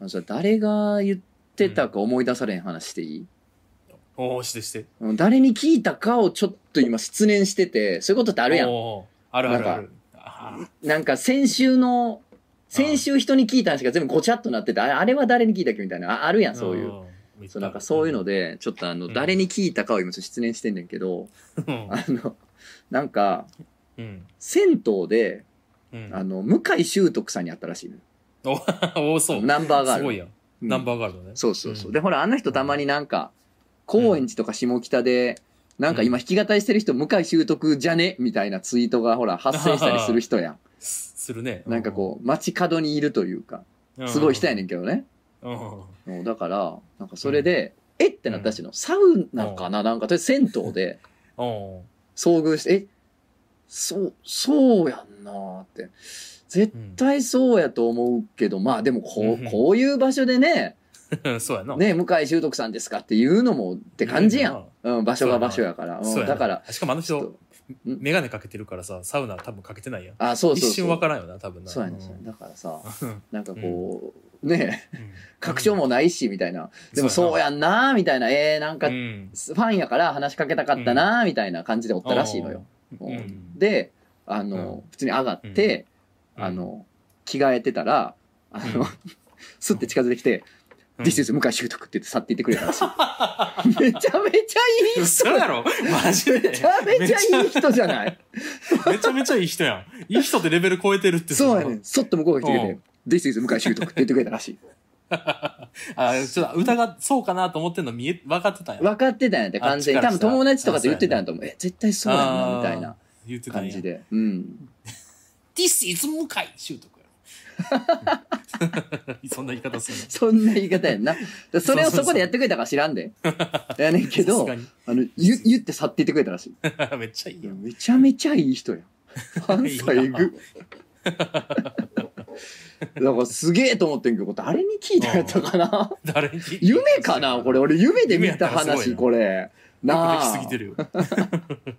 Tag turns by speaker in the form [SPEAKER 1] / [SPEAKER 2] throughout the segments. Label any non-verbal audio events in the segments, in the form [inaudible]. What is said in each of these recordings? [SPEAKER 1] あのさ、誰が言ってたか思い出されん話していい、
[SPEAKER 2] おお、してして。
[SPEAKER 1] うん誰に聞いたかをちょっと今失念してて、そういうことってあ
[SPEAKER 2] あ
[SPEAKER 1] るやん。
[SPEAKER 2] ん。あるあるあ
[SPEAKER 1] なん
[SPEAKER 2] る。あ
[SPEAKER 1] なんか先週の、先週人に聞いた話が全部ごちゃっとなってて、あれあれは誰に聞いたっけみたいな、ああるや
[SPEAKER 2] ー
[SPEAKER 1] ん、そういう。。
[SPEAKER 2] ん
[SPEAKER 1] そうなんかそういうの。で、ちょっとあの、誰に聞いたかを今ちょっと失念してんねんけど、
[SPEAKER 2] うん
[SPEAKER 1] あの、なんか、
[SPEAKER 2] うん。
[SPEAKER 1] 銭湯で、
[SPEAKER 2] うん
[SPEAKER 1] あの、向井修徳さんに会ったらしいのよ
[SPEAKER 2] お [laughs] 多そう。
[SPEAKER 1] ナンバーガー
[SPEAKER 2] す
[SPEAKER 1] ル。
[SPEAKER 2] ごいやん。
[SPEAKER 1] うん
[SPEAKER 2] ナンバーガールだね。
[SPEAKER 1] そうそうそう。
[SPEAKER 2] うん
[SPEAKER 1] で、ほら、あの人たまになんか、高円寺とか下北で、なんか今弾き語りしてる人、向井修徳じゃねみたいなツイートがほら、発生したりする人や
[SPEAKER 2] すするね。
[SPEAKER 1] ん。なんかこう、街角にいるというか、
[SPEAKER 2] う
[SPEAKER 1] すごい人や
[SPEAKER 2] ね。
[SPEAKER 1] ねんけどね。
[SPEAKER 2] うん。
[SPEAKER 1] うんだから、なんかそれで、えってなったしの、サウナかななんか、とりあえず銭湯で
[SPEAKER 2] うん。
[SPEAKER 1] 遭遇して、え、そう、そうやんなーって。絶対そうやと思うけど、まあでもこ
[SPEAKER 2] う
[SPEAKER 1] う、
[SPEAKER 2] ん
[SPEAKER 1] こういう場所でね、
[SPEAKER 2] うん。 [laughs] そうやな。
[SPEAKER 1] [laughs] ね、向井修徳さんですかっていうのもって感じやん。うん、場所が
[SPEAKER 2] そうやな
[SPEAKER 1] 場所やから。
[SPEAKER 2] そう
[SPEAKER 1] う
[SPEAKER 2] や
[SPEAKER 1] ん、
[SPEAKER 2] な
[SPEAKER 1] だから、。
[SPEAKER 2] しかもあの
[SPEAKER 1] ちょっ
[SPEAKER 2] 人
[SPEAKER 1] と、
[SPEAKER 2] メガネかけてるからさ、サウナ多分かけてないやん。
[SPEAKER 1] あ、そうそう
[SPEAKER 2] 一
[SPEAKER 1] そう。
[SPEAKER 2] 瞬わからんよな、多分な。
[SPEAKER 1] そうやねん、
[SPEAKER 2] ん
[SPEAKER 1] そうやねんだからさ、
[SPEAKER 2] うん
[SPEAKER 1] なんかこう、ねえ、
[SPEAKER 2] うん
[SPEAKER 1] 確証もないし、みたいな。でもそう
[SPEAKER 2] や
[SPEAKER 1] やんな、みたいな。えー、なんか、
[SPEAKER 2] なうん
[SPEAKER 1] ファンやから話しかけたかったな、みたいな感じでおったらしいのよ。
[SPEAKER 2] うん
[SPEAKER 1] うんで、あ
[SPEAKER 2] うん
[SPEAKER 1] の、普通に上がって、
[SPEAKER 2] うん
[SPEAKER 1] あの、着替えてたら、あ
[SPEAKER 2] うん
[SPEAKER 1] [laughs] の、スッて近づいてきて、
[SPEAKER 2] うん
[SPEAKER 1] This is 向井修徳って言って去っていってくれたらしい。
[SPEAKER 2] [laughs]
[SPEAKER 1] めちゃめちゃいい
[SPEAKER 2] 嘘
[SPEAKER 1] 人
[SPEAKER 2] や
[SPEAKER 1] や
[SPEAKER 2] ろマジ
[SPEAKER 1] め
[SPEAKER 2] で
[SPEAKER 1] ちゃめちゃいい人じゃない
[SPEAKER 2] めちゃめちゃいい人やん。いい人ってレベル超えてるっ
[SPEAKER 1] [laughs]
[SPEAKER 2] て
[SPEAKER 1] そうやねん。そっと向こうが来てく
[SPEAKER 2] う
[SPEAKER 1] れて
[SPEAKER 2] ん、
[SPEAKER 1] This is 向井修徳って言ってくれたらし
[SPEAKER 2] [laughs]
[SPEAKER 1] い。
[SPEAKER 2] あ、ちょっと疑っ、そうかなと思ってんの見え、分かってたんや。
[SPEAKER 1] 分かってたんやって、完全に。
[SPEAKER 2] あ力
[SPEAKER 1] 多
[SPEAKER 2] した
[SPEAKER 1] 分友達とかと言ってたんやと思う。え、絶対そうやんな、みたい
[SPEAKER 2] あ
[SPEAKER 1] な
[SPEAKER 2] ー。言ってたん
[SPEAKER 1] 感
[SPEAKER 2] や
[SPEAKER 1] じ。で。うん。
[SPEAKER 2] This is 向井修徳やろ。 [laughs] そんな言い方する
[SPEAKER 1] そんな言い方やんな。でそれを
[SPEAKER 2] そうそうそう
[SPEAKER 1] そこでやってくれたか知らんで。やねんけ
[SPEAKER 2] の。
[SPEAKER 1] ど、あの、言言って去っていってくれたらしい。
[SPEAKER 2] さすがに。め [laughs] っちゃいい
[SPEAKER 1] いや
[SPEAKER 2] やん。
[SPEAKER 1] めちゃめちゃいい人やん。ファンさえぐ。
[SPEAKER 2] [laughs]
[SPEAKER 1] だからすげえと思ってんけど、誰に聞いたやったかな
[SPEAKER 2] 誰に聞いてる
[SPEAKER 1] 夢かなこれ、。俺夢で見た
[SPEAKER 2] 夢やったらすごい
[SPEAKER 1] 話、
[SPEAKER 2] な
[SPEAKER 1] これ。
[SPEAKER 2] よ
[SPEAKER 1] な
[SPEAKER 2] くでき
[SPEAKER 1] あ
[SPEAKER 2] す。ぎてるよ。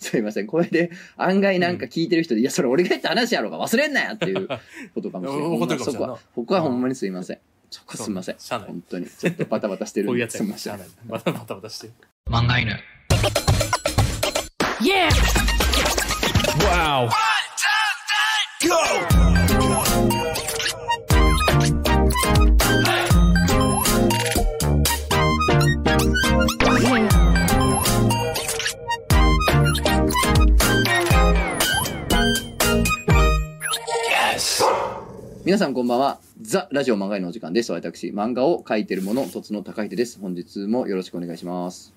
[SPEAKER 1] すいません。これで案外なんか聞いてる人で、いや、それ俺が言った話やろうが忘れんなやっていうことかもしれ
[SPEAKER 2] 怒っ
[SPEAKER 1] な
[SPEAKER 2] てる
[SPEAKER 1] い。
[SPEAKER 2] かも
[SPEAKER 1] そ
[SPEAKER 2] しれん
[SPEAKER 1] こ
[SPEAKER 2] な
[SPEAKER 1] は、ここはほんまにすいません。そこはすいません。
[SPEAKER 2] しゃあない。
[SPEAKER 1] 本当に。ちょっとバタバタしてる
[SPEAKER 2] [laughs] こ
[SPEAKER 1] ん
[SPEAKER 2] ういう
[SPEAKER 1] で
[SPEAKER 2] やつ
[SPEAKER 1] す
[SPEAKER 2] や
[SPEAKER 1] い
[SPEAKER 2] から
[SPEAKER 1] ま
[SPEAKER 2] し
[SPEAKER 1] せ
[SPEAKER 2] ゃあ
[SPEAKER 1] ん
[SPEAKER 2] な。い。バタバタバタしてる。
[SPEAKER 3] 漫画犬
[SPEAKER 4] Yeah!
[SPEAKER 3] Wow.
[SPEAKER 2] Yes!
[SPEAKER 1] 皆さんこんばんは。ザ・ラジオ漫画へのお時間です。私、漫画を描いてる者、とつの高秀です。本日もよろしくお願いします。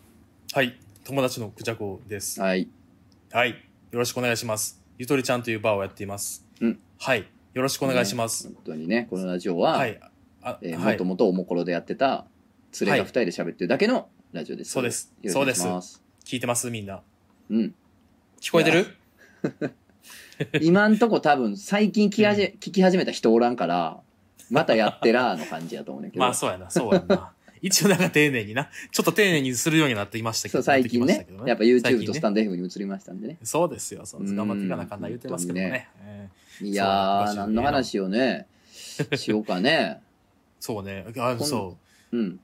[SPEAKER 2] はい。友達のクジャコです。
[SPEAKER 1] はい。
[SPEAKER 2] はい。よろしくお願いします。ゆとりちゃんというバーをやっています。
[SPEAKER 1] うん
[SPEAKER 2] はい。よろしくお願いします。
[SPEAKER 1] 本当にね、このラジオは、
[SPEAKER 2] はい。あ、
[SPEAKER 1] えー
[SPEAKER 2] は
[SPEAKER 1] も
[SPEAKER 2] い
[SPEAKER 1] と。もとおもころでやってた、連れが二人で喋ってるだけのラジオです。
[SPEAKER 2] そうです
[SPEAKER 1] よろしくお願いします。
[SPEAKER 2] 聞いてますみんな。
[SPEAKER 1] うん。
[SPEAKER 2] 聞こえてる
[SPEAKER 1] 今んとこ多分、最近聞き始め、聞き始めた人おらんから、またやってらーの感じやと思うねんけど。
[SPEAKER 2] まあそうやな、そうや
[SPEAKER 1] [laughs]
[SPEAKER 2] んな。一応なんか丁寧にな。ちょっと丁寧にするようになっていましたけ
[SPEAKER 1] そ
[SPEAKER 2] ど。
[SPEAKER 1] う、最近
[SPEAKER 2] な
[SPEAKER 1] ね
[SPEAKER 2] てきましたけど
[SPEAKER 1] やっぱ YouTube と
[SPEAKER 2] 最
[SPEAKER 1] ス
[SPEAKER 2] 近ね
[SPEAKER 1] タンド F に移りましたんでね。
[SPEAKER 2] そうですよ。そう
[SPEAKER 1] うん
[SPEAKER 2] 頑張っていかなあかんな言ってますけどもね。えー
[SPEAKER 1] いや
[SPEAKER 2] そ
[SPEAKER 1] ー、
[SPEAKER 2] う
[SPEAKER 1] 何の話をね、しようか
[SPEAKER 2] [laughs]
[SPEAKER 1] ね。
[SPEAKER 2] そうね。あの、
[SPEAKER 1] こん
[SPEAKER 2] そう。
[SPEAKER 1] うん。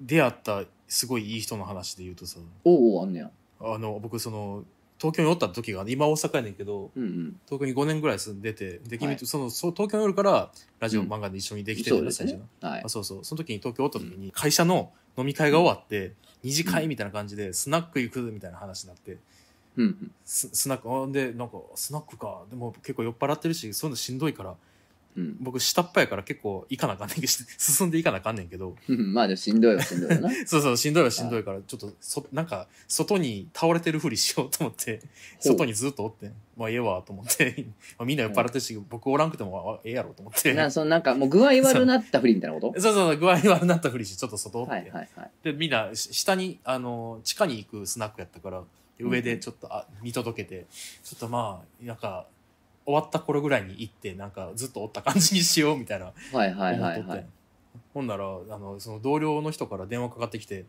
[SPEAKER 2] 出会ったすごいいい人の話で言うとさ、
[SPEAKER 1] おうおう、あんねや。
[SPEAKER 2] あの、僕その、東京におった時が、今大阪やねんけど、
[SPEAKER 1] うんうん。
[SPEAKER 2] 東京に5年ぐらい住んでて、で君と
[SPEAKER 1] はい
[SPEAKER 2] そのそう東京におるからラジオ、
[SPEAKER 1] うん
[SPEAKER 2] 漫画で一緒にできて
[SPEAKER 1] そう
[SPEAKER 2] る
[SPEAKER 1] で
[SPEAKER 2] な
[SPEAKER 1] す
[SPEAKER 2] 最初
[SPEAKER 1] ね
[SPEAKER 2] の。
[SPEAKER 1] はい
[SPEAKER 2] あ。そうそうその時に東京おった時に会社の飲み会が終わって、二次会みたいな感じでスナック行くみたいな話になって
[SPEAKER 1] うんうん。
[SPEAKER 2] ススナックほんでなんかスナックかでも結構酔っ払ってるしそういうのしんどいから
[SPEAKER 1] うん
[SPEAKER 2] 僕下っ端やから結構行かなあかんねんけど [laughs] 進んでいかなあかんねんけど
[SPEAKER 1] うん。 [laughs] まあでもしんどいはしんどい
[SPEAKER 2] [laughs]
[SPEAKER 1] よな。
[SPEAKER 2] そうそうしんどいはしんどいからちょっとそなんか外に倒れてるふりしようと思って外にずっとおってまあええわと思って [laughs] まあみんな酔っ払ってるし、僕おらんくてもあええやろと思って
[SPEAKER 1] なそのなんかもう具合悪なったふりみたいなこ
[SPEAKER 2] そうそう、具合悪なったふりして、ちょっと外お
[SPEAKER 1] と
[SPEAKER 2] って、
[SPEAKER 1] はいはいはい。
[SPEAKER 2] で、みんな、し下に、あの、地下に行くスナックやったから、上でちょっと、あ、見届けて、ちょっとまあ、なんか、終わった頃ぐらいに行って、なんか、ずっとおった感じにしよう、みたいな、
[SPEAKER 1] はいはいは
[SPEAKER 2] 思
[SPEAKER 1] い
[SPEAKER 2] っと
[SPEAKER 1] は
[SPEAKER 2] って
[SPEAKER 1] い。
[SPEAKER 2] ほんなら、あの、その同僚の人から電話かかってきて、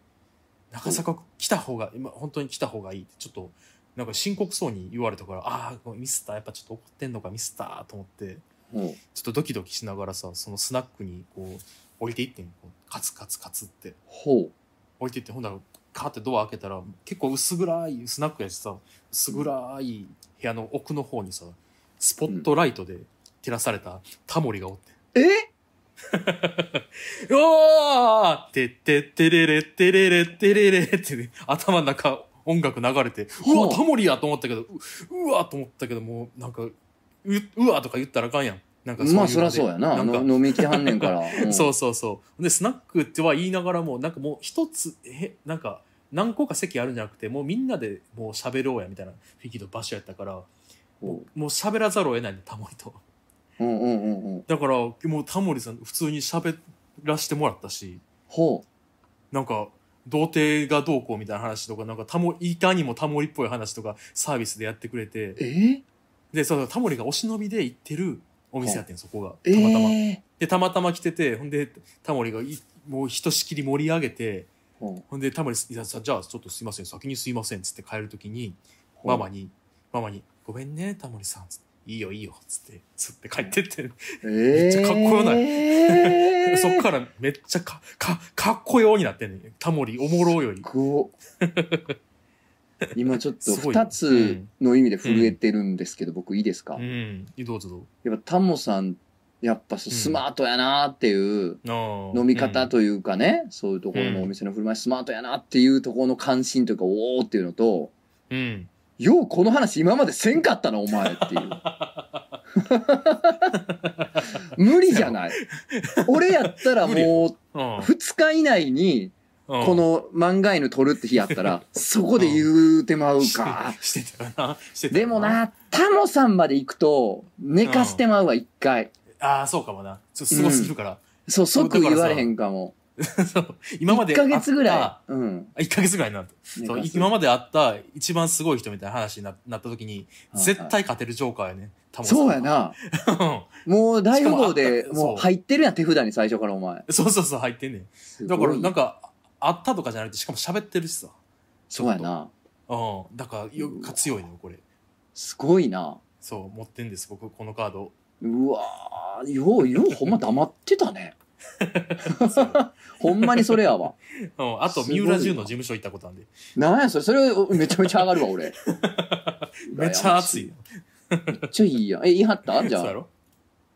[SPEAKER 2] 中坂来た方が、今、本当に来た方がいいって、ちょっと、なんか深刻そうに言われたから、ああ、ミスった、やっぱちょっと怒ってんのか、ミスった、と思って、
[SPEAKER 1] ほ
[SPEAKER 2] ちょっとドキドキしながらさそのスナックにこう降りていってんこうカツカツカツって
[SPEAKER 1] ほ
[SPEAKER 2] 降りていってほんならカーってドア開けたら結構薄暗いスナックやしさ薄暗い部屋の奥の方にさスポットライトで照らされたタモリがおって
[SPEAKER 1] う。え
[SPEAKER 2] 「おー!」ってってってれれってれれってれれって、ね、頭の中音楽流れて「う
[SPEAKER 1] ほ
[SPEAKER 2] わ
[SPEAKER 1] う
[SPEAKER 2] タモリや!」と思ったけどううわと思ったけどもうなんかう「うわ!」とか言ったらあかんやん。なんか
[SPEAKER 1] まあ
[SPEAKER 2] い
[SPEAKER 1] そ
[SPEAKER 2] の
[SPEAKER 1] り
[SPEAKER 2] で
[SPEAKER 1] ゃそうやな。
[SPEAKER 2] なんか
[SPEAKER 1] の飲みきはんねん
[SPEAKER 2] [laughs]
[SPEAKER 1] から。うん
[SPEAKER 2] そうそうそう。で、スナックっては言いながらも、なんかもう一つ、え、なんか、何個か席あるんじゃなくて、もうみんなでもう喋ろうや、みたいなフィギの場所やったから、も
[SPEAKER 1] ほ
[SPEAKER 2] う喋らざるを得ないの、タモリと。
[SPEAKER 1] う。うんうんうんうん。
[SPEAKER 2] だから、もうタモリさん、普通に喋らしてもらったし、
[SPEAKER 1] ほ
[SPEAKER 2] なんか、童貞がどうこうみたいな話とか、なんかタモリ、いかにもタモリっぽい話とか、サービスでやってくれて
[SPEAKER 1] う。、え
[SPEAKER 2] で、そうタモリがお忍びで行ってるお店やってん、そこが。
[SPEAKER 1] え
[SPEAKER 2] たまたま。
[SPEAKER 1] え
[SPEAKER 2] で、たまたま来てて、ほんで、タモリがい、もうひとしきり盛り上げて、 [laughs]
[SPEAKER 1] ほ
[SPEAKER 2] ほんで、タモリさん、じゃあちょっとすいません、先にすいません、つって帰るときに、
[SPEAKER 1] う
[SPEAKER 2] ママに、ママに、ごめんね、タモリさん、つっていいよいいよ、つって、つって帰ってって、
[SPEAKER 1] め
[SPEAKER 2] っちゃかっこよない
[SPEAKER 1] い
[SPEAKER 2] そっからめっちゃか、か、かっこようになってんねんタモリ、おもろうより。
[SPEAKER 1] くお今ちょっと
[SPEAKER 2] [laughs] すごい
[SPEAKER 1] 2つの意味で震えてるんですけど、僕いいですか、
[SPEAKER 2] うん、どうぞどうぞ
[SPEAKER 1] やっぱタモさんやっぱそう
[SPEAKER 2] うん
[SPEAKER 1] スマートやなっていう
[SPEAKER 2] あー。
[SPEAKER 1] 飲み方
[SPEAKER 2] うん
[SPEAKER 1] というかね、そういうところのお店の振る舞いスマートやなっていうところの関心というかおおっていうのと
[SPEAKER 2] うん。
[SPEAKER 1] ようこの話今までせんかったなお前っていう無理じゃない俺やったらも
[SPEAKER 2] うん
[SPEAKER 1] う2日以内に
[SPEAKER 2] うん
[SPEAKER 1] この漫画犬撮るって日やったら、そこで言うてまうか。
[SPEAKER 2] [laughs] してしてたよな。してた
[SPEAKER 1] で
[SPEAKER 2] よ
[SPEAKER 1] も。な、タモさんまで行くと、寝かしてまうわ、一回。
[SPEAKER 2] ああ、そうかもな。ちょっとすごすぎるから。
[SPEAKER 1] そう、
[SPEAKER 2] そう
[SPEAKER 1] 即言われへんかも。
[SPEAKER 2] そう今まで
[SPEAKER 1] 1ヶ月ぐ
[SPEAKER 2] あっ
[SPEAKER 1] らい。うん。
[SPEAKER 2] た。1ヶ月ぐらいになった。
[SPEAKER 1] 寝
[SPEAKER 2] そう
[SPEAKER 1] かす
[SPEAKER 2] 今まであった一番すごい人みたいな話にななった時に、
[SPEAKER 1] はい
[SPEAKER 2] 絶対勝てるジョーカーやね。タモさん
[SPEAKER 1] そうや。な。もう大富豪で
[SPEAKER 2] し、かもあ
[SPEAKER 1] も
[SPEAKER 2] そう
[SPEAKER 1] う入ってるやん、手札に最初からお前。
[SPEAKER 2] そうそうそう、入ってんねん。
[SPEAKER 1] すご
[SPEAKER 2] だ
[SPEAKER 1] い
[SPEAKER 2] から、なんか、あったとかじゃなくて、しかも喋ってるしさ。
[SPEAKER 1] そうやな。
[SPEAKER 2] うん。だから、よく強いのよ、これ。
[SPEAKER 1] すごいな。
[SPEAKER 2] そう、持ってんです、僕、このカ
[SPEAKER 1] [laughs]
[SPEAKER 2] ード。
[SPEAKER 1] うわーよう、よう、ほんま黙ってたね。ほんまにそれや
[SPEAKER 2] [laughs]
[SPEAKER 1] わ。
[SPEAKER 2] うん。あと、
[SPEAKER 1] すごい
[SPEAKER 2] 三
[SPEAKER 1] な
[SPEAKER 2] 浦淳の事務所行ったことあるんで。
[SPEAKER 1] なんやそれ、それめちゃめちゃ上がるわ、俺。
[SPEAKER 2] [laughs] めっちゃ熱いよ。
[SPEAKER 1] めっちゃいいやん。え、言い張
[SPEAKER 2] [laughs]
[SPEAKER 1] ったじゃ
[SPEAKER 2] そうや
[SPEAKER 1] あ。
[SPEAKER 2] ろ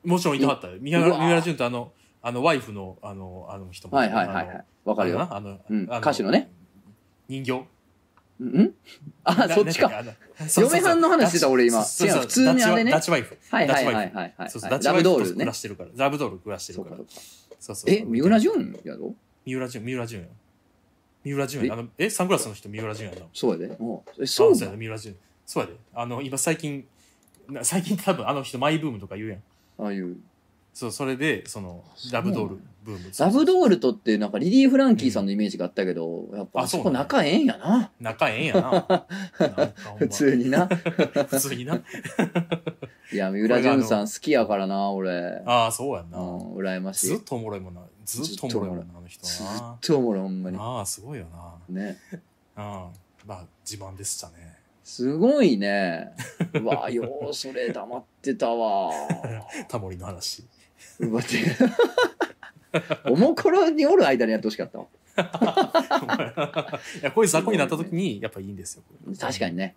[SPEAKER 2] もちろんいたかったよ。三
[SPEAKER 1] う
[SPEAKER 2] 浦
[SPEAKER 1] わ
[SPEAKER 2] 三浦淳とあの、あの、ワイフの、あの、あの人も。
[SPEAKER 1] はいはいはいは
[SPEAKER 2] あの
[SPEAKER 1] い。わかるよ。
[SPEAKER 2] あのな、あ
[SPEAKER 1] うん
[SPEAKER 2] の、あ
[SPEAKER 1] 歌手のね。
[SPEAKER 2] 人形。
[SPEAKER 1] うんあ、そっちか。。嫁はんの話してた俺今
[SPEAKER 2] そう
[SPEAKER 1] 違
[SPEAKER 2] そう
[SPEAKER 1] う普通にあれね
[SPEAKER 2] ダチワイフ。
[SPEAKER 1] はいはいは
[SPEAKER 2] ダ
[SPEAKER 1] い
[SPEAKER 2] チワ
[SPEAKER 1] は
[SPEAKER 2] イ
[SPEAKER 1] い
[SPEAKER 2] フ。
[SPEAKER 1] はい。
[SPEAKER 2] そうそ
[SPEAKER 1] は
[SPEAKER 2] う、ダ
[SPEAKER 1] い
[SPEAKER 2] チ
[SPEAKER 1] ラ
[SPEAKER 2] ワ
[SPEAKER 1] ブ
[SPEAKER 2] イ
[SPEAKER 1] ド
[SPEAKER 2] フ
[SPEAKER 1] ール
[SPEAKER 2] と
[SPEAKER 1] ね
[SPEAKER 2] 暮ら。してるから。ラブドール暮らして
[SPEAKER 1] そ
[SPEAKER 2] る
[SPEAKER 1] う
[SPEAKER 2] か
[SPEAKER 1] からそう。か
[SPEAKER 2] そうそう。
[SPEAKER 1] え、三浦淳やろ
[SPEAKER 2] 三浦淳、三浦淳や。三浦淳や。あの、え、サングラスの人三浦淳やな。
[SPEAKER 1] そうやで。おうえそう
[SPEAKER 2] あや
[SPEAKER 1] だ
[SPEAKER 2] な三浦淳。そうやで。あの、今最近、な最近多分あの人マイブームとか言うやん。
[SPEAKER 1] ああいう。
[SPEAKER 2] そう、それで、その、ラブドールブーム。
[SPEAKER 1] ラブドールとってなんかリリー・フランキーさんのイメージがあったけど、やっぱ
[SPEAKER 2] あ
[SPEAKER 1] あそ
[SPEAKER 2] そ
[SPEAKER 1] こ
[SPEAKER 2] うなんや
[SPEAKER 1] 仲ええんやな。
[SPEAKER 2] 仲ええん
[SPEAKER 1] [laughs]
[SPEAKER 2] やな。なんかほんま
[SPEAKER 1] 普。通に
[SPEAKER 2] [laughs]
[SPEAKER 1] な。
[SPEAKER 2] 普通にな。
[SPEAKER 1] いや、三浦淳さん好きやからな、俺。
[SPEAKER 2] ああ、そうやん
[SPEAKER 1] う
[SPEAKER 2] な。
[SPEAKER 1] ん、羨ましい。
[SPEAKER 2] ず
[SPEAKER 1] ず
[SPEAKER 2] っ
[SPEAKER 1] っ
[SPEAKER 2] とおもろいもんな。ずっとおもろいもんな、あの人はな。
[SPEAKER 1] とおもろい、ほんまに。
[SPEAKER 2] ああ、すごいよな。
[SPEAKER 1] ね。
[SPEAKER 2] うん。まあ、自慢でしたね。
[SPEAKER 1] すごいね。うわ、よう、それ黙ってたわ。
[SPEAKER 2] タモリの
[SPEAKER 1] [laughs]
[SPEAKER 2] 話。
[SPEAKER 1] うわ、
[SPEAKER 2] [laughs]
[SPEAKER 1] て。おもころにおる間にやってほしかったわ。
[SPEAKER 2] いや、こういう雑魚になった時に、やっぱいいんですよ。
[SPEAKER 1] 確かに。ね。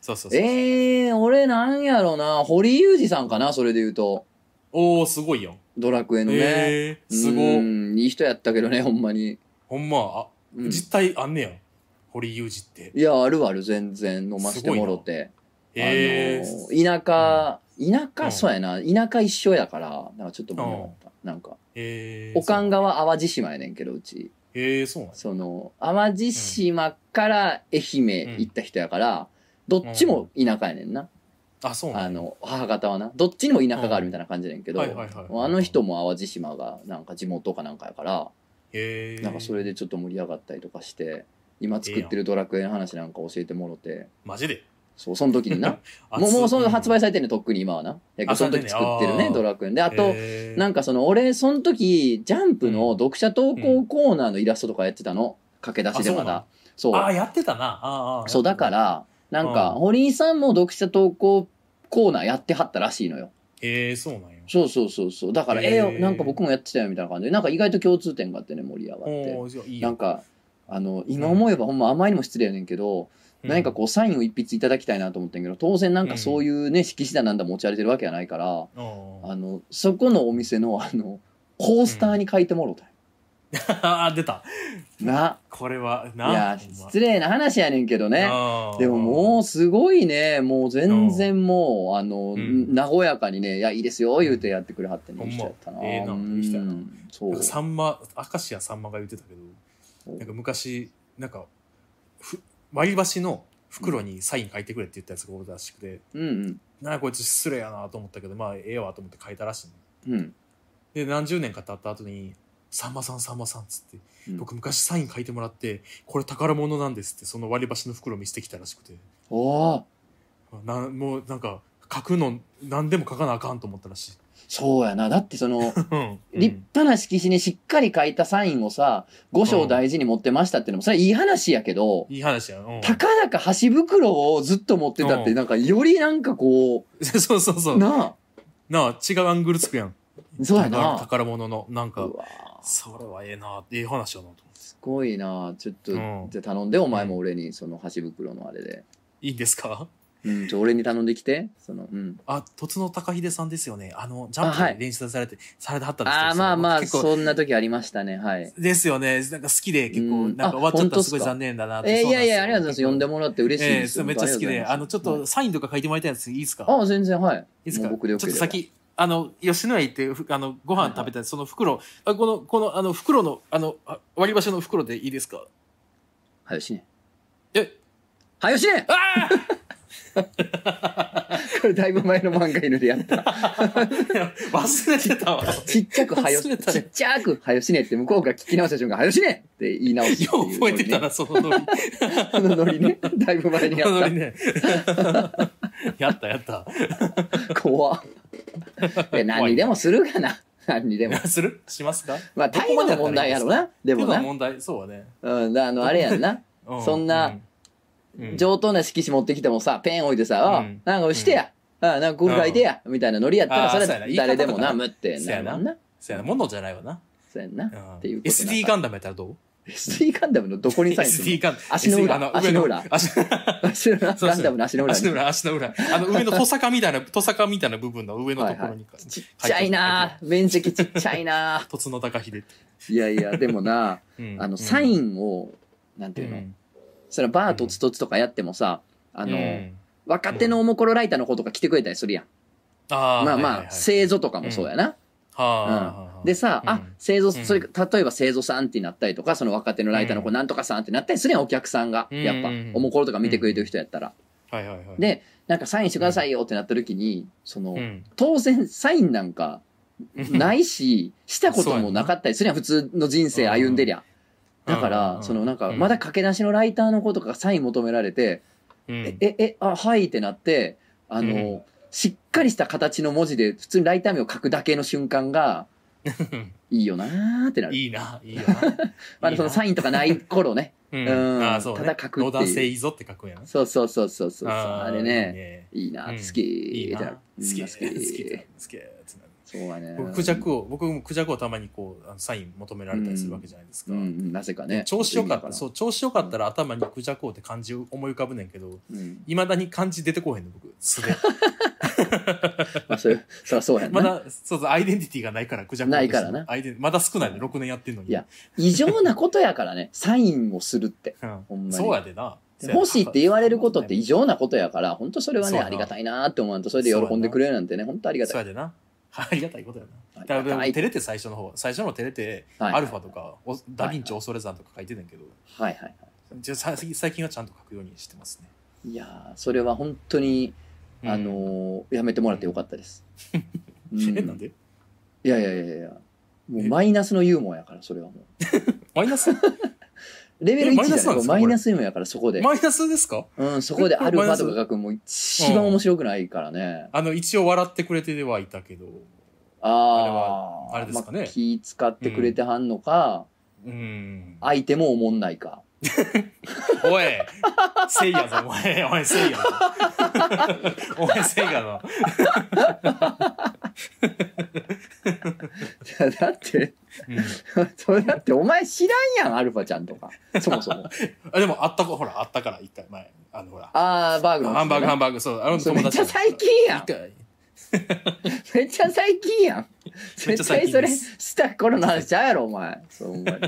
[SPEAKER 2] そうそうそう。
[SPEAKER 1] ええー、俺なんやろな。堀裕二さんかな、それで言うと。
[SPEAKER 2] おおすごいよ。
[SPEAKER 1] ドラクエのね。
[SPEAKER 2] えー、す
[SPEAKER 1] う
[SPEAKER 2] ごい。
[SPEAKER 1] んいい人やったけどね、ほんまに。
[SPEAKER 2] ほんま、
[SPEAKER 1] う
[SPEAKER 2] あ、
[SPEAKER 1] ん、い
[SPEAKER 2] 実態あんねや。堀裕二って。
[SPEAKER 1] や、あるある、全然飲ましてもろて。
[SPEAKER 2] ええー。
[SPEAKER 1] あの田舎、田舎、
[SPEAKER 2] うん
[SPEAKER 1] そうやな。田舎一緒やから、なんかちょっともうなかった。なんか、
[SPEAKER 2] えー、
[SPEAKER 1] おかんがは淡路島やねんけど、うち。
[SPEAKER 2] そう。えー、そうなんや
[SPEAKER 1] その、淡路島から愛媛行った人やから、どっちも田舎やねんな。
[SPEAKER 2] あ、そうな
[SPEAKER 1] あ
[SPEAKER 2] んや
[SPEAKER 1] の母方はなどっちにも田舎があるみたいな感じやねんけど、
[SPEAKER 2] うんはいはいはい
[SPEAKER 1] もうあの人も淡路島がなんか地元かなんかやから、
[SPEAKER 2] えー、
[SPEAKER 1] なんかそれで。ちょっと盛り上がったりとかして今作ってる「ドラクエ」の話なんか教えてもろて、
[SPEAKER 2] マジで。
[SPEAKER 1] そうその時に
[SPEAKER 2] [laughs]
[SPEAKER 1] なもうもうその発売されてんねんとっくに今はなやけど
[SPEAKER 2] あ
[SPEAKER 1] その時作ってるね
[SPEAKER 2] あ
[SPEAKER 1] 「ドラクエ」であ
[SPEAKER 2] あ
[SPEAKER 1] と、
[SPEAKER 2] えー、
[SPEAKER 1] なんかその俺その時ジャンプの読者投稿コーナーのイラストとかやってたの、駆け出しでまだ
[SPEAKER 2] あ
[SPEAKER 1] そう
[SPEAKER 2] ああ、やってたな。あーあー、
[SPEAKER 1] そうだか。らなんか
[SPEAKER 2] うん
[SPEAKER 1] 堀井さんも読者投稿コーナーやってはったらしいのよ
[SPEAKER 2] えー、そうなんや。
[SPEAKER 1] そうそうそうそうだから、
[SPEAKER 2] へ
[SPEAKER 1] え
[SPEAKER 2] ー
[SPEAKER 1] ーなんか僕もやってたよみたいな感じでなんか意外と共通点があってね盛り上がって
[SPEAKER 2] おーじゃあいいよ
[SPEAKER 1] なんかあの今思えばほんま甘いにも失礼やねんけど、何かこうサインを一筆いただきたいなと思ってんけど当然なんかそういうね色紙だなんだ持ち歩いてるわけやないから、
[SPEAKER 2] うんおー
[SPEAKER 1] あのそこのお店の [laughs] あのコースターに書いてもろうたんよ、
[SPEAKER 2] [laughs] あ出た
[SPEAKER 1] な
[SPEAKER 2] これはいな
[SPEAKER 1] や失礼な話やねんけどねでもも
[SPEAKER 2] う
[SPEAKER 1] うすごいねもう全然もうあの、
[SPEAKER 2] うん
[SPEAKER 1] 和やかにね「いやいいですよ」言うてやってくれはってね、
[SPEAKER 2] ほんま
[SPEAKER 1] いい人やったな,、
[SPEAKER 2] ええな
[SPEAKER 1] うん
[SPEAKER 2] いい人やな
[SPEAKER 1] そう
[SPEAKER 2] なんかさんま明石家さんまが言ってたけど
[SPEAKER 1] お
[SPEAKER 2] なんか昔なんかふ割り箸の袋にサイン書いてくれって言ったやつがおるらしくて
[SPEAKER 1] うん
[SPEAKER 2] なんかこいつ失礼やなと思ったけどまあええわと思って書いたらしいの
[SPEAKER 1] うんうん
[SPEAKER 2] で何十年か経った後に「さんまさんさんまさん」っつって、
[SPEAKER 1] うん
[SPEAKER 2] 僕昔サイン書いてもらって「これ宝物なんです」ってその割り箸の袋見せてきたらしくて
[SPEAKER 1] おー
[SPEAKER 2] なもうなんか書くの何でも書かなあかんと思ったらしい。
[SPEAKER 1] そうやなだってそ
[SPEAKER 2] [laughs]
[SPEAKER 1] の
[SPEAKER 2] うん
[SPEAKER 1] 立派な色紙にしっかり書いたサインをさ五章大事に持ってましたってのもそれはいい話やけど、
[SPEAKER 2] いい話や。うん、
[SPEAKER 1] たかだか箸袋をずっと持ってたって
[SPEAKER 2] うん
[SPEAKER 1] なんかよりなんかこ
[SPEAKER 2] [laughs] そうそうそうう。な
[SPEAKER 1] な
[SPEAKER 2] あ、違うアングルつくやん。
[SPEAKER 1] あ [laughs] そうや
[SPEAKER 2] 宝
[SPEAKER 1] な
[SPEAKER 2] 宝物の、なんか
[SPEAKER 1] う、わ
[SPEAKER 2] それはええな、ええ話やなと思って。
[SPEAKER 1] すごいなちょっと、
[SPEAKER 2] うん
[SPEAKER 1] じゃあ頼んでお前も俺にその箸袋のあれで、
[SPEAKER 2] いいんですか
[SPEAKER 1] うん、ちょ俺に頼んできてそのうん
[SPEAKER 2] あ、とつのたかひでさんですよね。あの、ジャン
[SPEAKER 1] あは
[SPEAKER 2] プ
[SPEAKER 1] い
[SPEAKER 2] で練習されて、されてはったんですけど
[SPEAKER 1] ああまあまあ
[SPEAKER 2] 結構、
[SPEAKER 1] そんな時ありましたねはい
[SPEAKER 2] ですよね。なんか好きで、結
[SPEAKER 1] う
[SPEAKER 2] 構、
[SPEAKER 1] ん
[SPEAKER 2] なんか終わっちゃった
[SPEAKER 1] あ
[SPEAKER 2] らすごい残念だなって。
[SPEAKER 1] えーい
[SPEAKER 2] そ
[SPEAKER 1] う
[SPEAKER 2] なん
[SPEAKER 1] や
[SPEAKER 2] です
[SPEAKER 1] い
[SPEAKER 2] よ
[SPEAKER 1] やありがとうございます呼んでもらって嬉しい
[SPEAKER 2] ええ
[SPEAKER 1] です
[SPEAKER 2] そうめっちゃ好きで、あの、ちょっ
[SPEAKER 1] はい
[SPEAKER 2] とサインとか書いてもらいたいやつ、いいですか
[SPEAKER 1] あ全然はい
[SPEAKER 2] いいですか
[SPEAKER 1] もう僕で
[SPEAKER 2] ちょ
[SPEAKER 1] よ
[SPEAKER 2] っ
[SPEAKER 1] け
[SPEAKER 2] と
[SPEAKER 1] れば
[SPEAKER 2] 先あの吉野家行ってふあのご飯食べたその袋あこのこのあの袋のあのあ割り箸の袋でいいですか [laughs]
[SPEAKER 1] はよしね
[SPEAKER 2] え
[SPEAKER 1] はよしね
[SPEAKER 2] ああ
[SPEAKER 1] [laughs] これだいぶ前の漫画犬でや
[SPEAKER 2] [laughs]
[SPEAKER 1] った
[SPEAKER 2] 忘れてたわよ
[SPEAKER 1] ちっちゃくはよ
[SPEAKER 2] 忘れた
[SPEAKER 1] ち
[SPEAKER 2] ね
[SPEAKER 1] っちゃくはよしねって向こうが聞き直した瞬間はよしねって言い直すっていう
[SPEAKER 2] 覚えてたなそのノリ
[SPEAKER 1] このノリねだいぶ前 [laughs] にや
[SPEAKER 2] そのノ
[SPEAKER 1] っ
[SPEAKER 2] リね [laughs] やったやった
[SPEAKER 1] た怖
[SPEAKER 2] [laughs]
[SPEAKER 1] っいや何にでもするがな何にでも
[SPEAKER 2] するしますか
[SPEAKER 1] まあ態度の問題やろなで
[SPEAKER 2] で
[SPEAKER 1] も
[SPEAKER 2] も
[SPEAKER 1] な
[SPEAKER 2] 問題そうはね、
[SPEAKER 1] うんだあのあれやんな
[SPEAKER 2] う
[SPEAKER 1] そんな
[SPEAKER 2] うんうん
[SPEAKER 1] 上等な色紙持ってきてもさペン置いてさ「あ
[SPEAKER 2] うん
[SPEAKER 1] なんか押してや」あなんかこれ書いてや」みたいなノリやったら
[SPEAKER 2] あー
[SPEAKER 1] それ
[SPEAKER 2] そうやな言い方
[SPEAKER 1] 誰でもな
[SPEAKER 2] とか
[SPEAKER 1] むってなるもんな
[SPEAKER 2] そうやなものじゃないわな、
[SPEAKER 1] そうやんな
[SPEAKER 2] うん、
[SPEAKER 1] ていうことなんだ
[SPEAKER 2] SD ガンダムやったらどう
[SPEAKER 1] SD ガンダムのどこにサインする
[SPEAKER 2] SD ガン
[SPEAKER 1] 足の裏
[SPEAKER 2] SD あ
[SPEAKER 1] 足の裏
[SPEAKER 2] 上足
[SPEAKER 1] 足の裏ガンダムの足の裏
[SPEAKER 2] 足の
[SPEAKER 1] に
[SPEAKER 2] 裏、足の裏。あの上のトサカみたいな、トサカみたいな部分の上のところに。
[SPEAKER 1] ちっちゃいな面積ちっちゃい
[SPEAKER 2] [laughs]
[SPEAKER 1] な
[SPEAKER 2] とつの高秀。
[SPEAKER 1] いやいやでもな
[SPEAKER 2] うん
[SPEAKER 1] あのサイ
[SPEAKER 2] っ
[SPEAKER 1] ンをなんていうの
[SPEAKER 2] ん
[SPEAKER 1] それはバーとつとつとかやってもさあ
[SPEAKER 2] う
[SPEAKER 1] の
[SPEAKER 2] ん
[SPEAKER 1] 若手のおもころライターの子とか来てくれたりするやん
[SPEAKER 2] あー
[SPEAKER 1] まあ
[SPEAKER 2] はいはい
[SPEAKER 1] ま
[SPEAKER 2] は
[SPEAKER 1] あ
[SPEAKER 2] い
[SPEAKER 1] 製造とかもそうやな
[SPEAKER 2] はあ
[SPEAKER 1] でさ、
[SPEAKER 2] う
[SPEAKER 1] あ
[SPEAKER 2] ん、
[SPEAKER 1] 製造、
[SPEAKER 2] うん
[SPEAKER 1] それ、例えば製造さんってなったりとか、その若手のライターの子
[SPEAKER 2] うん
[SPEAKER 1] なんとかさんってなったりするやん、お客さんが。
[SPEAKER 2] うん
[SPEAKER 1] やっぱ
[SPEAKER 2] うんうん、
[SPEAKER 1] おもころとか見てくれてる人やったら。
[SPEAKER 2] はいはいはい。
[SPEAKER 1] で、なんかサインしてくださいよってなった時に、その
[SPEAKER 2] う、ん、
[SPEAKER 1] 当然サインなんかないいし、したこともなかったりするやん、普通の人生歩んでりゃ。だから、そのなんか、まだ、駆け出しのライターの子とかがサイン求められて、
[SPEAKER 2] うんうん
[SPEAKER 1] え、え、え、あ、はいってなって、あ
[SPEAKER 2] う
[SPEAKER 1] の、しっかりした形の文字で普通にライター名を書くだけの瞬間が、いいよなーってなる。
[SPEAKER 2] いいな、いいよな。
[SPEAKER 1] まだそのサ
[SPEAKER 2] イ
[SPEAKER 1] インとかない頃ね。
[SPEAKER 2] ン
[SPEAKER 1] うん
[SPEAKER 2] あーそうね
[SPEAKER 1] ただ書くっていう
[SPEAKER 2] ローダン性いいぞって書くんやな。
[SPEAKER 1] そうそうそうそうそうそう。あ
[SPEAKER 2] ー
[SPEAKER 1] れ
[SPEAKER 2] いい
[SPEAKER 1] ね。
[SPEAKER 2] ね。
[SPEAKER 1] いいな、
[SPEAKER 2] うん
[SPEAKER 1] 好き
[SPEAKER 2] いい
[SPEAKER 1] ー
[SPEAKER 2] な。
[SPEAKER 1] ってな
[SPEAKER 2] 好
[SPEAKER 1] る。
[SPEAKER 2] き、
[SPEAKER 1] うん
[SPEAKER 2] 好
[SPEAKER 1] 好
[SPEAKER 2] き、好き
[SPEAKER 1] き。、
[SPEAKER 2] 好きってなる。
[SPEAKER 1] そうやね。
[SPEAKER 2] 僕クジャクを僕もクジャクをたまにこうあのサイン求められたりするわけじゃないですか、
[SPEAKER 1] うんうん、なぜかね。。
[SPEAKER 2] 調子よかったそうう調子よかったら頭にクジャクをって漢字を思い浮かぶねんけど
[SPEAKER 1] うん。
[SPEAKER 2] いまだに漢字出てこへんの僕素で
[SPEAKER 1] まあ、それ、そらそうやん
[SPEAKER 2] [laughs] ま
[SPEAKER 1] な。
[SPEAKER 2] だそうそうアイデンティティがないからクジャク
[SPEAKER 1] ないからな
[SPEAKER 2] アイデンまだ少ないね6年やってんのに
[SPEAKER 1] いや異常なことやからね、サインをするって。
[SPEAKER 2] うん
[SPEAKER 1] ほんまに
[SPEAKER 2] そうやでな
[SPEAKER 1] 欲しいって言われることって異常なことやから、本当それは
[SPEAKER 2] そう
[SPEAKER 1] ね、
[SPEAKER 2] やな
[SPEAKER 1] ありがたいなーって思わんと、それで喜んでくれるなんてね、本当ありが
[SPEAKER 2] そう
[SPEAKER 1] たい。
[SPEAKER 2] やでな [laughs] ありがたいことやな
[SPEAKER 1] あ
[SPEAKER 2] だ
[SPEAKER 1] り
[SPEAKER 2] か
[SPEAKER 1] がた
[SPEAKER 2] ら
[SPEAKER 1] い
[SPEAKER 2] 照れて最初の方最初の照れて
[SPEAKER 1] はい
[SPEAKER 2] アルファとかおダヴィンチ恐れ山とか書いてたんけど
[SPEAKER 1] はいはい。
[SPEAKER 2] じゃあさ最近はちゃんと書くようにしてますね
[SPEAKER 1] いやーそれは本当に、あ
[SPEAKER 2] うん
[SPEAKER 1] のーやめてもらってよかった
[SPEAKER 2] [laughs]
[SPEAKER 1] です。う
[SPEAKER 2] えなんで
[SPEAKER 1] いやいやいやいや。もう
[SPEAKER 2] え
[SPEAKER 1] マイナスのユーモアやから、それはも
[SPEAKER 2] マイナス
[SPEAKER 1] う。レベル1
[SPEAKER 2] えマイ
[SPEAKER 1] じゃない
[SPEAKER 2] ナスなんですか
[SPEAKER 1] マ
[SPEAKER 2] これ
[SPEAKER 1] イナスユーモアやから、そこで。
[SPEAKER 2] マイナスですか
[SPEAKER 1] うん、そこで
[SPEAKER 2] えこれ
[SPEAKER 1] アルフ
[SPEAKER 2] マイ
[SPEAKER 1] ァ
[SPEAKER 2] ナス
[SPEAKER 1] とか書くんも一番面白くないからね。
[SPEAKER 2] あの、一応笑ってくれてはいたけど、
[SPEAKER 1] ああー
[SPEAKER 2] あれですかね
[SPEAKER 1] まあ気使ってくれてはんのか、
[SPEAKER 2] うーん。
[SPEAKER 1] 相手も思んないか。 [laughs]
[SPEAKER 2] おい、せいやぞ、
[SPEAKER 1] [laughs]
[SPEAKER 2] お前、お前、せいやぞ。お前、せいやぞ。
[SPEAKER 1] だって、
[SPEAKER 2] うん
[SPEAKER 1] [laughs] それだってお前知らんやん、アルファちゃんとか。そもそも。
[SPEAKER 2] あでもあったかほらあったから一回前あのほ
[SPEAKER 1] [laughs]
[SPEAKER 2] ら
[SPEAKER 1] あー、バーグの、
[SPEAKER 2] ハンバーグハン
[SPEAKER 1] バ
[SPEAKER 2] バーグそうあの
[SPEAKER 1] それ
[SPEAKER 2] 友達
[SPEAKER 1] めっちゃ最近やん
[SPEAKER 2] 一回
[SPEAKER 1] めっちゃ最近やん。
[SPEAKER 2] めっちゃ
[SPEAKER 1] 絶
[SPEAKER 2] 最
[SPEAKER 1] 対そ
[SPEAKER 2] 近で
[SPEAKER 1] れ
[SPEAKER 2] す
[SPEAKER 1] した頃の話ちゃうやろ、お前。そうお前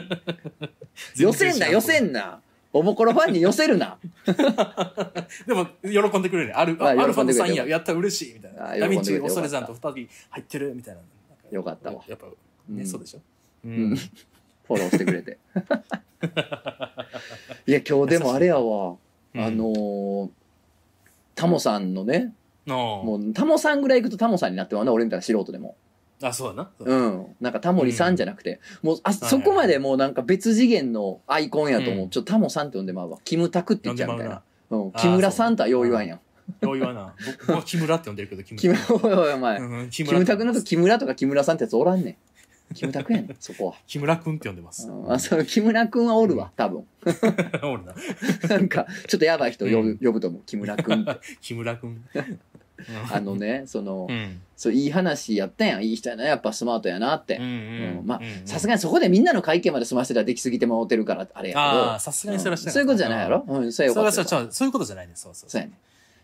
[SPEAKER 1] 寄せんな、寄せんな。おもころファンに寄せるな。
[SPEAKER 2] でも喜んでくれるねアル
[SPEAKER 1] あ
[SPEAKER 2] アルフ
[SPEAKER 1] 喜
[SPEAKER 2] ァ
[SPEAKER 1] んでく
[SPEAKER 2] の
[SPEAKER 1] れ
[SPEAKER 2] さ
[SPEAKER 1] て
[SPEAKER 2] んややったら嬉しいみたいな
[SPEAKER 1] あ
[SPEAKER 2] ダミンチ
[SPEAKER 1] 喜んでくれてよかった
[SPEAKER 2] 恐れ山と二人入ってるみたいな
[SPEAKER 1] よかったわ。
[SPEAKER 2] やっぱ
[SPEAKER 1] う
[SPEAKER 2] ね
[SPEAKER 1] ん
[SPEAKER 2] そうでしょう
[SPEAKER 1] うんフォローしてくれて。いや、今日でもあれやわ。
[SPEAKER 2] うん
[SPEAKER 1] あのータモさんのね、
[SPEAKER 2] の
[SPEAKER 1] もうタモさんぐらい行くとタモさんになってまうな、俺みたいな素人でも。
[SPEAKER 2] あそうだなそうだ
[SPEAKER 1] うん。なんかタモリさんじゃなくて、もうあ、
[SPEAKER 2] いはい
[SPEAKER 1] そこまでもうなんか別次元のアイコンやと思う。
[SPEAKER 2] うん
[SPEAKER 1] ちょっとタモさんって呼んでまうわ。キムタクって言
[SPEAKER 2] 呼
[SPEAKER 1] っ
[SPEAKER 2] ん
[SPEAKER 1] ち
[SPEAKER 2] で
[SPEAKER 1] ゃう
[SPEAKER 2] ま
[SPEAKER 1] み
[SPEAKER 2] う
[SPEAKER 1] たいな
[SPEAKER 2] な。
[SPEAKER 1] うん。
[SPEAKER 2] あー
[SPEAKER 1] キムラさんとはよう言わんやん。
[SPEAKER 2] よう言わな僕は木村って呼んでるけど木
[SPEAKER 1] キム
[SPEAKER 2] 村、
[SPEAKER 1] おいおいお前。
[SPEAKER 2] うん
[SPEAKER 1] キ
[SPEAKER 2] 木
[SPEAKER 1] ムタ
[SPEAKER 2] 村
[SPEAKER 1] クのと木村とか木村さんってやつおらんねん。キムタクやねん、そこは。
[SPEAKER 2] 木村君って呼んでます
[SPEAKER 1] うんあ、そう、木村くんはおるわ、多分。
[SPEAKER 2] [laughs] 俺な
[SPEAKER 1] なんか、ちょっとやばい人呼ぶ,、
[SPEAKER 2] うん
[SPEAKER 1] 呼ぶと思う。木村くんって。
[SPEAKER 2] 木村君
[SPEAKER 1] [laughs] あのね、その、
[SPEAKER 2] うん
[SPEAKER 1] そう、いい話やったやん。いい人やな。やっぱスマートやなっ
[SPEAKER 2] うんう
[SPEAKER 1] て。うん
[SPEAKER 2] ん
[SPEAKER 1] まあ
[SPEAKER 2] うん
[SPEAKER 1] さすがにそこでみんなの会見まで済ませたらできすぎてもうてるから、あれ
[SPEAKER 2] ああ
[SPEAKER 1] や
[SPEAKER 2] さす
[SPEAKER 1] けど。
[SPEAKER 2] がにそれはし
[SPEAKER 1] うん
[SPEAKER 2] てな
[SPEAKER 1] そういうことじゃないやろ
[SPEAKER 2] ん
[SPEAKER 1] うん、そ
[SPEAKER 2] そうれ
[SPEAKER 1] やよか
[SPEAKER 2] は
[SPEAKER 1] ったよ
[SPEAKER 2] そうそうそういうことじゃないねそうそう
[SPEAKER 1] そうやね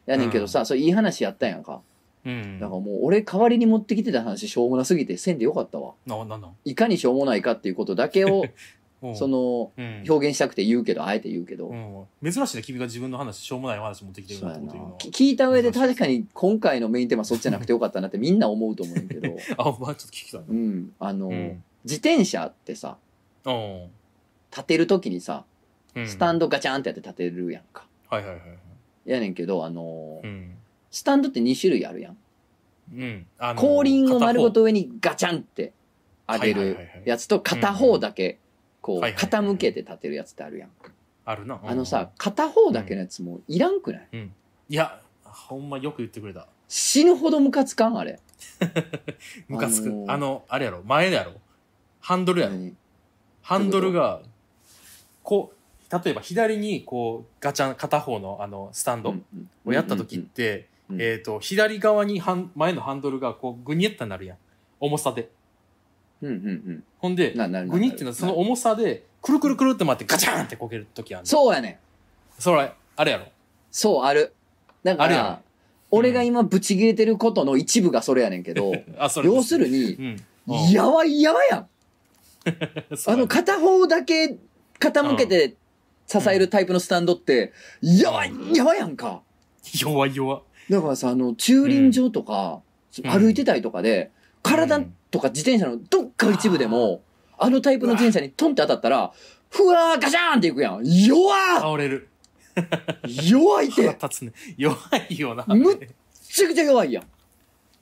[SPEAKER 1] ん。やねんけどさ、そういい話やったやんか。
[SPEAKER 2] うん
[SPEAKER 1] だからもう俺代わりに持ってきてた話しょうもなすぎてせんでよかったわ。
[SPEAKER 2] ななんなん
[SPEAKER 1] いかにしょうもないかっていうことだけを、
[SPEAKER 2] [laughs] おう
[SPEAKER 1] その、
[SPEAKER 2] うん
[SPEAKER 1] 表現したくて言うけど、あえて言うけど。
[SPEAKER 2] うん、珍しいね君が自分の話しょうもないお話持ってきてる
[SPEAKER 1] そう
[SPEAKER 2] な
[SPEAKER 1] や
[SPEAKER 2] ってこ
[SPEAKER 1] な
[SPEAKER 2] というのは
[SPEAKER 1] き聞いた上で確かに今回のメインテーマそっちじゃなくてよかったなってみんな思うと思うんだけ
[SPEAKER 2] [laughs]
[SPEAKER 1] ど、
[SPEAKER 2] あお前ちょっと聞きたいな
[SPEAKER 1] うん、あの、
[SPEAKER 2] うん
[SPEAKER 1] 自転車ってさ
[SPEAKER 2] お
[SPEAKER 1] 立てる時にさ
[SPEAKER 2] ううん
[SPEAKER 1] スタン
[SPEAKER 2] ド
[SPEAKER 1] ドガチャンってやって立てるやんか、
[SPEAKER 2] はいはいはいはい
[SPEAKER 1] やねんけどあの、
[SPEAKER 2] うん
[SPEAKER 1] スタンドって2種類あるやん
[SPEAKER 2] うんあの
[SPEAKER 1] 後輪を丸ごと上にガチャンって上げ
[SPEAKER 2] はいはい
[SPEAKER 1] る
[SPEAKER 2] はいはい
[SPEAKER 1] やつと片方だけこう
[SPEAKER 2] はいはいはい
[SPEAKER 1] 傾けて立てるやつってあるやん
[SPEAKER 2] あるな
[SPEAKER 1] あのさ片方だけのやつもういらんくない
[SPEAKER 2] いやほんまよく言ってくれた
[SPEAKER 1] 死ぬほどムカつかんあれ
[SPEAKER 2] ムカつくあ
[SPEAKER 1] あ
[SPEAKER 2] の
[SPEAKER 1] のー
[SPEAKER 2] あれやろ前やろハンドルやろ、
[SPEAKER 1] 何
[SPEAKER 2] ハンドルがこう例えば左にこうガチャン片方のあのスタンド
[SPEAKER 1] うん
[SPEAKER 2] をやった時って、
[SPEAKER 1] うんうん
[SPEAKER 2] えっ、と左側にハン前のハンドルがこうグニッとなるやん重さで
[SPEAKER 1] うんうんうん
[SPEAKER 2] ほんで
[SPEAKER 1] ななるなる
[SPEAKER 2] グニっていうのはその重さでくるくるくるって回ってガチャーンってこける時ある
[SPEAKER 1] そうやねん
[SPEAKER 2] それあれやろ
[SPEAKER 1] そう、ある。だか
[SPEAKER 2] あるや
[SPEAKER 1] ら
[SPEAKER 2] ん、
[SPEAKER 1] 俺が今ブチ切れてることの一部がそれやねんけど、
[SPEAKER 2] あそれ
[SPEAKER 1] 要する
[SPEAKER 2] う
[SPEAKER 1] に、
[SPEAKER 2] ん
[SPEAKER 1] やわいやわやん。
[SPEAKER 2] そう
[SPEAKER 1] あ
[SPEAKER 2] やね
[SPEAKER 1] の、片方だけ傾けて支えるタイプのスタンドって、やわいやわやんか。
[SPEAKER 2] 弱い弱
[SPEAKER 1] だからさ、あの、駐輪場とか、
[SPEAKER 2] ん
[SPEAKER 1] 歩いてたりとかで、体とか自転車のどっか一部でも、あのタイプの自転車にトンって当たったら、ふわーガシャーンっていくやん。弱っ
[SPEAKER 2] 倒れる
[SPEAKER 1] 弱いっ
[SPEAKER 2] 腹
[SPEAKER 1] て、
[SPEAKER 2] 立つね弱いよな
[SPEAKER 1] むっちゃくちゃ弱いやん。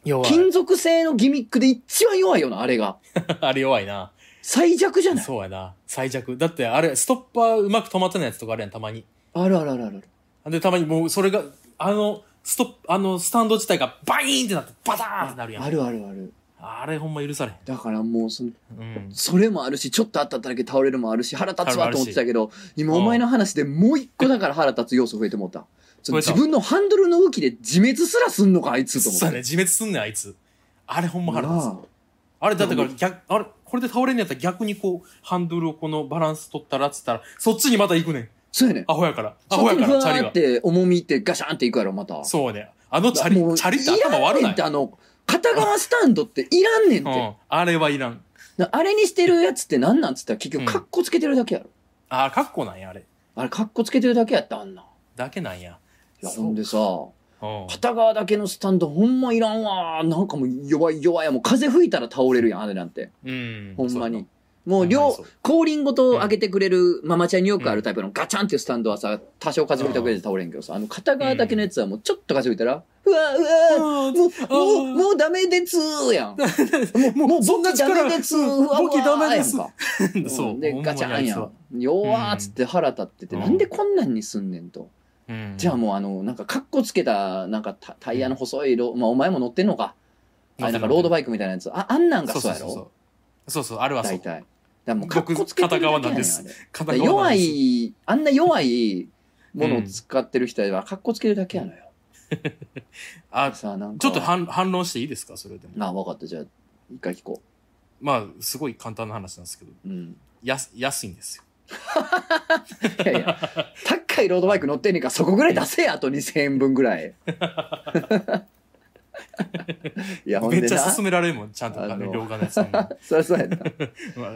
[SPEAKER 2] 弱い
[SPEAKER 1] 金属製のギミックで一番弱いよな、あれが。
[SPEAKER 2] [laughs] あれ弱いな
[SPEAKER 1] 最弱じゃない
[SPEAKER 2] そうやな最弱だってあれストッパーうまく止まってないやつとかあるやんたまに
[SPEAKER 1] あるあるあるある。
[SPEAKER 2] でたまにもうそれがあのストップあのスタンド自体がバイーンってなってバターンってなるやん
[SPEAKER 1] あるあるある。
[SPEAKER 2] あれほんま許されへ
[SPEAKER 1] だからもうその、
[SPEAKER 2] んうん
[SPEAKER 1] それもあるし、ちょっと当たっただけ倒れるもあるし、腹立つわと思ってたけど、今
[SPEAKER 2] うん
[SPEAKER 1] お前の話でもう一個だから腹立つ要素増えてもうた。その
[SPEAKER 2] 増えた
[SPEAKER 1] 自分のハンドルの動きで自滅すらすんのか、あいつと思
[SPEAKER 2] そう
[SPEAKER 1] っ
[SPEAKER 2] や
[SPEAKER 1] て。
[SPEAKER 2] ね自滅すんねんあいつあれほんま腹
[SPEAKER 1] な
[SPEAKER 2] 立つ
[SPEAKER 1] あ
[SPEAKER 2] あれだってから逆、あれこれで倒れんのやったら逆にこう、ハンドルをこのバランス取ったらっつったら、そっちにまた行くねん。
[SPEAKER 1] そうやねん。
[SPEAKER 2] アホやから。ア
[SPEAKER 1] そ
[SPEAKER 2] ホ
[SPEAKER 1] っち
[SPEAKER 2] や
[SPEAKER 1] に
[SPEAKER 2] か
[SPEAKER 1] ふ
[SPEAKER 2] ら、
[SPEAKER 1] わ
[SPEAKER 2] チャリ
[SPEAKER 1] ー
[SPEAKER 2] が
[SPEAKER 1] っ。て重みってガシャンっていくやろ、また。
[SPEAKER 2] そうね。あのチャリ
[SPEAKER 1] も、う
[SPEAKER 2] チャリって頭悪
[SPEAKER 1] らん
[SPEAKER 2] な
[SPEAKER 1] ねん
[SPEAKER 2] い
[SPEAKER 1] って、。あの、片側スタンドっていらんねんっ
[SPEAKER 2] う
[SPEAKER 1] て。
[SPEAKER 2] ん。あれはいらん。
[SPEAKER 1] なあれにしてるやつってなんなんつったら結
[SPEAKER 2] う
[SPEAKER 1] 局
[SPEAKER 2] ん
[SPEAKER 1] カッコつけてるだけやろ。
[SPEAKER 2] ああ、かっこなんや、あれ。
[SPEAKER 1] あれ、カッコつけてるだけやった、あんな。
[SPEAKER 2] だけなんや。
[SPEAKER 1] いや、
[SPEAKER 2] そう
[SPEAKER 1] ほんでさ、
[SPEAKER 2] うん。
[SPEAKER 1] 片側だけのスタンド、ほんまいらんわー。なんかもう弱い弱いや。もう風吹いたら倒れるやん、あれなんて。
[SPEAKER 2] うん。
[SPEAKER 1] ほんま
[SPEAKER 2] そう
[SPEAKER 1] に。もう
[SPEAKER 2] ほんま
[SPEAKER 1] 両
[SPEAKER 2] にそう、
[SPEAKER 1] 後輪ごと上げてくれる、ママちゃんによくあるタイプのガチャンっていうスタンドはさ、多少風吹いたくらいで倒れんけどさ、あの片側だけのやつはもうちょっと風吹いたら、うわー
[SPEAKER 2] や
[SPEAKER 1] うわ
[SPEAKER 2] な。
[SPEAKER 1] ーも
[SPEAKER 2] あー
[SPEAKER 1] う、もう、もうダメですーや
[SPEAKER 2] [laughs]
[SPEAKER 1] ん。
[SPEAKER 2] もう、
[SPEAKER 1] もう
[SPEAKER 2] そん
[SPEAKER 1] ボ
[SPEAKER 2] な
[SPEAKER 1] キダ
[SPEAKER 2] 力
[SPEAKER 1] メですーうわうわ
[SPEAKER 2] ボキダ
[SPEAKER 1] ー
[SPEAKER 2] メ
[SPEAKER 1] や
[SPEAKER 2] で
[SPEAKER 1] ん
[SPEAKER 2] す
[SPEAKER 1] か。
[SPEAKER 2] [laughs] そうう。
[SPEAKER 1] んで、
[SPEAKER 2] ほんま
[SPEAKER 1] ガ
[SPEAKER 2] に
[SPEAKER 1] チャンや
[SPEAKER 2] あい
[SPEAKER 1] ん。弱ーっつって腹立ってて、
[SPEAKER 2] うん
[SPEAKER 1] なんでこんなんにすんねんと。
[SPEAKER 2] つは。うん。
[SPEAKER 1] じゃあもうあの、なんかカッコつけた、なんかタタイヤの細いロ、まあお前も乗ってんのか。あれなんかロードバイクみたいなやつ。あ、あんなんが
[SPEAKER 2] そう
[SPEAKER 1] そう
[SPEAKER 2] そう
[SPEAKER 1] やろ
[SPEAKER 2] そう。そうそう、あれはそ
[SPEAKER 1] 大
[SPEAKER 2] う。
[SPEAKER 1] 体。だからもうカッコつけてるだけやねん
[SPEAKER 2] 僕片側なんです
[SPEAKER 1] あれだか
[SPEAKER 2] 片
[SPEAKER 1] ら
[SPEAKER 2] 側なん
[SPEAKER 1] 弱
[SPEAKER 2] です。
[SPEAKER 1] い、あんな弱いものを使ってる人はカッコつけるだけやのよ。
[SPEAKER 2] あ、ち
[SPEAKER 1] さあ、なんか。
[SPEAKER 2] ょっと反反論していいですかそれでも。
[SPEAKER 1] あ、わかった。じゃあ、一回聞こ
[SPEAKER 2] まあ、すごい簡単な話なんですけど、
[SPEAKER 1] う。うん。
[SPEAKER 2] やす安いんですよ。
[SPEAKER 1] いやいや、高いロードバイク乗ってんねんから、そこぐらい出せや、あと2000円分ぐら
[SPEAKER 2] [laughs]
[SPEAKER 1] い。いや、ほん
[SPEAKER 2] め
[SPEAKER 1] で
[SPEAKER 2] っち
[SPEAKER 1] な
[SPEAKER 2] ゃ。勧められるもん、ちゃんと、あ
[SPEAKER 1] あの
[SPEAKER 2] の、両側のや
[SPEAKER 1] [laughs]
[SPEAKER 2] つに。ま
[SPEAKER 1] そりゃそうやな。
[SPEAKER 2] あ、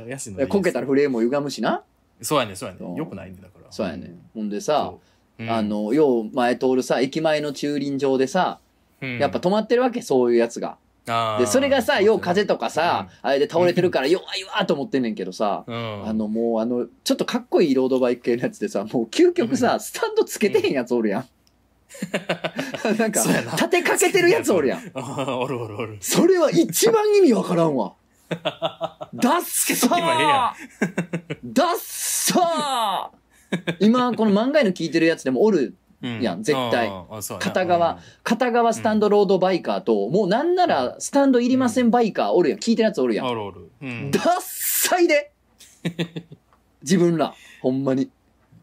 [SPEAKER 2] 安いの
[SPEAKER 1] いやこけた
[SPEAKER 2] ら。
[SPEAKER 1] らフレームも歪むしな。
[SPEAKER 2] そうやね、そうや
[SPEAKER 1] うん
[SPEAKER 2] ね。よくないね、だから。
[SPEAKER 1] そうやねん。ほんで
[SPEAKER 2] うん。
[SPEAKER 1] さ、
[SPEAKER 2] そううん
[SPEAKER 1] あ、の、よう前通るさ、駅前の駐輪場でさ、
[SPEAKER 2] うん
[SPEAKER 1] やっぱ、止まってるわけ、そういうやつが。
[SPEAKER 2] あー
[SPEAKER 1] で、それがさ、よう風とかさ、、あれで倒れてるから弱いわと思ってんねんけどさ、
[SPEAKER 2] うん。
[SPEAKER 1] あのもうあの、ちょっとかっこいいロードバイク系のやつでさ、もう究極
[SPEAKER 2] う
[SPEAKER 1] さ、スタンドつけてへんやつおるやん。 [laughs] なんか、
[SPEAKER 2] そうやな
[SPEAKER 1] 立てかけてるやつおるや
[SPEAKER 2] [laughs]
[SPEAKER 1] ん。
[SPEAKER 2] おるおるおる。
[SPEAKER 1] それは一番意味わからん
[SPEAKER 2] [laughs]
[SPEAKER 1] わ。ダッサ
[SPEAKER 2] けとけばええや
[SPEAKER 1] ーダッサー今、この漫画の聞いてるやつでもおる、
[SPEAKER 2] うん
[SPEAKER 1] やん絶対。
[SPEAKER 2] あーあそうやな
[SPEAKER 1] 片側。片側スタンドロードバイカーと、もうなんならスタンドいりませんバイカーおるやん。聞いてるやつおる
[SPEAKER 2] う
[SPEAKER 1] や
[SPEAKER 2] ん
[SPEAKER 1] ん。
[SPEAKER 2] おるおる。うん
[SPEAKER 1] ダッサい
[SPEAKER 2] [laughs]
[SPEAKER 1] で自分ら、ほんまに。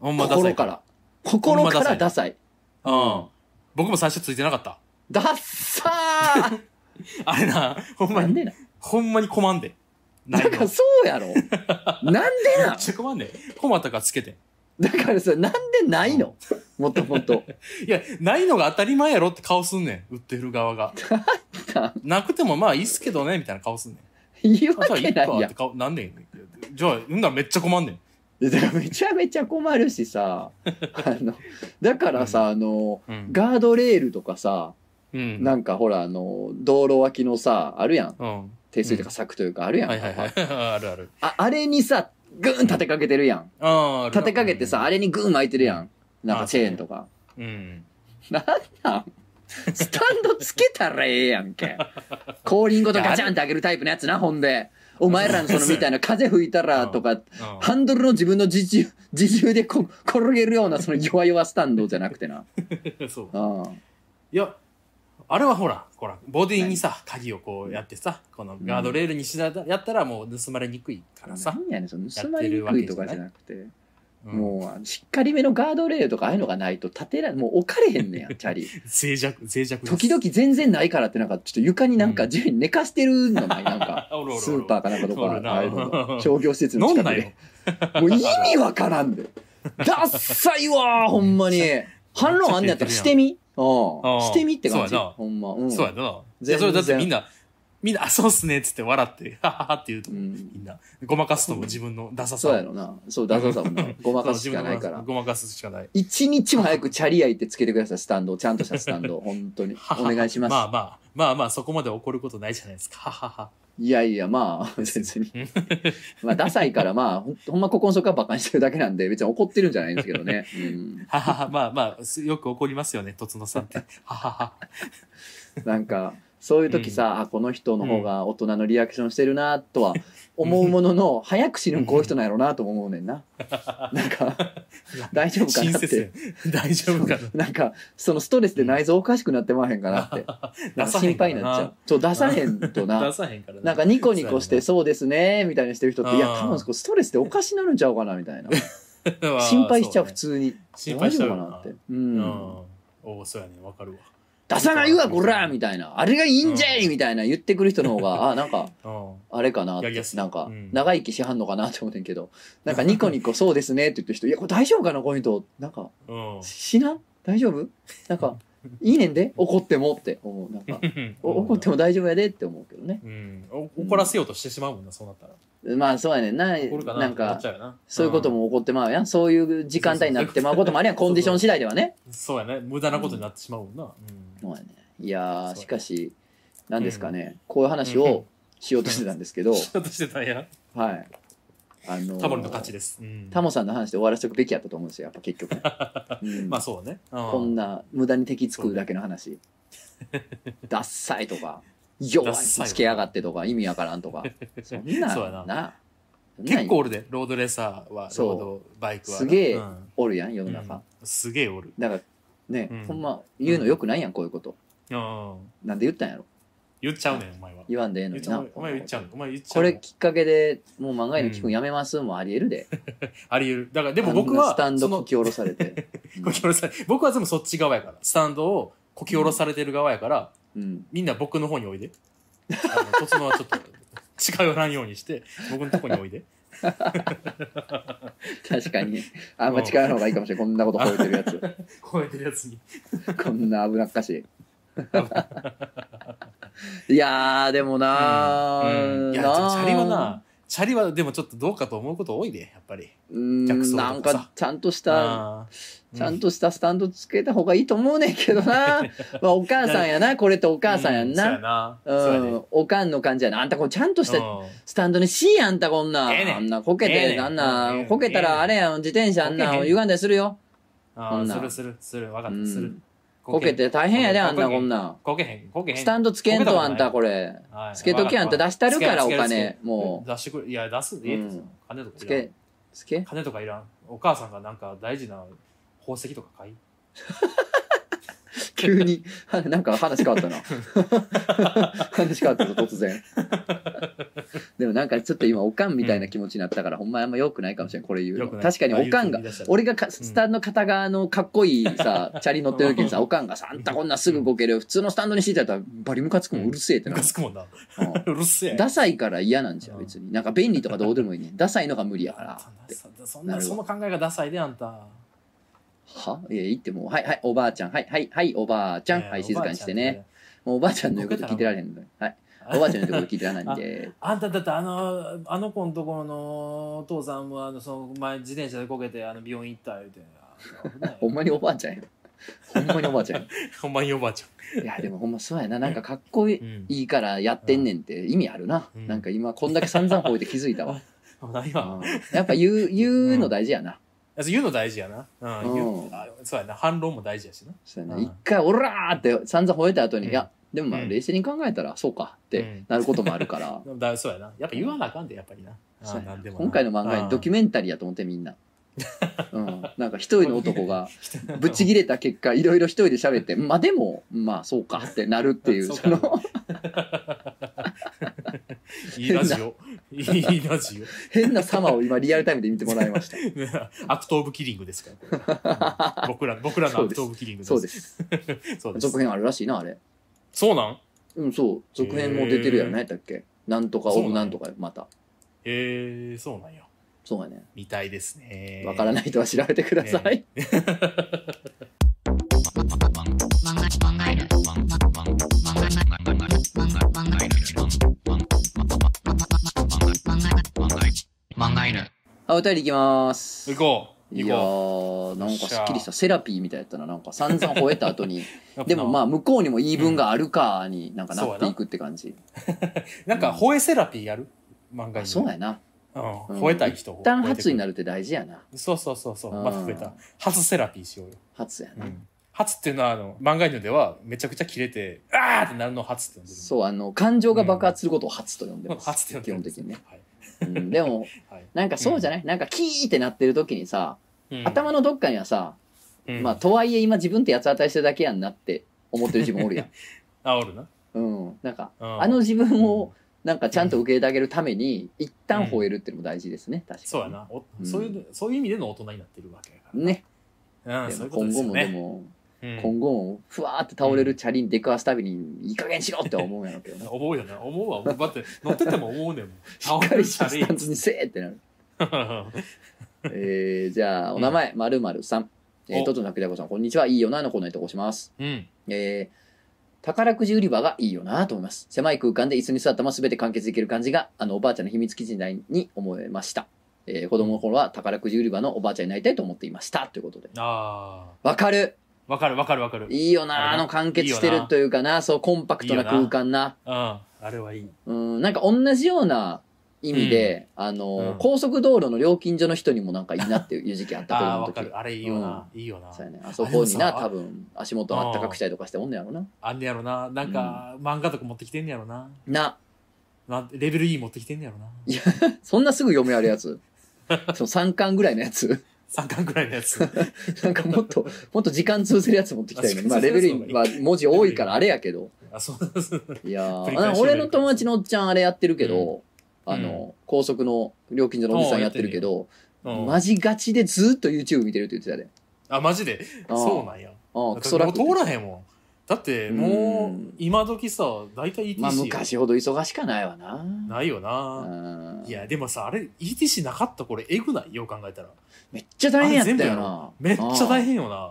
[SPEAKER 2] ほんまダサ
[SPEAKER 1] 心
[SPEAKER 2] い
[SPEAKER 1] から。心
[SPEAKER 2] ほんま
[SPEAKER 1] か
[SPEAKER 2] ダサ
[SPEAKER 1] ら
[SPEAKER 2] い
[SPEAKER 1] ダサい。
[SPEAKER 2] ら。うん。僕も最初ついてなかった。 [laughs]
[SPEAKER 1] ダッサー
[SPEAKER 2] あれな、 [laughs] ほんま
[SPEAKER 1] なん
[SPEAKER 2] に、
[SPEAKER 1] でな
[SPEAKER 2] ほんまに困んで。な
[SPEAKER 1] だ
[SPEAKER 2] い
[SPEAKER 1] か
[SPEAKER 2] の
[SPEAKER 1] らそうやろなんで
[SPEAKER 2] め [laughs]
[SPEAKER 1] な
[SPEAKER 2] っちゃ困んで。困ったからつけて。
[SPEAKER 1] だからさ、なんでないのもともと。
[SPEAKER 2] いや、ないのが当たり前やろって顔すんねん。売ってる側が。なくてもまあいいっすけどね、みたいな顔すんねん。
[SPEAKER 1] 言う
[SPEAKER 2] あ
[SPEAKER 1] わ
[SPEAKER 2] じゃあい
[SPEAKER 1] け
[SPEAKER 2] い
[SPEAKER 1] な
[SPEAKER 2] か
[SPEAKER 1] い
[SPEAKER 2] っ
[SPEAKER 1] や
[SPEAKER 2] て顔、なんねん。じゃあ、うんだらめっちゃ困んねん。
[SPEAKER 1] ん。だからめちゃめちゃ困るしさ、あの、だからさ、あの、
[SPEAKER 2] うん。
[SPEAKER 1] ガードレールとかさ、
[SPEAKER 2] うん。
[SPEAKER 1] なんかほら、あの、道路脇のさ、あるやん。
[SPEAKER 2] うん。
[SPEAKER 1] 手すりとか柵というかあるやん。
[SPEAKER 2] はいはいはい。 [laughs] あるある。
[SPEAKER 1] ああれにさ、グーン立てかけてるやん。
[SPEAKER 2] あーある。
[SPEAKER 1] 立てかけてさ、あれにグーン巻いてるやん。なんか
[SPEAKER 2] あ
[SPEAKER 1] チェーンとか。
[SPEAKER 2] うん。
[SPEAKER 1] スタンドつけたらええやん
[SPEAKER 2] [laughs]
[SPEAKER 1] け。後輪ごとガチャンって上げるタイプのやつな、ほんで。お前らのそのみたいな風吹いたらとか、
[SPEAKER 2] うん
[SPEAKER 1] ハンドルの自分の自重、自重でこ転げるようなその弱々スタンドじゃなくてな。
[SPEAKER 2] [laughs] そう。
[SPEAKER 1] うん。はい
[SPEAKER 2] や、あれはほら、ほら、ボディにさ、鍵をこうやってさ、このガードレールにしな、やったらもう盗まれにくいからさ。
[SPEAKER 1] 何やねん、その盗まれにくいとかじゃなくて。
[SPEAKER 2] うん
[SPEAKER 1] もうあの、しっかりめのガードレールとかああいうのがないと立てられ、もう置かれへんねんや、チャリ。
[SPEAKER 2] 脆弱、脆弱で
[SPEAKER 1] 時
[SPEAKER 2] す
[SPEAKER 1] 々全然ないからってなんか、ちょっと床になんか自由に寝かしてるのないなん [laughs] か。
[SPEAKER 2] あおるおるおる
[SPEAKER 1] スーパーかなんかと
[SPEAKER 2] おる
[SPEAKER 1] か、
[SPEAKER 2] な
[SPEAKER 1] ああいうの商業施設の
[SPEAKER 2] 飲ん
[SPEAKER 1] 近
[SPEAKER 2] な
[SPEAKER 1] く
[SPEAKER 2] よ
[SPEAKER 1] で。。もう意味わからんで。ダッサいわー、ほんま [laughs] に。反論あんねやったらしてみ。うん。
[SPEAKER 2] ん
[SPEAKER 1] してみって感じ。
[SPEAKER 2] そうやな
[SPEAKER 1] ほんま。うん。
[SPEAKER 2] そうやな。い
[SPEAKER 1] 全然
[SPEAKER 2] や、それだってみんな、みんな、あ、そうっすねっつって笑って、はははって言うと
[SPEAKER 1] う
[SPEAKER 2] 思う、
[SPEAKER 1] ん
[SPEAKER 2] みんな、ごまかすとも自分のダサさ。
[SPEAKER 1] そうやろな。そう、ダサさもな。ごまかすしかないか
[SPEAKER 2] そう
[SPEAKER 1] ら。
[SPEAKER 2] 自分のごまかすしかない。
[SPEAKER 1] 一日も早くチャリアイってつけてください、スタンド。ちゃんとしたスタンド。本当に。お願いします。
[SPEAKER 2] まあまあ、まあまあ、そこまで怒ることないじゃないですか。ははは。
[SPEAKER 1] いやいや、まあ、 [laughs] 別に。まあ、ダサいから、まあ、ほんほんま、ここのそこは馬鹿にしてるだけなんで、別に怒ってるんじゃないんですけどね。うん。
[SPEAKER 2] ははは、まあまあ、すよく怒りますよね、とつのさんって。ははは。
[SPEAKER 1] なんかそういう時さ、あこの人の方が大人のリアクションしてるなとは思うものの、早く死ぬんこういう人なんやろうなとも思うねんな。なんか [laughs] 大丈夫か
[SPEAKER 2] 親
[SPEAKER 1] なっ
[SPEAKER 2] 切
[SPEAKER 1] て。
[SPEAKER 2] やん大丈夫かな。
[SPEAKER 1] なんかそのストレスで内臓おかしくなってまわへんかな
[SPEAKER 2] [laughs]
[SPEAKER 1] ってなんか心配になっちゃう。そう出さへんと
[SPEAKER 2] 出
[SPEAKER 1] な。
[SPEAKER 2] さへんから
[SPEAKER 1] なんかニコニコし
[SPEAKER 2] そうや
[SPEAKER 1] て「
[SPEAKER 2] な
[SPEAKER 1] そうですね」みたいにしてる人っていや
[SPEAKER 2] あー
[SPEAKER 1] 多分こうストレスでおかしなるんちゃうかなみたいな
[SPEAKER 2] わ [laughs]
[SPEAKER 1] 心配しちゃう普
[SPEAKER 2] そね
[SPEAKER 1] 通に
[SPEAKER 2] 心配しちゃう
[SPEAKER 1] 大
[SPEAKER 2] よ
[SPEAKER 1] 丈
[SPEAKER 2] な
[SPEAKER 1] 夫かなってう
[SPEAKER 2] うんん。おお、そうやね、わかる
[SPEAKER 1] 出さないわこらみたいなあれがいいんじゃいみたいな言ってくる人の方があなんか
[SPEAKER 2] わ。うん。
[SPEAKER 1] あれかなっ
[SPEAKER 2] やり
[SPEAKER 1] て
[SPEAKER 2] やすい
[SPEAKER 1] なんか
[SPEAKER 2] うん
[SPEAKER 1] 長生きしはんのかなって思ってんけどなんかニコニコそうですねって言ってる人「いやこれ大丈夫かなこの人なんか
[SPEAKER 2] うん。
[SPEAKER 1] 死な大丈夫なんかいいねんで怒っても」って思うなん
[SPEAKER 2] [laughs]
[SPEAKER 1] かお怒っても大丈夫やでって思うけどね
[SPEAKER 2] うん、お怒らせようとしてしまうもんな、そうなったら。
[SPEAKER 1] まあそうやねんな
[SPEAKER 2] 怒るかな
[SPEAKER 1] なん
[SPEAKER 2] って思っ
[SPEAKER 1] か
[SPEAKER 2] ちゃうよな。
[SPEAKER 1] そういうことも起こってまうやんそういう時間帯になってまうこともありゃん
[SPEAKER 2] [laughs] そうそう
[SPEAKER 1] コンディション次第ではね
[SPEAKER 2] うん。そうやね、無駄なことになってしまうもんな。うん
[SPEAKER 1] そうやねいやー
[SPEAKER 2] そう
[SPEAKER 1] しかし何ですかねこういう話をしようとしてたんです
[SPEAKER 2] [laughs]
[SPEAKER 1] けど
[SPEAKER 2] 仕事してたんや。
[SPEAKER 1] はいあのー
[SPEAKER 2] タモリの勝ちです。うん
[SPEAKER 1] タモさんの話で終わらせておくべきやったと思うんですよやっぱ
[SPEAKER 2] [laughs]
[SPEAKER 1] 結局、うん
[SPEAKER 2] まあそうね。うん
[SPEAKER 1] こんな無駄に敵作るだけの話。ダッサいとか、弱いつけやがってとか、意味わからんとか。そんなん
[SPEAKER 2] そうやな
[SPEAKER 1] そんなん
[SPEAKER 2] 結構おるで、ロードレーサーは、
[SPEAKER 1] そう
[SPEAKER 2] ロードバイクはな。
[SPEAKER 1] すげえ
[SPEAKER 2] うん
[SPEAKER 1] おるやん、世
[SPEAKER 2] う
[SPEAKER 1] の
[SPEAKER 2] ん
[SPEAKER 1] 中。
[SPEAKER 2] すげえおる。
[SPEAKER 1] だから、ね、
[SPEAKER 2] うん
[SPEAKER 1] ほんま言うのよくないやん、こういうこと。
[SPEAKER 2] うん
[SPEAKER 1] なんで言ったんやろ
[SPEAKER 2] 言っちゃうねん、お前は。
[SPEAKER 1] 言わんでええの
[SPEAKER 2] 言っ
[SPEAKER 1] に
[SPEAKER 2] ちゃ
[SPEAKER 1] な
[SPEAKER 2] う。お前言っちゃうねん。お前言っちゃう
[SPEAKER 1] こ
[SPEAKER 2] ねん
[SPEAKER 1] れきっかけでもう漫画への聞くんやめます、もうありえるで。
[SPEAKER 2] あり得る。だから、で
[SPEAKER 1] で
[SPEAKER 2] も僕は、 [laughs]
[SPEAKER 1] スタンド
[SPEAKER 2] その
[SPEAKER 1] こき下ろされて。うん
[SPEAKER 2] ごめんなさい僕は全部そっち側やから。スタンドをこき下ろされてる側やから、
[SPEAKER 1] うん、
[SPEAKER 2] みんな僕の方においで。あの、とつのはちょっと近寄らんようにして、僕のとこにおいで。
[SPEAKER 1] 確かにあんま近いの方がいいかもしれないこんなこと超えてるやつ
[SPEAKER 2] 超えてるやつに。
[SPEAKER 1] こんな危なっかしい。いやー、でもなー、
[SPEAKER 2] うんいや、でもチャリはな、チャリはでもちょっとどうかと思うこと多いで、やっぱり。
[SPEAKER 1] うん、
[SPEAKER 2] 逆走とか
[SPEAKER 1] な
[SPEAKER 2] さ
[SPEAKER 1] んかちゃんとした、
[SPEAKER 2] あー
[SPEAKER 1] ちゃん、としたスタンドつけた方がいいと思うねんけど
[SPEAKER 2] [laughs]
[SPEAKER 1] な。まあ、お母さんやな、これってお
[SPEAKER 2] お
[SPEAKER 1] 母さんやんな。う
[SPEAKER 2] そうや
[SPEAKER 1] ん、
[SPEAKER 2] な。
[SPEAKER 1] おかんの感じやな。あんたこうちゃんとし
[SPEAKER 2] そう
[SPEAKER 1] た
[SPEAKER 2] やで。うん
[SPEAKER 1] スタンドにしいやんたこんなん。
[SPEAKER 2] ええねん
[SPEAKER 1] あんなこけて、
[SPEAKER 2] ええねん
[SPEAKER 1] あんな、
[SPEAKER 2] うん
[SPEAKER 1] こけたらあれやん、自転車あんな
[SPEAKER 2] こけへん
[SPEAKER 1] 歪んだりするよ。
[SPEAKER 2] あ
[SPEAKER 1] こん
[SPEAKER 2] ー
[SPEAKER 1] なん
[SPEAKER 2] するするする、わか
[SPEAKER 1] う
[SPEAKER 2] った、する
[SPEAKER 1] ん。、こけ。て大変やで、あんな
[SPEAKER 2] こ
[SPEAKER 1] こ
[SPEAKER 2] けへん
[SPEAKER 1] んなん。
[SPEAKER 2] こけへん、こけへん。
[SPEAKER 1] スタンドつけん
[SPEAKER 2] ことけ
[SPEAKER 1] あん
[SPEAKER 2] たことない
[SPEAKER 1] たこれ。
[SPEAKER 2] はい
[SPEAKER 1] つけときゃあんた出したるから
[SPEAKER 2] わった
[SPEAKER 1] お金
[SPEAKER 2] つける
[SPEAKER 1] もう
[SPEAKER 2] 出してくれいや出すで、
[SPEAKER 1] うん
[SPEAKER 2] 金とか
[SPEAKER 1] つ
[SPEAKER 2] いらん
[SPEAKER 1] けつけ
[SPEAKER 2] 金とかいらんお母さんがなんか大事な宝石とか買い
[SPEAKER 1] 急に [laughs] はなんか話変わったな [laughs] 話変わったぞ突然でもなんかちょっと今おかんみたいな気持ちになったから、ほんまあんま良くないかもしれんこれ言う
[SPEAKER 2] よ
[SPEAKER 1] の
[SPEAKER 2] くない
[SPEAKER 1] 確かにおかんが
[SPEAKER 2] あ言うて言い出したら
[SPEAKER 1] 俺がかスタンド片側のかっこいいさ、チャリ乗ってる時に
[SPEAKER 2] [laughs]
[SPEAKER 1] さおかんがさ「あんたこんなすぐこける普通のスタンドに敷いてたらバリムカつくもんうるせえ」ってな
[SPEAKER 2] ムカ
[SPEAKER 1] る、
[SPEAKER 2] つくもんな
[SPEAKER 1] うん
[SPEAKER 2] うるせえ
[SPEAKER 1] ダサいから嫌なんじゃん
[SPEAKER 2] うん
[SPEAKER 1] 別になんか便利とかどうでもいいねダサいのが無理やから
[SPEAKER 2] あん
[SPEAKER 1] ったて
[SPEAKER 2] そそん
[SPEAKER 1] な
[SPEAKER 2] な
[SPEAKER 1] るわ
[SPEAKER 2] その考えがダサいであんた
[SPEAKER 1] はいや言ってもうはいはいおばあちゃんはいはいはいおばあちゃん、はい静かにしてねもうおばあちゃんの言うこと聞いてられへんのよ。はい。おばあちゃんの言うこと聞いてられないんで。
[SPEAKER 2] あんただってあのあの子のところのお父さんはあのその前自転車でこけてあの病院行った言うて危ない
[SPEAKER 1] ほんまにお [laughs] ばあちゃんや。ほんまにおばあ [laughs] ちゃんや。
[SPEAKER 2] ほんまにおばあち
[SPEAKER 1] いや、でもほんまそうやな。なんかかっこい
[SPEAKER 2] ゃん、う
[SPEAKER 1] い。
[SPEAKER 2] ん、
[SPEAKER 1] いいからやってんねんって意味あるな。
[SPEAKER 2] うん
[SPEAKER 1] なんか今こんだけ散々吠えて気づいたわ。[laughs]
[SPEAKER 2] 何
[SPEAKER 1] う
[SPEAKER 2] が
[SPEAKER 1] んやっぱ言 [laughs] う、言うの大事やな。
[SPEAKER 2] あそう言うの大事やな。うん。言う
[SPEAKER 1] うん
[SPEAKER 2] あそうやな。反論も大事やしな。
[SPEAKER 1] そうや
[SPEAKER 2] う
[SPEAKER 1] な。
[SPEAKER 2] ん
[SPEAKER 1] 一回、おらーって散々吠えた後に、
[SPEAKER 2] うん
[SPEAKER 1] いや、でもまあ
[SPEAKER 2] うん
[SPEAKER 1] 冷静に考えたらそうかってなること [laughs] もあるから。
[SPEAKER 2] だそうやな。やっぱ言わなあかんで、やっぱりな。あ
[SPEAKER 1] そうやな
[SPEAKER 2] なんでもな
[SPEAKER 1] 今回の漫画にドキュメンタリーやと思ってみんな。 [laughs] うん、なんか一人の男 [laughs] がぶっちぎれた結果いろいろ一人で喋ってまあでもまあそうかってなるっていう
[SPEAKER 2] そ
[SPEAKER 1] [laughs]
[SPEAKER 2] う
[SPEAKER 1] そ
[SPEAKER 2] か
[SPEAKER 1] の
[SPEAKER 2] うんいいラジオ。いいラジ [laughs]
[SPEAKER 1] 変な様を今リアルタイムで見てもらいました
[SPEAKER 2] オ。アクト・オブ・キリングですから。うん僕ら、僕らのアクト・オブ・キリング。
[SPEAKER 1] そうですす
[SPEAKER 2] そうです。
[SPEAKER 1] 続編あるらしいなあれ
[SPEAKER 2] そうなん
[SPEAKER 1] うんそう続編も出てるやろ
[SPEAKER 2] へー
[SPEAKER 1] 何やったっけなんとかオ
[SPEAKER 2] そうな
[SPEAKER 1] ブ
[SPEAKER 2] の
[SPEAKER 1] なんとかまた
[SPEAKER 2] へえ、そうなんや。
[SPEAKER 1] そうやね
[SPEAKER 2] みたいですね。
[SPEAKER 1] わから
[SPEAKER 2] な
[SPEAKER 1] な
[SPEAKER 2] い。
[SPEAKER 1] い人は調べてください
[SPEAKER 3] Mangainer.
[SPEAKER 1] [laughs] あお便りいきます
[SPEAKER 2] 行こう。
[SPEAKER 1] い
[SPEAKER 2] 行
[SPEAKER 1] や
[SPEAKER 2] こ
[SPEAKER 1] ーなんかすっきりし
[SPEAKER 2] よ
[SPEAKER 1] たセラピーみたいやったななんか散々吠えた後に
[SPEAKER 2] う。
[SPEAKER 1] でもま
[SPEAKER 2] あ。
[SPEAKER 1] あ向こうにも言い分があるかになんかなっていくって感じ、
[SPEAKER 2] なんか、吠えセラピーやる漫画
[SPEAKER 1] あ
[SPEAKER 2] に。
[SPEAKER 1] そうやな
[SPEAKER 2] うん。
[SPEAKER 1] うん
[SPEAKER 2] 吠えたい人を
[SPEAKER 1] 一旦初に
[SPEAKER 2] る。
[SPEAKER 1] なるって大事やな
[SPEAKER 2] そうそうそうそう。また増え
[SPEAKER 1] う
[SPEAKER 2] た
[SPEAKER 1] ん。
[SPEAKER 2] 初セラピーしようよ。
[SPEAKER 1] 初やな、
[SPEAKER 2] 初っていうのはあの漫画犬ではめちゃくちゃキレて「あー!」ってなるのを初って呼んでる
[SPEAKER 1] そうあの感情が爆発することを初と呼んでます、
[SPEAKER 2] 初って呼ん [laughs] で
[SPEAKER 1] 基
[SPEAKER 2] るん
[SPEAKER 1] 本
[SPEAKER 2] です
[SPEAKER 1] 的にね、
[SPEAKER 2] はい
[SPEAKER 1] うん、でも
[SPEAKER 2] はい
[SPEAKER 1] なんかそうじゃない、なんかキーってなってる時にさ、
[SPEAKER 2] うん
[SPEAKER 1] 頭のどっかにはさ、
[SPEAKER 2] うん
[SPEAKER 1] まあとはいえ今自分って八つ当たりしてるだけやんなって思ってる自分お
[SPEAKER 2] [laughs]
[SPEAKER 1] るやん
[SPEAKER 2] あおるな
[SPEAKER 1] うんなんか
[SPEAKER 2] うん
[SPEAKER 1] あの自分をなんかちゃんと受け入れてあげるために一旦吠えるっていうのも大事ですね確かに
[SPEAKER 2] そうやなお
[SPEAKER 1] うん
[SPEAKER 2] そういうそういう意味での大人になってるわけやから
[SPEAKER 1] ね
[SPEAKER 2] うん
[SPEAKER 1] で
[SPEAKER 2] そうい
[SPEAKER 1] も
[SPEAKER 2] うこと
[SPEAKER 1] 今後もで
[SPEAKER 2] ですよね
[SPEAKER 1] も
[SPEAKER 2] うん
[SPEAKER 1] 今後もふわーって倒れるチャリに出くわすたびにいい加減しろって思うんやろうけどな
[SPEAKER 2] 思うよな思うわ思うだって乗ってても思うねんもん
[SPEAKER 1] [laughs]
[SPEAKER 2] 倒
[SPEAKER 1] しっか
[SPEAKER 2] れ
[SPEAKER 1] り
[SPEAKER 2] る
[SPEAKER 1] した [laughs]
[SPEAKER 2] た
[SPEAKER 1] ス
[SPEAKER 2] び [laughs]
[SPEAKER 1] タンスにせえってなる
[SPEAKER 2] こ
[SPEAKER 1] えー、じゃあお名前まるまるさんえー
[SPEAKER 2] お
[SPEAKER 1] トトナクジャコさんこんにちはいいよなのコーナーに投稿しますえー宝くじ売り場がいいよなと思います。狭い空間で椅子に座ったまま全て完結できる感じが、あの、おばあちゃんの秘密基地時代に思いました。えー子供の頃は宝くじ売り場のおばあちゃんになりたいと思っていました。ということで。
[SPEAKER 2] あ
[SPEAKER 1] わかる
[SPEAKER 2] ーわかるわかるわかるうん
[SPEAKER 1] いいよなあの完結してるというかな、そう、コンパクトない
[SPEAKER 2] いよな
[SPEAKER 1] 空間な。
[SPEAKER 2] あれはいい
[SPEAKER 1] うん、なんか同じような意味で、あの、
[SPEAKER 2] うん
[SPEAKER 1] 高速道路の料金所の人にもなんかいいなっていう [laughs] 時期あった子供
[SPEAKER 2] あー
[SPEAKER 1] の
[SPEAKER 2] わ
[SPEAKER 1] 時
[SPEAKER 2] かるあれいいよないいよな
[SPEAKER 1] そうやね、あそこにな
[SPEAKER 2] あれもさ
[SPEAKER 1] 多分足元あったかくしたりとかしておんねやろな
[SPEAKER 2] あんねやろななんか漫画とか持ってきてんねやろな
[SPEAKER 1] な
[SPEAKER 2] なレベル E 持ってきてんねやろな
[SPEAKER 1] そんなすぐ読めあるや
[SPEAKER 2] [laughs]
[SPEAKER 1] つその3巻ぐらいのやつ [laughs]
[SPEAKER 2] 3巻くらいのやつ
[SPEAKER 1] なんかもっ
[SPEAKER 2] [laughs]
[SPEAKER 1] ともっと時間通せるやつ持ってきたいねまあレベルには文字多いからあれやけど
[SPEAKER 2] あそうです
[SPEAKER 1] いやー
[SPEAKER 2] 繰り返し読める
[SPEAKER 1] 俺の友達のおっちゃんあれやってるけど、
[SPEAKER 2] うん
[SPEAKER 1] あの高速の料金所のおじさんやってるけど、
[SPEAKER 2] うん
[SPEAKER 1] マジガチでずーっと YouTube 見てるって言ってたで
[SPEAKER 2] あマジで
[SPEAKER 1] あー
[SPEAKER 2] そうなんや
[SPEAKER 1] ああク
[SPEAKER 2] だって
[SPEAKER 1] ソ
[SPEAKER 2] も
[SPEAKER 1] 楽
[SPEAKER 2] う通らへんもだっても
[SPEAKER 1] うん
[SPEAKER 2] う今時さ大体 ETC、
[SPEAKER 1] まあ昔ほど忙しかないわな。
[SPEAKER 2] ないよな、
[SPEAKER 1] うん
[SPEAKER 2] いやでもさあれ ETC なかったこれえぐないよう考えたら
[SPEAKER 1] めっちゃ大変やったよな
[SPEAKER 2] あ。めっちゃ大変よな
[SPEAKER 1] うん。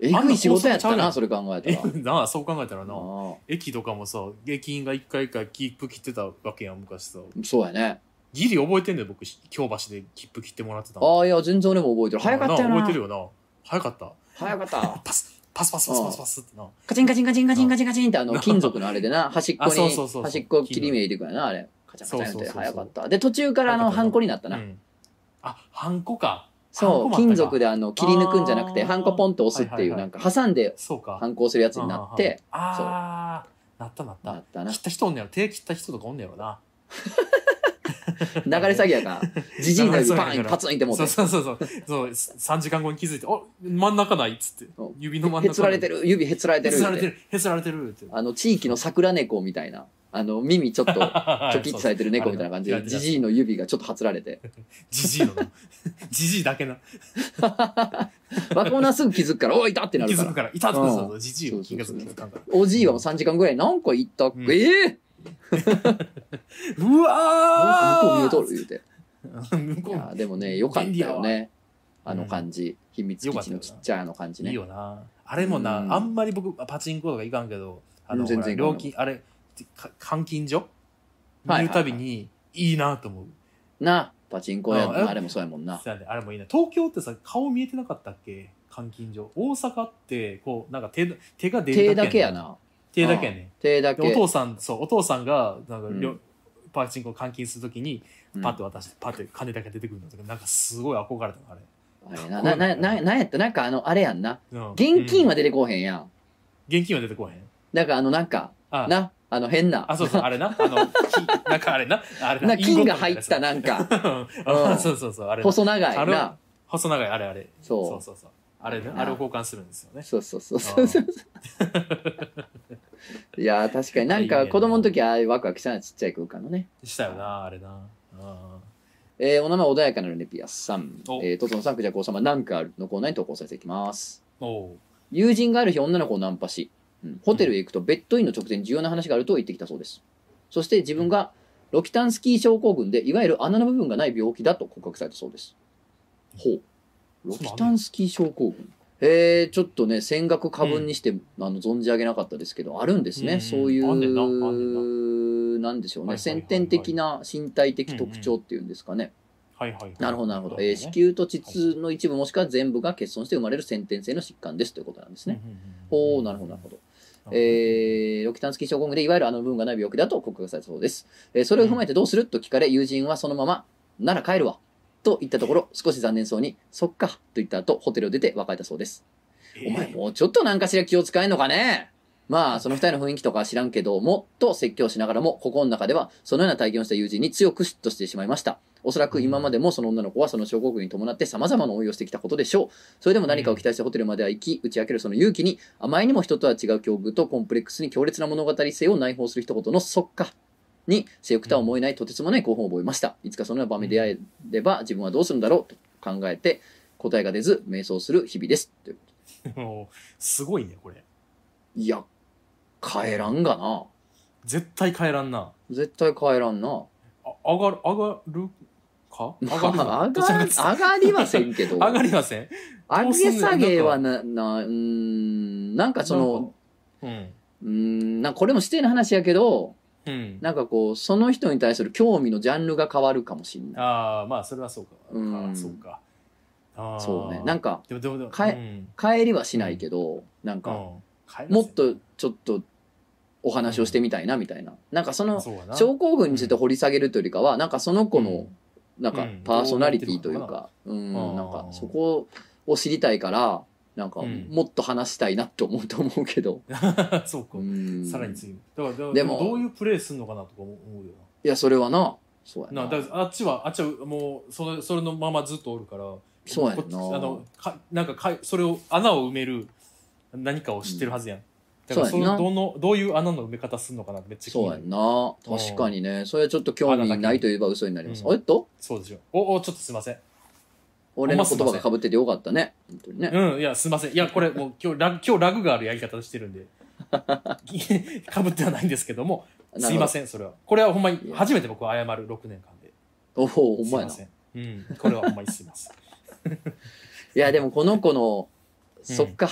[SPEAKER 1] えぐい仕事やっ
[SPEAKER 2] あ
[SPEAKER 1] た
[SPEAKER 2] んな
[SPEAKER 1] な、
[SPEAKER 2] 高
[SPEAKER 1] それ考えた
[SPEAKER 2] え [laughs]
[SPEAKER 1] ら。
[SPEAKER 2] ぐいなそう考えたらな
[SPEAKER 1] あ
[SPEAKER 2] 駅とかもさ駅員が一回一回切符切ってたわけやん昔さ
[SPEAKER 1] あそうやね。
[SPEAKER 2] ギリ覚えてんだよ僕京橋で切符切ってもらってたの
[SPEAKER 1] ああ、いや、全然俺も覚えてる。早かったよな。
[SPEAKER 2] 覚えてるよな早かった
[SPEAKER 1] 早か
[SPEAKER 2] [laughs]
[SPEAKER 1] った。
[SPEAKER 2] パスパスパスパスパスパスってな
[SPEAKER 1] カチンカチンカチンカチンカチンカチンってあの金属のあれで [laughs] な、端っこ
[SPEAKER 2] あそうそうそ
[SPEAKER 1] に、
[SPEAKER 2] う
[SPEAKER 1] 端っこ切り目入れていくやな、あれ。カチャカチャっ
[SPEAKER 2] そうそう
[SPEAKER 1] て
[SPEAKER 2] そうそう
[SPEAKER 1] 早かった。で、途中からあの、
[SPEAKER 2] 早かった
[SPEAKER 1] ハンコになったな
[SPEAKER 2] う。ん、あハンコかハンコ
[SPEAKER 1] そう、
[SPEAKER 2] もあったか
[SPEAKER 1] 金属であの、切り抜くんじゃなくて、
[SPEAKER 2] あー
[SPEAKER 1] ハンコポンって押すっていう、
[SPEAKER 2] はいはいは
[SPEAKER 1] ないんか挟んで
[SPEAKER 2] そうか
[SPEAKER 1] ハンコをするやつになって、
[SPEAKER 2] ああーなったなっ
[SPEAKER 1] なったたな
[SPEAKER 2] 切。った人おんねやろ手切った人とかおんねやろな
[SPEAKER 1] 流れ詐欺や
[SPEAKER 2] [laughs]
[SPEAKER 1] から、じじいの指パンパツンってもうて
[SPEAKER 2] そう、そうそうそう [laughs] そう3時間後に気づいて「お真ん中ない」っつって
[SPEAKER 1] そう
[SPEAKER 2] 指の真ん中
[SPEAKER 1] へつられて
[SPEAKER 2] る
[SPEAKER 1] る、指へつられて
[SPEAKER 2] へ
[SPEAKER 1] る
[SPEAKER 2] つら
[SPEAKER 1] っ
[SPEAKER 2] れて
[SPEAKER 1] て。
[SPEAKER 2] るへつられてるって
[SPEAKER 1] あの、地域の桜猫みたいな、あの、耳ちょっと、
[SPEAKER 2] [laughs]
[SPEAKER 1] チ
[SPEAKER 2] チ
[SPEAKER 1] ョキッとされてる猫みたいな感じで、じじいの指がちょっとはつられ
[SPEAKER 2] [laughs]
[SPEAKER 1] て。
[SPEAKER 2] じじいのなじじいだけな
[SPEAKER 1] 若者はすぐ気づくから、おい、いたってな
[SPEAKER 2] 気
[SPEAKER 1] るか
[SPEAKER 2] づく
[SPEAKER 1] ら。
[SPEAKER 2] からいた
[SPEAKER 1] うん
[SPEAKER 2] ぞそうそうじじいを気が
[SPEAKER 1] そ
[SPEAKER 2] 付
[SPEAKER 1] うそうそう
[SPEAKER 2] く気づかんから
[SPEAKER 1] おじいはもう3時間ぐらい何個行ったっけ、
[SPEAKER 2] うん
[SPEAKER 1] ええ
[SPEAKER 2] う
[SPEAKER 1] なん
[SPEAKER 2] わ
[SPEAKER 1] か
[SPEAKER 2] ー
[SPEAKER 1] 向こう見えとる言うて。
[SPEAKER 2] 向
[SPEAKER 1] い
[SPEAKER 2] こ
[SPEAKER 1] や、でもね、よかったよね。あの感じ。秘密基地のちっちゃいあの感じ
[SPEAKER 2] ういい
[SPEAKER 1] ね。
[SPEAKER 2] よなあれもな、
[SPEAKER 1] うん
[SPEAKER 2] あんまり僕パチンコとか行かんけどあ
[SPEAKER 1] う
[SPEAKER 2] の
[SPEAKER 1] ん全然
[SPEAKER 2] ほら
[SPEAKER 1] 行かん
[SPEAKER 2] 料金あれか監禁所
[SPEAKER 1] はいはいはい
[SPEAKER 2] 見るたびにいいなと思う、
[SPEAKER 1] な、パチンコや
[SPEAKER 2] うん
[SPEAKER 1] あれもそうやもんな。
[SPEAKER 2] そうやねあれもいいな東京ってさ顔見えてなかったっけ監禁所大阪ってこうなんか手だ手が出
[SPEAKER 1] 手
[SPEAKER 2] るだ
[SPEAKER 1] だけ
[SPEAKER 2] け
[SPEAKER 1] や
[SPEAKER 2] ん
[SPEAKER 1] な。
[SPEAKER 2] 手だけやね
[SPEAKER 1] 手だ
[SPEAKER 2] でお
[SPEAKER 1] け。
[SPEAKER 2] 父さんそうお父さんがなんか、り
[SPEAKER 1] う
[SPEAKER 2] ょ
[SPEAKER 1] ん
[SPEAKER 2] パチンコ監禁するときに
[SPEAKER 1] うん
[SPEAKER 2] パッて渡して、パッて金だけ出てくるのとかなんかすごい憧れたのあれ、
[SPEAKER 1] あれな、な、な、ななんやったなんかあの、あれやんな。
[SPEAKER 2] うん
[SPEAKER 1] 現金
[SPEAKER 2] うん
[SPEAKER 1] は出てこうへんやん。
[SPEAKER 2] 現金は出てこへん
[SPEAKER 1] だからあの、なんか、
[SPEAKER 2] あ
[SPEAKER 1] な、あの変な
[SPEAKER 2] あ、。そうそう、あれな。あの、きなんかあれな。あれ
[SPEAKER 1] な、金が入った。
[SPEAKER 2] イ
[SPEAKER 1] な
[SPEAKER 2] ン
[SPEAKER 1] んか、
[SPEAKER 2] ゴットみたいなやつ [laughs] あそうそうそう、あれな。
[SPEAKER 1] 細長
[SPEAKER 2] あ
[SPEAKER 1] い
[SPEAKER 2] れ
[SPEAKER 1] な。
[SPEAKER 2] 細長い、あれあれ。そ
[SPEAKER 1] そう
[SPEAKER 2] そうそう。あれね、
[SPEAKER 1] な
[SPEAKER 2] あれを交換するんですよね
[SPEAKER 1] う。。そうそうそうそうそう。いやー、確かになんか子供の時ああいうワクワクしたな、ちっちゃい空間のね。
[SPEAKER 2] したよな、あれな。うん
[SPEAKER 1] えーお名前穏やかなるネピアスさん
[SPEAKER 2] お、
[SPEAKER 1] えー、トトのさん、クジャコウ様、なんかあるのコーナーに投稿されていきます。
[SPEAKER 2] おう
[SPEAKER 1] 友人がある日、女の子をナンパし、うんホテルへ行くと、ベッドインの直前に重要な話があると言ってきたそうです。そして自分が、ロキタンスキー症候群で、いわゆる穴の部分がない病気だと告白されたそうです。ほう。ロキタンスキー症候群。えー、ちょっとね、戦学過分にして、あの存じ上げなかったですけど、あるんですね。
[SPEAKER 2] うん
[SPEAKER 1] そうい
[SPEAKER 2] あんねんなあんね
[SPEAKER 1] う、なんでしょうね、
[SPEAKER 2] はいはいはいは
[SPEAKER 1] 先
[SPEAKER 2] い
[SPEAKER 1] 天的な身体的特徴っていうんですかね。
[SPEAKER 2] はいはいはい。
[SPEAKER 1] なるほど、なるほど。えー子
[SPEAKER 2] ね
[SPEAKER 1] 宮と膣の一部もしくは全部が欠損して生まれる先天性の疾患ですということなんですね。。おおなるほど、なるほど。
[SPEAKER 2] ど
[SPEAKER 1] えー、ロキタンスキー症候群でいわゆるあの部分がない病気だと告白されたそうです。えーそれを踏まえてどうすると聞かれ、友人はそのまま、なら帰るわ。と言ったところ、少し残念そうに、そっか、と言った後、ホテルを出て別れたそうです。お前もうちょっとなんかしら気を使えんのかねまあ、その二人の雰囲気とかは知らんけども、と説教しながらも、心の中では、そのような体験をした友人に強く嫉妬してしまいました。おそらく今までもその女の子はその症候群に伴って様々な応用をしてきたことでしょう。それでも何かを期待してホテルまでは行き、打ち明けるその勇気に、あまりにも人とは違う境遇とコンプレックスに強烈な物語性を内包する一言のそっか。に、性欲とは思えない、とてつもない興奮を覚えました。いつかそのような場面に出会えれば、自分はどうするんだろうと考えて、答えが出ず、迷走する日々です。という
[SPEAKER 2] えー。もうすごいね、これ。
[SPEAKER 1] いや、帰らんがな。
[SPEAKER 2] 絶対帰らんな。
[SPEAKER 1] 絶対帰らんな。
[SPEAKER 2] あ上がる、上がるか上がる
[SPEAKER 1] まあ
[SPEAKER 2] な
[SPEAKER 1] [laughs] 上
[SPEAKER 2] どちら
[SPEAKER 1] が
[SPEAKER 2] か
[SPEAKER 1] り上がり
[SPEAKER 2] です
[SPEAKER 1] はせんけど。
[SPEAKER 2] [laughs] 上がりません。
[SPEAKER 1] 上げ下げはな、な、うーん、なんかその、
[SPEAKER 2] うん。
[SPEAKER 1] うーん、なんかこれも指定の話やけど、
[SPEAKER 2] うん。
[SPEAKER 1] なんかこう、その人に対する興味のジャンルが変わるかもしんない。
[SPEAKER 2] ああ、まあ、それはそうか。あ
[SPEAKER 1] うん
[SPEAKER 2] ーそうか。あー
[SPEAKER 1] そうね。なんか、
[SPEAKER 2] でもでもでも、
[SPEAKER 1] かえ
[SPEAKER 2] うん
[SPEAKER 1] 帰りはしないけど、なんか、
[SPEAKER 2] うん
[SPEAKER 1] もっとちょっとお話をしてみたいな、みたいな。なんかその、
[SPEAKER 2] そうやな
[SPEAKER 1] 症候群について掘り下げるというよりかは、なんかその子の、なんか
[SPEAKER 2] うん
[SPEAKER 1] パーソナリティというか、うん、
[SPEAKER 2] あー
[SPEAKER 1] なんかそこを知りたいから、なんか
[SPEAKER 2] うん
[SPEAKER 1] もっと話したいなって思うと思うけど、
[SPEAKER 2] うん [laughs] そうか、
[SPEAKER 1] うん
[SPEAKER 2] さらに次だからだから
[SPEAKER 1] でも
[SPEAKER 2] どういうプレイするのかなとか思うよ
[SPEAKER 1] いや、それはな、そうや
[SPEAKER 2] な
[SPEAKER 1] な。
[SPEAKER 2] なだからあっちはあっちはもうそれそれのままずっとおるから
[SPEAKER 1] そうや
[SPEAKER 2] こ
[SPEAKER 1] ね
[SPEAKER 2] っ
[SPEAKER 1] ん
[SPEAKER 2] ち
[SPEAKER 1] な。
[SPEAKER 2] あのかなんかかそれを穴を埋める何かを知ってるはずやん、だからそ
[SPEAKER 1] そうやんな
[SPEAKER 2] のどのどういう穴の埋め方するのかなってめっちゃ気に
[SPEAKER 1] そう
[SPEAKER 2] な
[SPEAKER 1] や
[SPEAKER 2] る
[SPEAKER 1] んな。確かにね、それはちょっと興味ないといえば嘘になります。
[SPEAKER 2] うん
[SPEAKER 1] えっと
[SPEAKER 2] そうでしょおおちょっとすいません
[SPEAKER 1] 俺の言葉が被っててよかったね。本当にね。
[SPEAKER 2] [laughs] うんいやすいませんいやこれもう今日ラグ今日ラグがあるやり方してるんで [laughs] かぶってはないんですけども
[SPEAKER 1] ほど
[SPEAKER 2] すいませんそれはこれはほんまに初めて僕は謝る6年間で
[SPEAKER 1] おおほん
[SPEAKER 2] すい
[SPEAKER 1] まやな
[SPEAKER 2] ません、うん、これはほんまにすい
[SPEAKER 1] [laughs]
[SPEAKER 2] ません
[SPEAKER 1] いやでもこの子の、
[SPEAKER 2] うん
[SPEAKER 1] そっか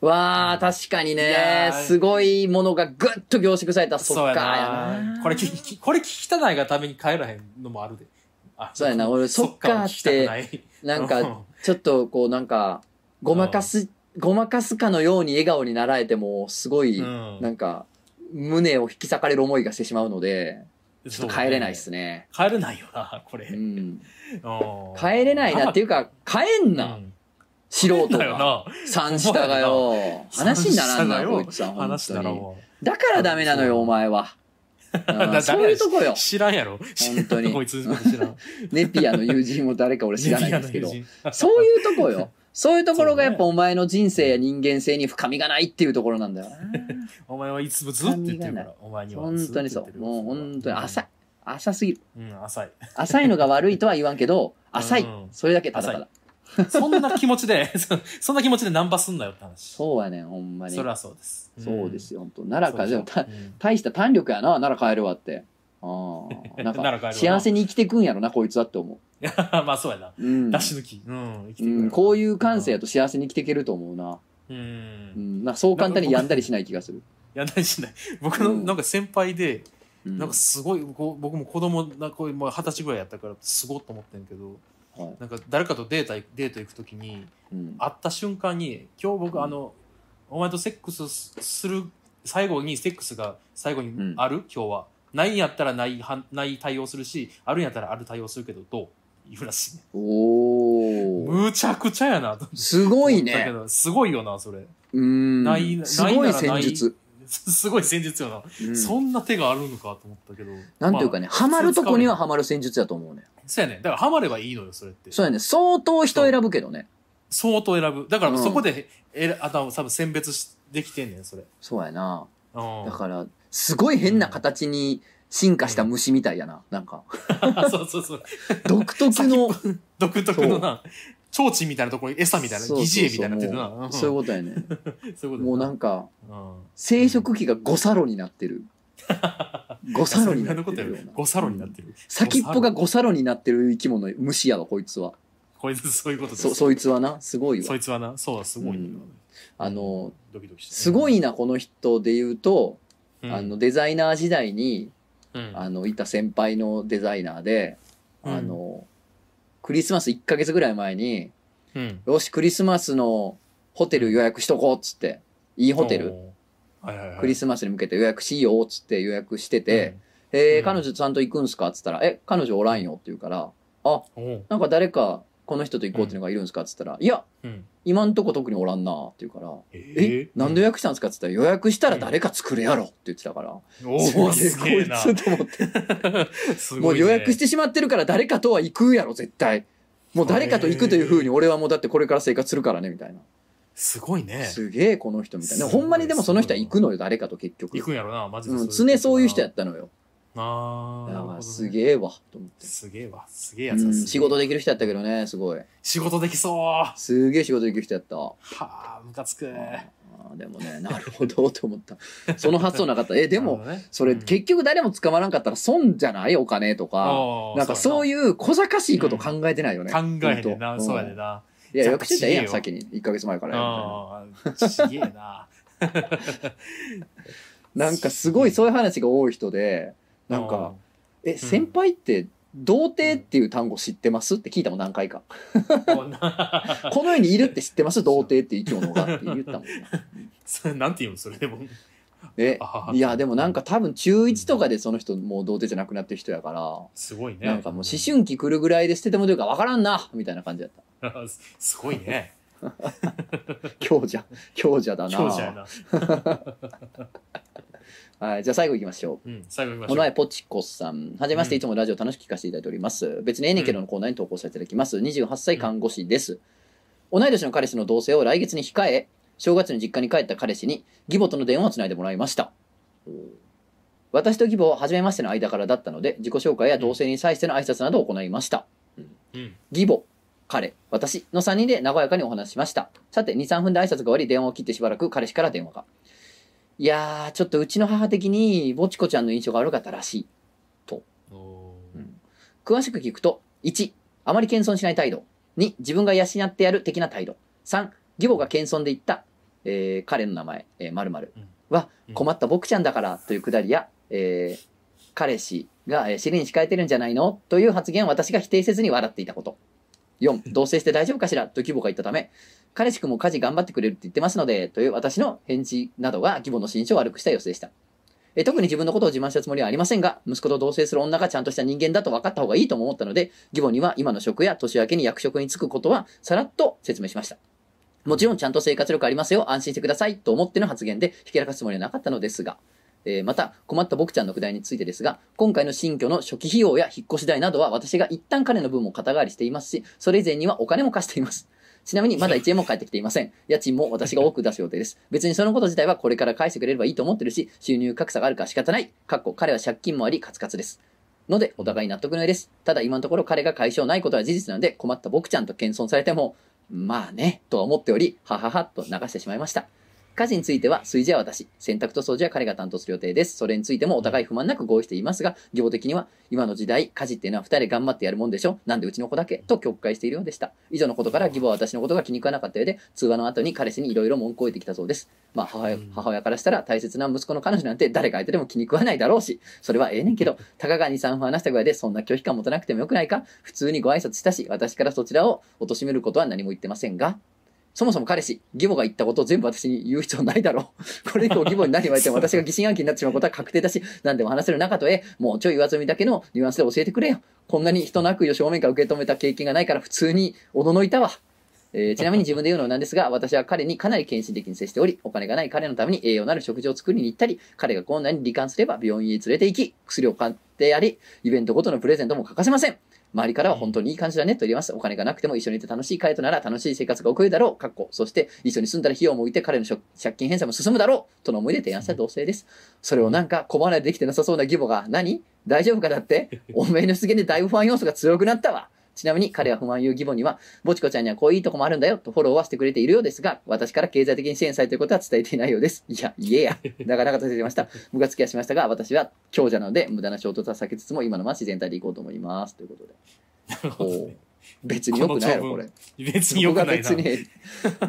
[SPEAKER 1] わあ確かに
[SPEAKER 2] いや
[SPEAKER 1] ね
[SPEAKER 2] ー
[SPEAKER 1] すごいものがぐっと凝縮されたそっ
[SPEAKER 2] う
[SPEAKER 1] か
[SPEAKER 2] や
[SPEAKER 1] やな
[SPEAKER 2] これ聞きこれ聞きたないがために帰らへんのもあるであ
[SPEAKER 1] そうやな俺そっか
[SPEAKER 2] は聞きたくない
[SPEAKER 1] なん
[SPEAKER 2] [laughs] う
[SPEAKER 1] か
[SPEAKER 2] ん
[SPEAKER 1] ちょっとこうなんかごまかすごまかすかのように笑顔になられてもすごい、
[SPEAKER 2] うん
[SPEAKER 1] なんか胸を引き裂かれる思いがしてしまうのでちょっと帰れないっす
[SPEAKER 2] ね
[SPEAKER 1] ね
[SPEAKER 2] 帰れないよなこれ、
[SPEAKER 1] う
[SPEAKER 2] うん
[SPEAKER 1] ん帰れないなっていうか帰んな、
[SPEAKER 2] うん
[SPEAKER 1] 素人
[SPEAKER 2] だよ
[SPEAKER 1] が
[SPEAKER 2] な
[SPEAKER 1] 三下がよ話にならんな
[SPEAKER 2] 三下がよ
[SPEAKER 1] こいつは本
[SPEAKER 2] 話
[SPEAKER 1] 当
[SPEAKER 2] なら
[SPEAKER 1] に
[SPEAKER 2] も
[SPEAKER 1] だからダメなのよ
[SPEAKER 2] そう
[SPEAKER 1] お前はう
[SPEAKER 2] だ
[SPEAKER 1] んそういうとこよ
[SPEAKER 2] [laughs] う知らんやろ
[SPEAKER 1] 本当に
[SPEAKER 2] [laughs] こいつのこと知らん
[SPEAKER 1] ネピアの友人も誰か [laughs] 俺知らないんですけど
[SPEAKER 2] メディアの友人
[SPEAKER 1] そういうとこ
[SPEAKER 2] [laughs]
[SPEAKER 1] よそういうところが
[SPEAKER 2] そう
[SPEAKER 1] や
[SPEAKER 2] ね
[SPEAKER 1] っぱお前の人生や人間性に深みがないっていうところなんだよな
[SPEAKER 2] お前はいつもずっと言ってるからお前には
[SPEAKER 1] 本当にそうもう本当に浅い浅すぎる
[SPEAKER 2] い、うん、浅い
[SPEAKER 1] 浅いのが悪いとは言わんけど浅い
[SPEAKER 2] うん
[SPEAKER 1] それだけただただ
[SPEAKER 2] そんな気持ちで [laughs] そそんな気持ちでナンパすんなよって話
[SPEAKER 1] そうやねんほんまに
[SPEAKER 2] それはそうです
[SPEAKER 1] そうです
[SPEAKER 2] よ
[SPEAKER 1] よ本当奈良かでもた
[SPEAKER 2] うん
[SPEAKER 1] 大した胆力やな奈良帰るわってあ
[SPEAKER 2] [laughs]
[SPEAKER 1] ーなん
[SPEAKER 2] 奈良帰る
[SPEAKER 1] か
[SPEAKER 2] わ
[SPEAKER 1] 幸せに生きてくんやろなこいつはって思
[SPEAKER 2] [laughs] まあそうやな
[SPEAKER 1] う、うん
[SPEAKER 2] 出し抜きうん生き
[SPEAKER 1] う
[SPEAKER 2] てくれ
[SPEAKER 1] ん、こういう感性やと幸せに生きていけると思うな,、う
[SPEAKER 2] う
[SPEAKER 1] んん、なんかそう簡単に病んだりしない気がする、
[SPEAKER 2] やんないしない僕の
[SPEAKER 1] うん
[SPEAKER 2] なんか先輩で
[SPEAKER 1] うん
[SPEAKER 2] なんかすごいこう僕も子供なこうもう二十歳ぐらいやったからすごっと思ってんけど
[SPEAKER 1] はい
[SPEAKER 2] なんか誰かとデータデート行くときに
[SPEAKER 1] うん
[SPEAKER 2] 会った瞬間に今日僕あの、お前とセックスすする最後にセックスが最後
[SPEAKER 1] う
[SPEAKER 2] に
[SPEAKER 1] ん
[SPEAKER 2] ある、今日はないんやったらないはない対応するしあるんやったらある対応するけどどう言うらしいね
[SPEAKER 1] おお
[SPEAKER 2] むちゃくちゃやなと
[SPEAKER 1] すごい
[SPEAKER 2] 思ったけ
[SPEAKER 1] ね
[SPEAKER 2] どすごいよなそれ
[SPEAKER 1] うん
[SPEAKER 2] ないない
[SPEAKER 1] すごい
[SPEAKER 2] ならな
[SPEAKER 1] 戦
[SPEAKER 2] い
[SPEAKER 1] 術、
[SPEAKER 2] すごい戦術よな、
[SPEAKER 1] うん、
[SPEAKER 2] そんな手があるのかと思ったけど
[SPEAKER 1] なんていうか
[SPEAKER 2] ね、
[SPEAKER 1] ね、ハマるとこにはハマる戦術やと思うね
[SPEAKER 2] まあそうやねだからハマればいいのよそれって
[SPEAKER 1] そうやね相当人選ぶけどね
[SPEAKER 2] 相当選ぶだから
[SPEAKER 1] うん
[SPEAKER 2] そこで、えらあ多分選別しできてんねんそれ、
[SPEAKER 1] そうやな
[SPEAKER 2] うん、
[SPEAKER 1] だからすごい変な形に進化した虫みたいやななんか
[SPEAKER 2] [laughs] そうそうそう
[SPEAKER 1] 独
[SPEAKER 2] [laughs]
[SPEAKER 1] 特の
[SPEAKER 2] 独特のな、蝶々みたいなところに餌みたいな、
[SPEAKER 1] そう
[SPEAKER 2] 疑似餌み
[SPEAKER 1] そ
[SPEAKER 2] た
[SPEAKER 1] う
[SPEAKER 2] いになってる
[SPEAKER 1] も
[SPEAKER 2] な。
[SPEAKER 1] うそういう
[SPEAKER 2] こ
[SPEAKER 1] ことやね
[SPEAKER 2] と。 [laughs] そういうこと
[SPEAKER 1] もうな
[SPEAKER 2] か、
[SPEAKER 1] んか
[SPEAKER 2] うん
[SPEAKER 1] 生殖器が五サロになってる五サロにな
[SPEAKER 2] そんな
[SPEAKER 1] っ
[SPEAKER 2] こと
[SPEAKER 1] て
[SPEAKER 2] や
[SPEAKER 1] る
[SPEAKER 2] ろ
[SPEAKER 1] ような
[SPEAKER 2] 五サロになってる。
[SPEAKER 1] 先っぽが
[SPEAKER 2] 五サロ
[SPEAKER 1] 五サロになってる生き物虫やわこいつは
[SPEAKER 2] こいつそういうことです。
[SPEAKER 1] そそいつはなすごい
[SPEAKER 2] そ
[SPEAKER 1] わ
[SPEAKER 2] いつはな、そうだ、すご
[SPEAKER 1] う
[SPEAKER 2] いな、
[SPEAKER 1] んあの
[SPEAKER 2] ドキドキして。
[SPEAKER 1] すごいなこの人で言うと、
[SPEAKER 2] うん、
[SPEAKER 1] あのデザイナー時代に
[SPEAKER 2] うん、
[SPEAKER 1] あのいた先輩のデザイナーで、
[SPEAKER 2] うん
[SPEAKER 1] あのクリスマス1ヶ月ぐらい前に
[SPEAKER 2] うん
[SPEAKER 1] 「よしクリスマスのホテル予約しとこう」っつって「いいホテル
[SPEAKER 2] おーはいはいはい。
[SPEAKER 1] クリスマスに向けて予約しよう」っつって予約してて、
[SPEAKER 2] う
[SPEAKER 1] え
[SPEAKER 2] ん
[SPEAKER 1] ー、彼女ちゃんと行くんすか?」っつったら「え彼女おらんよ」って言うから「あ
[SPEAKER 2] うん、おー
[SPEAKER 1] なんか誰かこの人と行こうっていうのがいるんすか?」っつったら「いや
[SPEAKER 2] うん。
[SPEAKER 1] 今んとこ特におらんな」って言うから「
[SPEAKER 2] え
[SPEAKER 1] えなんで予約したんですか?」っつったら「予約したら誰か作れやろ」って言ってたから「
[SPEAKER 2] お
[SPEAKER 1] すげ
[SPEAKER 2] ー
[SPEAKER 1] え
[SPEAKER 2] すげえな。
[SPEAKER 1] こいつと思って [laughs]
[SPEAKER 2] す
[SPEAKER 1] も
[SPEAKER 2] ご
[SPEAKER 1] う
[SPEAKER 2] いね
[SPEAKER 1] 予約してしまってるから誰かとは行くやろ絶対もう誰かと行くというふうに俺はもうだってこれから生活するからねみたいな
[SPEAKER 2] すごいね。
[SPEAKER 1] すげえこの人みたいな
[SPEAKER 2] すごい
[SPEAKER 1] ほんまにでもその人は行くのよ誰かと結局
[SPEAKER 2] 行くんやろな、マジで。
[SPEAKER 1] うん、常そういう人や
[SPEAKER 2] っ
[SPEAKER 1] ったのよ
[SPEAKER 2] た。あ
[SPEAKER 1] だ
[SPEAKER 2] ーなるほど
[SPEAKER 1] か
[SPEAKER 2] ね
[SPEAKER 1] らすげえわと思って、
[SPEAKER 2] すげえわ。すげえや
[SPEAKER 1] う
[SPEAKER 2] つだ
[SPEAKER 1] ん、
[SPEAKER 2] すげえ
[SPEAKER 1] 仕事できる人やったけどねすごい
[SPEAKER 2] 仕事できそうは
[SPEAKER 1] すげえ仕事できる人やったあ
[SPEAKER 2] あムカつく
[SPEAKER 1] ーでもねなるほどと思ったその発想なかったえでも
[SPEAKER 2] [laughs] なるほどね
[SPEAKER 1] それ
[SPEAKER 2] うん
[SPEAKER 1] 結局誰も捕まらんかったら損じゃないお金とか
[SPEAKER 2] あー
[SPEAKER 1] なんかそう
[SPEAKER 2] い
[SPEAKER 1] いう小賢しいこと考えてないよね、
[SPEAKER 2] うやな考えへんねん
[SPEAKER 1] ほん
[SPEAKER 2] な
[SPEAKER 1] と
[SPEAKER 2] そうやねんない
[SPEAKER 1] や、よくし
[SPEAKER 2] ちょっと
[SPEAKER 1] てええや
[SPEAKER 2] 違え
[SPEAKER 1] ん、
[SPEAKER 2] よ
[SPEAKER 1] 先に。1ヶ月前からやみたいな
[SPEAKER 2] ああすげえな
[SPEAKER 1] なんかすごいそういう話が多い人で、 [laughs] なんか、え、先輩って、童貞っていう単語知ってますって聞いたもん何回か。
[SPEAKER 2] うんもうな [laughs]
[SPEAKER 1] この世にいるって知ってます童貞っていう生き物がって言ったもんね。
[SPEAKER 2] それなんて言うのそれでも
[SPEAKER 1] え
[SPEAKER 2] [laughs] あ、
[SPEAKER 1] いや、でもなんか多分中1とかでその人もう童貞じゃなくなってる人やから、
[SPEAKER 2] すごいね
[SPEAKER 1] なんかもう思春期来るぐらいで捨ててもというか分からんなみたいな感じだ
[SPEAKER 2] [laughs]
[SPEAKER 1] った。
[SPEAKER 2] 春すごいね
[SPEAKER 1] 強者、強者だな。
[SPEAKER 2] 強者やな
[SPEAKER 1] はい、じゃあ最後行きましょう。
[SPEAKER 2] うん最後見ましょ
[SPEAKER 1] お
[SPEAKER 2] う
[SPEAKER 1] のえポチコさん。はじめまして、
[SPEAKER 2] うん
[SPEAKER 1] いつもラジオ楽しく聞かせていただいております。別にええねんけどのコーナーに投稿させていただきます。28歳看護師です。同い年の彼氏の同棲を来月に控え、正月に実家に帰った彼氏に義母との電話をつないでもらいました。私と義母は初めましての間からだったので、自己紹介や同棲に際しての挨拶などを行いました。
[SPEAKER 2] うん
[SPEAKER 1] 義母、彼、私の3人で和やかにお話ししました。さて、2、3分で挨拶が終わり、電話を切ってしばらく彼氏から電話が。いやーちょっとうちの母的にぼちこちゃんの印象が悪かったらしい
[SPEAKER 2] おー
[SPEAKER 1] うん詳しく聞くと1あまり謙遜しない態度2自分が養ってやる的な態度3義母が謙遜で言った、えー彼の名前、えー、〇〇
[SPEAKER 2] うん
[SPEAKER 1] は
[SPEAKER 2] うん
[SPEAKER 1] 困った僕ちゃんだからというくだりや、えー彼氏がえー尻に敷かれてるんじゃないのという発言を私が否定せずに笑っていたこと4同棲
[SPEAKER 2] [laughs]
[SPEAKER 1] して大丈夫かしらと義母が言ったため彼氏くんも家事頑張ってくれるって言ってますのでという私の返事などが義母の心象を悪くした様子でしたえー特に自分のことを自慢したつもりはありませんが息子と同棲する女がちゃんとした人間だと分かった方がいいとも思ったので義母には今の職や年明けに役職に就くことはさらっと説明しましたもちろんちゃんと生活力ありますよ安心してくださいと思っての発言でひけらかすつもりはなかったのですが、えーまた困った僕ちゃんのくだりについてですが今回の新居の初期費用や引っ越し代などは私が一旦彼の分も肩代わりしていますしそれ以前にはお金も貸していますちなみにまだ1円も返ってきていません。家賃も私が多く出す予定です。別にそのこと自体はこれから返してくれればいいと思ってるし、収入格差があるから仕方ない。かっこ彼は借金もありカツカツです。ので、お互い納得の上です。ただ今のところ彼が解消ないことは事実なので、困った僕ちゃんと謙遜されても、まあね、とは思っており、はははと流してしまいました。家事については、炊事は私、洗濯と掃除は彼が担当する予定です。それについてもお互い不満なく合意していますが、業的には、今の時代、家事っていうのは二人で頑張ってやるもんでしょなんでうちの子だけと曲解しているようでした。以上のことから、義母は私のことが気に食わなかったようで、通話の後に彼氏にいろいろ文句を言ってきたそうです。まあ母親
[SPEAKER 2] うん
[SPEAKER 1] 母親からしたら大切な息子の彼女なんて誰が相手でも気に食わないだろうし、それはええねんけど、たかが2、3分話したぐらいでそんな拒否感持たなくてもよくないか普通にご挨拶したし、私からそちらを貶めることは何も言ってませんが、そもそも彼氏、義母が言ったことを全部私に言う必要ないだろう。 [laughs] これ以降義母に何言われても私が疑心暗鬼になってしまうことは確定だし、何でも話せる中とえ、もうちょい上積みだけのニュアンスで教えてくれよ。こんなに人の悪意を正面から受け止めた経験がないから普通におののいたわ。えーちなみに自分で言うのもなんですが、私は彼にかなり献身的に接しており、お金がない彼のために栄養のある食事を作りに行ったり、彼が困難に罹患すれば病院へ連れて行き、薬を買ってやり、イベントごとのプレゼントも欠かせません。周りからは本当にいい感じだねと言います。お金がなくても一緒にいて楽しい彼となら楽しい生活が送れるだろう。かっこそして一緒に住んだら費用も浮いて彼の借借金返済も進むだろう。との思いで提案した同性です。それをなんか小離れできてなさそうな義母が何大丈夫かだっておめえの出現でだいぶ不安要素が強くなったわ。ちなみに彼は不満言う義母には、ぼちこちゃんにはこういういいとこもあるんだよとフォローはしてくれているようですが、私から経済的に支援されていることは伝えていないようです。いや、いえや。なかなかとせてました。ムカつきはしましたが、私は強者なので、無駄な衝突は避けつつも、今のまま自然体でいこうと思います。ということで。
[SPEAKER 2] なるほどね
[SPEAKER 1] 別によくないやろ、これ。
[SPEAKER 2] 別によくない
[SPEAKER 1] 僕
[SPEAKER 2] な
[SPEAKER 1] は別に、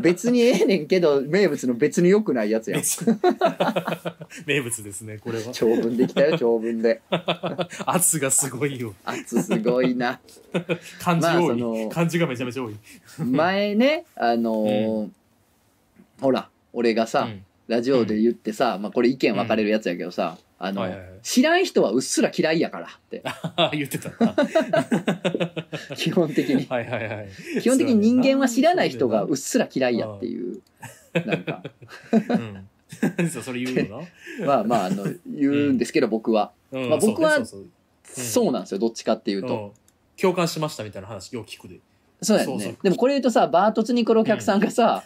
[SPEAKER 1] 別にええねんけど、名物の別によくないやつやん。
[SPEAKER 2] 別 [laughs] 名物ですねこれは
[SPEAKER 1] 長文できたよ、長文で。
[SPEAKER 2] 圧がすごいよ
[SPEAKER 1] 圧すごいな。
[SPEAKER 2] 漢字
[SPEAKER 1] まあ
[SPEAKER 2] 多
[SPEAKER 1] そ
[SPEAKER 2] い、
[SPEAKER 1] の
[SPEAKER 2] 漢字がめちゃめちゃ多い
[SPEAKER 1] 前ね、あのーほら、俺がさ、
[SPEAKER 2] うん [laughs]
[SPEAKER 1] ラジオで言ってさ、まあこれ意見分かれるやつやけどさ、あの、
[SPEAKER 2] はいはいはい
[SPEAKER 1] 知らん人はうっすら嫌いやから
[SPEAKER 2] [laughs]
[SPEAKER 1] って、
[SPEAKER 2] 言ってたな
[SPEAKER 1] 基本的に。
[SPEAKER 2] はいはいはい [laughs]
[SPEAKER 1] 基本的に人間は知らない人がうっすら嫌いやっていう、なんか、
[SPEAKER 2] うん [laughs] そうそれ言うよ
[SPEAKER 1] まあまあ、あの、言うんですけど、僕は。 [laughs]
[SPEAKER 2] な、うん
[SPEAKER 1] まあ僕は
[SPEAKER 2] そうねそうそう
[SPEAKER 1] そうなんですよ、どっちかっていうと。
[SPEAKER 2] うん共感しましたみたいな話よく聞くで
[SPEAKER 1] そうや
[SPEAKER 2] そ
[SPEAKER 1] ん
[SPEAKER 2] うそう
[SPEAKER 1] ね。でもこれ言うとさ、バートツに来るお客さんがさ、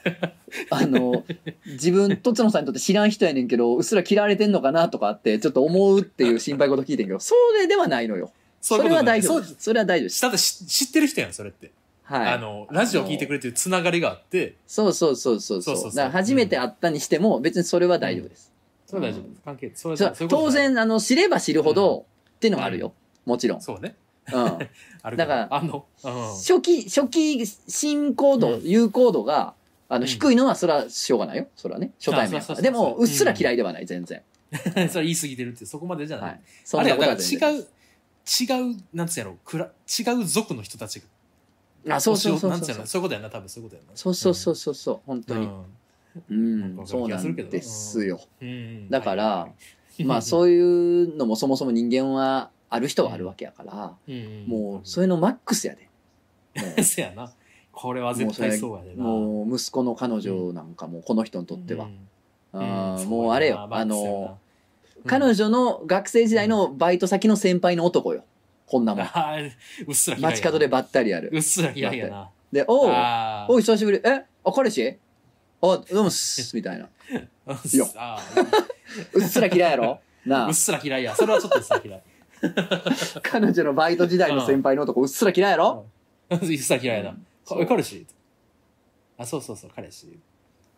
[SPEAKER 1] あの、自分とつのさんにとって知らん人やねんけど、うっすら嫌われてんのかなとかって、ちょっと思うっていう心配事聞いてんけど、それではないのよ。そ
[SPEAKER 2] そういう
[SPEAKER 1] れ
[SPEAKER 2] こと
[SPEAKER 1] は
[SPEAKER 2] だ
[SPEAKER 1] 大
[SPEAKER 2] よ
[SPEAKER 1] 丈夫
[SPEAKER 2] そう
[SPEAKER 1] です。それは大丈夫です。
[SPEAKER 2] だって知知ってる人やんそれって、
[SPEAKER 1] はい。
[SPEAKER 2] あのラジオ聞いてくれてるつながりがあって
[SPEAKER 1] そうそうそうそう
[SPEAKER 2] そ
[SPEAKER 1] そうう。
[SPEAKER 2] そうそう
[SPEAKER 1] だから初めて会ったにしても、別にそれは大丈夫です。
[SPEAKER 2] それは大丈夫関係それは
[SPEAKER 1] そう
[SPEAKER 2] そういうこと
[SPEAKER 1] 当
[SPEAKER 2] だよ
[SPEAKER 1] 然、あの、知れば知るほど、っていうのはあるよ。もちろん。
[SPEAKER 2] そうね
[SPEAKER 1] うん。
[SPEAKER 2] ある
[SPEAKER 1] だか
[SPEAKER 2] あの、う
[SPEAKER 1] 初期、初期、進行度、
[SPEAKER 2] うん
[SPEAKER 1] 有効度が、あ
[SPEAKER 2] う
[SPEAKER 1] の、
[SPEAKER 2] ん
[SPEAKER 1] 低いのは、それはしょうがないよ。それはね、初対面や
[SPEAKER 2] そ
[SPEAKER 1] か
[SPEAKER 2] うそうそ
[SPEAKER 1] ら。
[SPEAKER 2] う
[SPEAKER 1] でも、
[SPEAKER 2] そう
[SPEAKER 1] うっすら嫌いではない、全然。
[SPEAKER 2] ん、それ言い過ぎてるってそこまでじゃない、
[SPEAKER 1] はい。そ
[SPEAKER 2] あ
[SPEAKER 1] ん
[SPEAKER 2] れ
[SPEAKER 1] な
[SPEAKER 2] や
[SPEAKER 1] こ
[SPEAKER 2] だ
[SPEAKER 1] と
[SPEAKER 2] か
[SPEAKER 1] は
[SPEAKER 2] ら
[SPEAKER 1] 全
[SPEAKER 2] 違
[SPEAKER 1] 然。
[SPEAKER 2] う違うなんつうやろくら違う族の人たちが
[SPEAKER 1] あ、そうそうそう
[SPEAKER 2] なんつ
[SPEAKER 1] そ
[SPEAKER 2] やろ
[SPEAKER 1] う。
[SPEAKER 2] そういうことやな多分そういうことやな
[SPEAKER 1] そうそうそうそうそう、本当
[SPEAKER 2] うん
[SPEAKER 1] に。う
[SPEAKER 2] なん
[SPEAKER 1] ん、
[SPEAKER 2] か
[SPEAKER 1] そ
[SPEAKER 2] わ
[SPEAKER 1] うな
[SPEAKER 2] かる気がする
[SPEAKER 1] ん
[SPEAKER 2] けど
[SPEAKER 1] ですよ。
[SPEAKER 2] うんうん
[SPEAKER 1] だから
[SPEAKER 2] はい
[SPEAKER 1] まあ、そういうのもそもそも人間は、ある人はあるわけやから、
[SPEAKER 2] うんうん
[SPEAKER 1] もう、そういうのマックスや
[SPEAKER 2] [laughs]
[SPEAKER 1] で。もう
[SPEAKER 2] せやなこれは絶対そうやでな
[SPEAKER 1] もう息子の彼女なんかもこの人にとっては、
[SPEAKER 2] うん
[SPEAKER 1] あー
[SPEAKER 2] ん
[SPEAKER 1] もうあれ
[SPEAKER 2] そ
[SPEAKER 1] よ
[SPEAKER 2] やな
[SPEAKER 1] あ
[SPEAKER 2] マックスや
[SPEAKER 1] の
[SPEAKER 2] な、うん
[SPEAKER 1] 彼女の学生時代のバイト先の先輩の男よこんなもん
[SPEAKER 2] あーうっすら嫌いやな
[SPEAKER 1] [laughs] 街角でばったりや
[SPEAKER 2] う
[SPEAKER 1] る
[SPEAKER 2] っすら嫌いやな
[SPEAKER 1] で「おう
[SPEAKER 2] あー
[SPEAKER 1] おう久しぶりえあ彼氏あどうもっ
[SPEAKER 2] [laughs]
[SPEAKER 1] す」みたいな
[SPEAKER 2] うっ
[SPEAKER 1] いや
[SPEAKER 2] あー
[SPEAKER 1] うっすら嫌いやろな
[SPEAKER 2] う
[SPEAKER 1] あ
[SPEAKER 2] [laughs] っすら嫌いやそれはちょっとうっすら嫌い
[SPEAKER 1] 彼女のバイト時代の先輩の男うっすら嫌いやろ
[SPEAKER 2] うっすら嫌いやな
[SPEAKER 1] うん
[SPEAKER 2] か彼氏あそうそうそう彼氏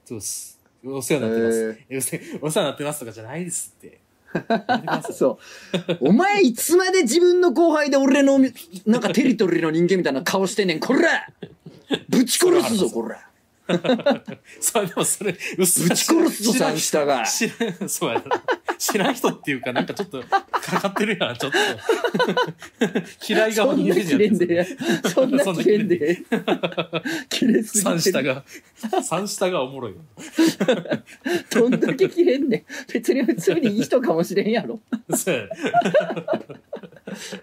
[SPEAKER 2] トゥースお世話になってます。えお世お世話になってますとかじゃないですって。やめてください
[SPEAKER 1] そう。お前いつまで自分の後輩で俺のみ、なんかテリトリーの人間みたいな顔してんねん、こらぶち殺すぞ、こら
[SPEAKER 2] それでもそれ、ぶち
[SPEAKER 1] ぶち殺すぞ、三下が。
[SPEAKER 2] 知らん、そうやな。知らん人っていうか、なんかちょっと、かかってるやん、ちょっと。 [laughs] 嫌いが
[SPEAKER 1] そんな切れんで、そんな切れんで。 [laughs] 切れす
[SPEAKER 2] 三
[SPEAKER 1] ぎて
[SPEAKER 2] 下
[SPEAKER 1] る。
[SPEAKER 2] が、三下がおもろいよ。
[SPEAKER 1] どんだけ切れんで。別に普通にいい人かもしれんやろ。
[SPEAKER 2] そうやね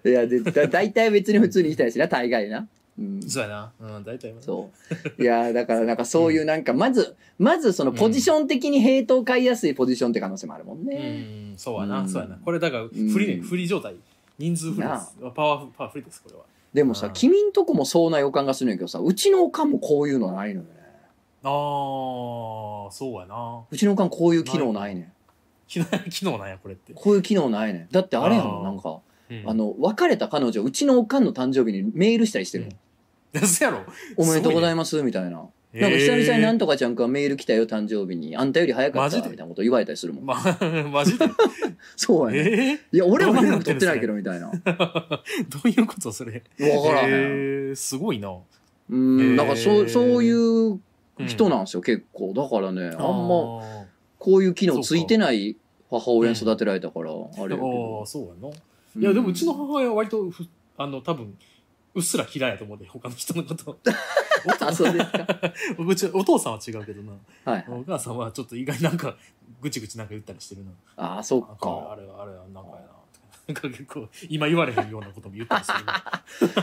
[SPEAKER 1] いや、でだ大体別に普通にいい人やしな、大概な。うん
[SPEAKER 2] そうやな。うん、大体。
[SPEAKER 1] そう。いやーだからなんかそういうなんか、まず、まずそのポジション的にヘイトを買いやすいポジションって可能性もあるもん
[SPEAKER 2] う
[SPEAKER 1] ね。
[SPEAKER 2] ん、そうやな、
[SPEAKER 1] うん
[SPEAKER 2] そうやな。これだから、フ
[SPEAKER 1] ん
[SPEAKER 2] リーね、フリー状態。人数フリーです。パワー、パワーフリーです、これは。
[SPEAKER 1] でもさ、
[SPEAKER 2] うん
[SPEAKER 1] 君んとこもそうな予感がするんやけどさ、うちのおかんもこういうのないのよね。
[SPEAKER 2] ああ、そうやな。
[SPEAKER 1] うちのおかんこういう機能ないねん。
[SPEAKER 2] 昨日、昨日なんや、これって。
[SPEAKER 1] こういう機能ないねん。だってあれやも
[SPEAKER 2] あ
[SPEAKER 1] ん、
[SPEAKER 2] ー
[SPEAKER 1] なんか、
[SPEAKER 2] うん
[SPEAKER 1] あ、の、別れた彼女、うちのおかんの誕生日にメールしたり
[SPEAKER 2] [laughs]
[SPEAKER 1] してるもん
[SPEAKER 2] ですやろ。
[SPEAKER 1] おめでとうございます、みたいな。なんか久々になんとかちゃんからメール来たよ、誕生日に。あんたより早かっ
[SPEAKER 2] マジ
[SPEAKER 1] た、み
[SPEAKER 2] で
[SPEAKER 1] たいなこと言われたりするもん。
[SPEAKER 2] ま、 [laughs] マジで。
[SPEAKER 1] そうやね。
[SPEAKER 2] ええ
[SPEAKER 1] いや、俺は
[SPEAKER 2] どう
[SPEAKER 1] 連
[SPEAKER 2] な
[SPEAKER 1] 絡
[SPEAKER 2] って
[SPEAKER 1] 取っ
[SPEAKER 2] るん
[SPEAKER 1] て
[SPEAKER 2] すか
[SPEAKER 1] ないけど、みたいな。わか
[SPEAKER 2] [laughs] どういうことそれ。
[SPEAKER 1] らへん。
[SPEAKER 2] えーすごいな。
[SPEAKER 1] うーん、
[SPEAKER 2] へー
[SPEAKER 1] なんかそうそういう人
[SPEAKER 2] な
[SPEAKER 1] なんですよ、結構だからねあん
[SPEAKER 2] あ
[SPEAKER 1] ま
[SPEAKER 2] ー
[SPEAKER 1] こういう機能ついてない母親に育てられたから、あ
[SPEAKER 2] あ
[SPEAKER 1] れやけど
[SPEAKER 2] ー、そうやな。
[SPEAKER 1] ん
[SPEAKER 2] いや、でもうちの母親は割とふ、あの、多分、うっすら嫌いやと思うで、他の人のこと。 [laughs]
[SPEAKER 1] [laughs] あそうですか
[SPEAKER 2] うちお父さんは違うけどな。
[SPEAKER 1] はい
[SPEAKER 2] お母さんはちょっと意外になんか、ぐちぐちなんか言ったりしてるな。
[SPEAKER 1] ああそ
[SPEAKER 2] あ
[SPEAKER 1] っ
[SPEAKER 2] こ
[SPEAKER 1] か
[SPEAKER 2] れあれは、あれは、なんかやな。なんか結構、今言われへんようなことも言ったりす
[SPEAKER 1] [laughs]
[SPEAKER 2] るな。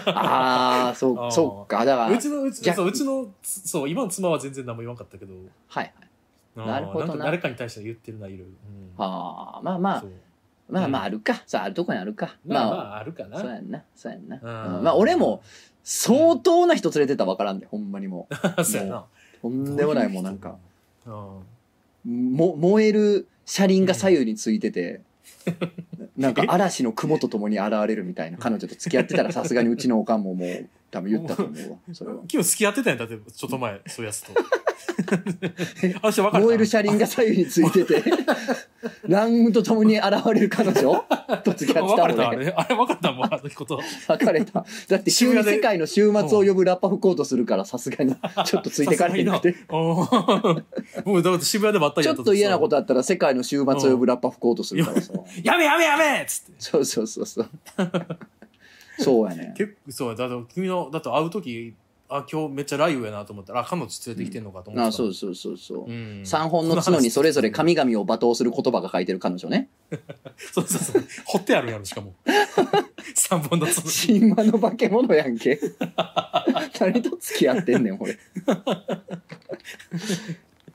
[SPEAKER 1] ああそ
[SPEAKER 2] あー
[SPEAKER 1] うそっかだからは
[SPEAKER 2] う
[SPEAKER 1] い
[SPEAKER 2] ちの、うち
[SPEAKER 1] 逆
[SPEAKER 2] そううちの、そう、今の妻は全然何も言わんかったけど、
[SPEAKER 1] はい
[SPEAKER 2] あー
[SPEAKER 1] なるほどなん
[SPEAKER 2] か誰かに対して言ってるな、いろいろ。うん
[SPEAKER 1] あーまあまあ
[SPEAKER 2] そう
[SPEAKER 1] まあまあ
[SPEAKER 2] うん
[SPEAKER 1] あるかそうあるとこにあるか
[SPEAKER 2] まあま
[SPEAKER 1] ま
[SPEAKER 2] あ、あるか
[SPEAKER 1] あそう
[SPEAKER 2] な。
[SPEAKER 1] やんなそうやんな、
[SPEAKER 2] うん
[SPEAKER 1] うんまあ俺も相当な人連れてったらわからんでほんまにもう
[SPEAKER 2] [laughs] そうやな。
[SPEAKER 1] とんでもないもうなんか
[SPEAKER 2] うん。
[SPEAKER 1] も燃える車輪が左右について
[SPEAKER 2] [laughs]
[SPEAKER 1] て、なんか嵐の雲とともに現れるみたいな彼女と付き合ってたらさすがにうちのおかんももう多分言ったと思うわそれは
[SPEAKER 2] 今日付き合ってたんやんだって、ちょっと
[SPEAKER 1] [laughs]
[SPEAKER 2] 前、そういうやつと。あ、し分かる。
[SPEAKER 1] 燃える車輪が左右について
[SPEAKER 2] [laughs]
[SPEAKER 1] て乱雲とともに現れる彼女と付き合って
[SPEAKER 2] 分
[SPEAKER 1] た
[SPEAKER 2] かれた、あ
[SPEAKER 1] 俺
[SPEAKER 2] れ。あれ分かった、もう、あのこと。
[SPEAKER 1] 別れただって急に世界の週末を呼ぶラッパ吹こうとするからさすがにちょっとついてかれへんくて
[SPEAKER 2] おーもう、だって渋谷でばったり
[SPEAKER 1] ち
[SPEAKER 2] や
[SPEAKER 1] ょ
[SPEAKER 2] っ
[SPEAKER 1] ったと嫌なことあったら世界の週末を呼ぶラッパ吹こうとするからさ
[SPEAKER 2] やめやめやめっつって。
[SPEAKER 1] そうそうそうそうそうやね
[SPEAKER 2] 結構、そう、だって、君の、だと会うとき、あ、今日めっちゃ雷雨やなと思ったら、あ、彼女連れてきてんのかと思ってた。
[SPEAKER 1] あそうそうそうそう、
[SPEAKER 2] うん。
[SPEAKER 1] 三本の角にそれぞれ神々を罵倒する言葉が書いてる彼女ね。
[SPEAKER 2] そうそうそう。掘ってあるやろ、し
[SPEAKER 1] [laughs]
[SPEAKER 2] かも。三本の角に。
[SPEAKER 1] 神話の化け物やんけ。誰と付き合ってんねん、
[SPEAKER 2] [laughs]
[SPEAKER 1] 俺。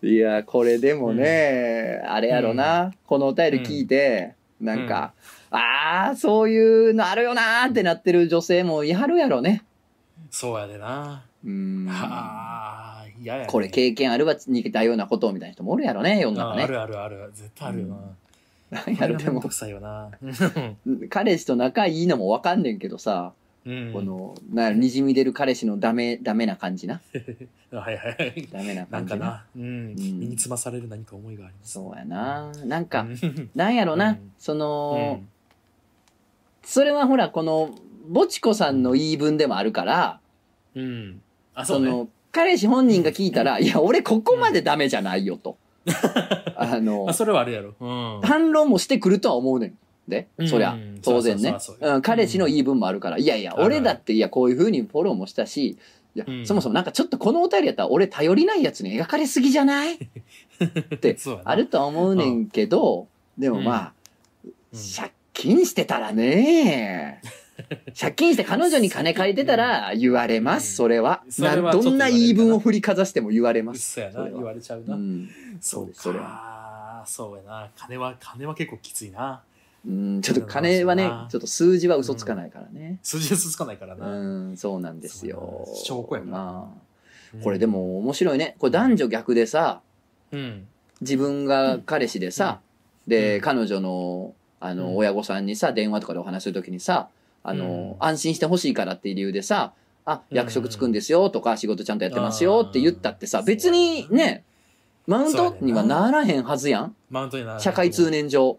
[SPEAKER 1] いや、これでもね、あれやろな、このお便り聞いて、なんか、ああ、そういうのあるよなーってなってる女性もやるやろね。
[SPEAKER 2] そうやでな。
[SPEAKER 1] うん。
[SPEAKER 2] はあ、嫌やね。
[SPEAKER 1] これ経験あるわ、似たようなことみたいな人もおるやろね、世の
[SPEAKER 2] あ
[SPEAKER 1] 中ね。
[SPEAKER 2] あるあるある。絶対あるよな。
[SPEAKER 1] やるで
[SPEAKER 2] めん
[SPEAKER 1] も
[SPEAKER 2] ど、くさいよな。
[SPEAKER 1] 彼氏と仲いいのもわかんねんけどさ、
[SPEAKER 2] うん
[SPEAKER 1] この、なんやろにじみ出る彼氏のダメ、ダメな感じな。
[SPEAKER 2] はいはいはい。
[SPEAKER 1] ダメな
[SPEAKER 2] な
[SPEAKER 1] 感
[SPEAKER 2] ん
[SPEAKER 1] じ
[SPEAKER 2] か
[SPEAKER 1] な。
[SPEAKER 2] な、うん、
[SPEAKER 1] ん
[SPEAKER 2] 身につまされる何か思いがあります。
[SPEAKER 1] そうやな。なんか、
[SPEAKER 2] うん
[SPEAKER 1] なんやろな、
[SPEAKER 2] うん
[SPEAKER 1] そうの、
[SPEAKER 2] ん
[SPEAKER 1] それはほら、この、ぼちこさんの言い分でもあるから、
[SPEAKER 2] うん。あ、そ
[SPEAKER 1] そう
[SPEAKER 2] ね。
[SPEAKER 1] の、彼氏本人が聞いたら、いや、俺ここまでダメじゃないよと。
[SPEAKER 2] [laughs]
[SPEAKER 1] あの
[SPEAKER 2] あ、、それはあれやろ。うん。
[SPEAKER 1] 反論もしてくるとは思うねん。で、
[SPEAKER 2] うん
[SPEAKER 1] そりゃ
[SPEAKER 2] うん、
[SPEAKER 1] 当然ね
[SPEAKER 2] そうそうそう。そう
[SPEAKER 1] うん、彼氏の言い分もあるから、いやいや、
[SPEAKER 2] うん
[SPEAKER 1] 俺だって、いや、こういう風にフォローもしたし、いや
[SPEAKER 2] うん
[SPEAKER 1] そもそもなんかちょっとこのお便りやったら俺頼りないやつに描かれすぎじゃないて
[SPEAKER 2] [laughs] そうやな
[SPEAKER 1] あるとは思うねんけど、でもまあ、
[SPEAKER 2] うん
[SPEAKER 1] 借金してたら
[SPEAKER 2] [laughs]
[SPEAKER 1] ね、借金して彼女に金借りてたら言われます、
[SPEAKER 2] うん
[SPEAKER 1] それは。
[SPEAKER 2] それ
[SPEAKER 1] な
[SPEAKER 2] はちょっ
[SPEAKER 1] ど
[SPEAKER 2] と
[SPEAKER 1] んな
[SPEAKER 2] 言われるな
[SPEAKER 1] 言い分を振りかざしても言われま
[SPEAKER 2] うっ
[SPEAKER 1] す。
[SPEAKER 2] そや
[SPEAKER 1] そ
[SPEAKER 2] な、
[SPEAKER 1] れは
[SPEAKER 2] 言われちゃう
[SPEAKER 1] う
[SPEAKER 2] な。
[SPEAKER 1] ん、
[SPEAKER 2] そう
[SPEAKER 1] ですそれ
[SPEAKER 2] か。そうやな。金は、金は結構きついな。
[SPEAKER 1] うんちょっと金はね
[SPEAKER 2] そうだな、
[SPEAKER 1] ちょっと数字は嘘つかないからね。
[SPEAKER 2] 数字はつかないからな。
[SPEAKER 1] うん、そうなんですよ。
[SPEAKER 2] そうだな証拠やな
[SPEAKER 1] ま
[SPEAKER 2] う
[SPEAKER 1] あ
[SPEAKER 2] ん
[SPEAKER 1] これで、も面白いね。これ男女逆でさ、
[SPEAKER 2] うん。
[SPEAKER 1] 自分が彼氏でさ、で、
[SPEAKER 2] うん
[SPEAKER 1] 彼女の、あの、
[SPEAKER 2] うん
[SPEAKER 1] 親御さんにさ、電話とかでお話しするときにさ、あの、
[SPEAKER 2] うん
[SPEAKER 1] 安心してほしいからっていう理由でさ、あ、
[SPEAKER 2] うん
[SPEAKER 1] 役職つくんですよとか、仕事ちゃんとやってますよって言ったってさ、
[SPEAKER 2] うん
[SPEAKER 1] 別にね、マウン
[SPEAKER 2] そう
[SPEAKER 1] ト
[SPEAKER 2] やねんな
[SPEAKER 1] にはならへんはずやん
[SPEAKER 2] マウントにならへん
[SPEAKER 1] 社会通念上、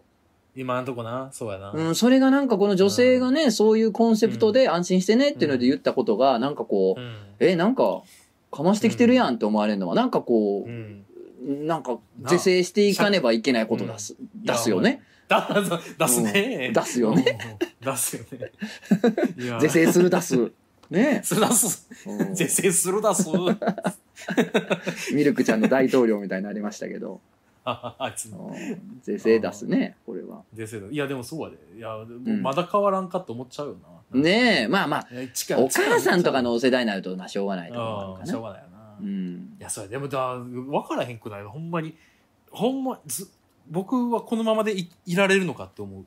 [SPEAKER 2] 今んとこなそうやな、
[SPEAKER 1] うん、それがなんかこの女性がね、そういうコンセプトで安心してねっていうので言ったことがなんかこう、
[SPEAKER 2] うん
[SPEAKER 1] えなんかかましてきてるやんって思われるのはなんかこ
[SPEAKER 2] う
[SPEAKER 1] う、
[SPEAKER 2] ん
[SPEAKER 1] なんか是正していかねばいけないこと出す、出すよね
[SPEAKER 2] いやほんまに出すね
[SPEAKER 1] 出すよね
[SPEAKER 2] ね出すよねいや
[SPEAKER 1] 是正する出すね
[SPEAKER 2] する出す
[SPEAKER 1] うん
[SPEAKER 2] 是正する
[SPEAKER 1] [laughs]
[SPEAKER 2] 出す
[SPEAKER 1] ミルクちゃんの大統領みたいになりましたけど
[SPEAKER 2] ああいつの
[SPEAKER 1] うん是正出すねこれは
[SPEAKER 2] ですよいやでもそうやでいやもううんまだ変わらんかって思っちゃうよな、
[SPEAKER 1] ねえまあまあ
[SPEAKER 2] え近い
[SPEAKER 1] お母さんとかの世代になるとまあしょうがないと思う
[SPEAKER 2] う
[SPEAKER 1] か
[SPEAKER 2] んしょ
[SPEAKER 1] な
[SPEAKER 2] うがないよな、
[SPEAKER 1] う
[SPEAKER 2] い
[SPEAKER 1] ん
[SPEAKER 2] やそれでもだ分からへんくないほんまにほんまず僕はこのままでいいられるのかって思う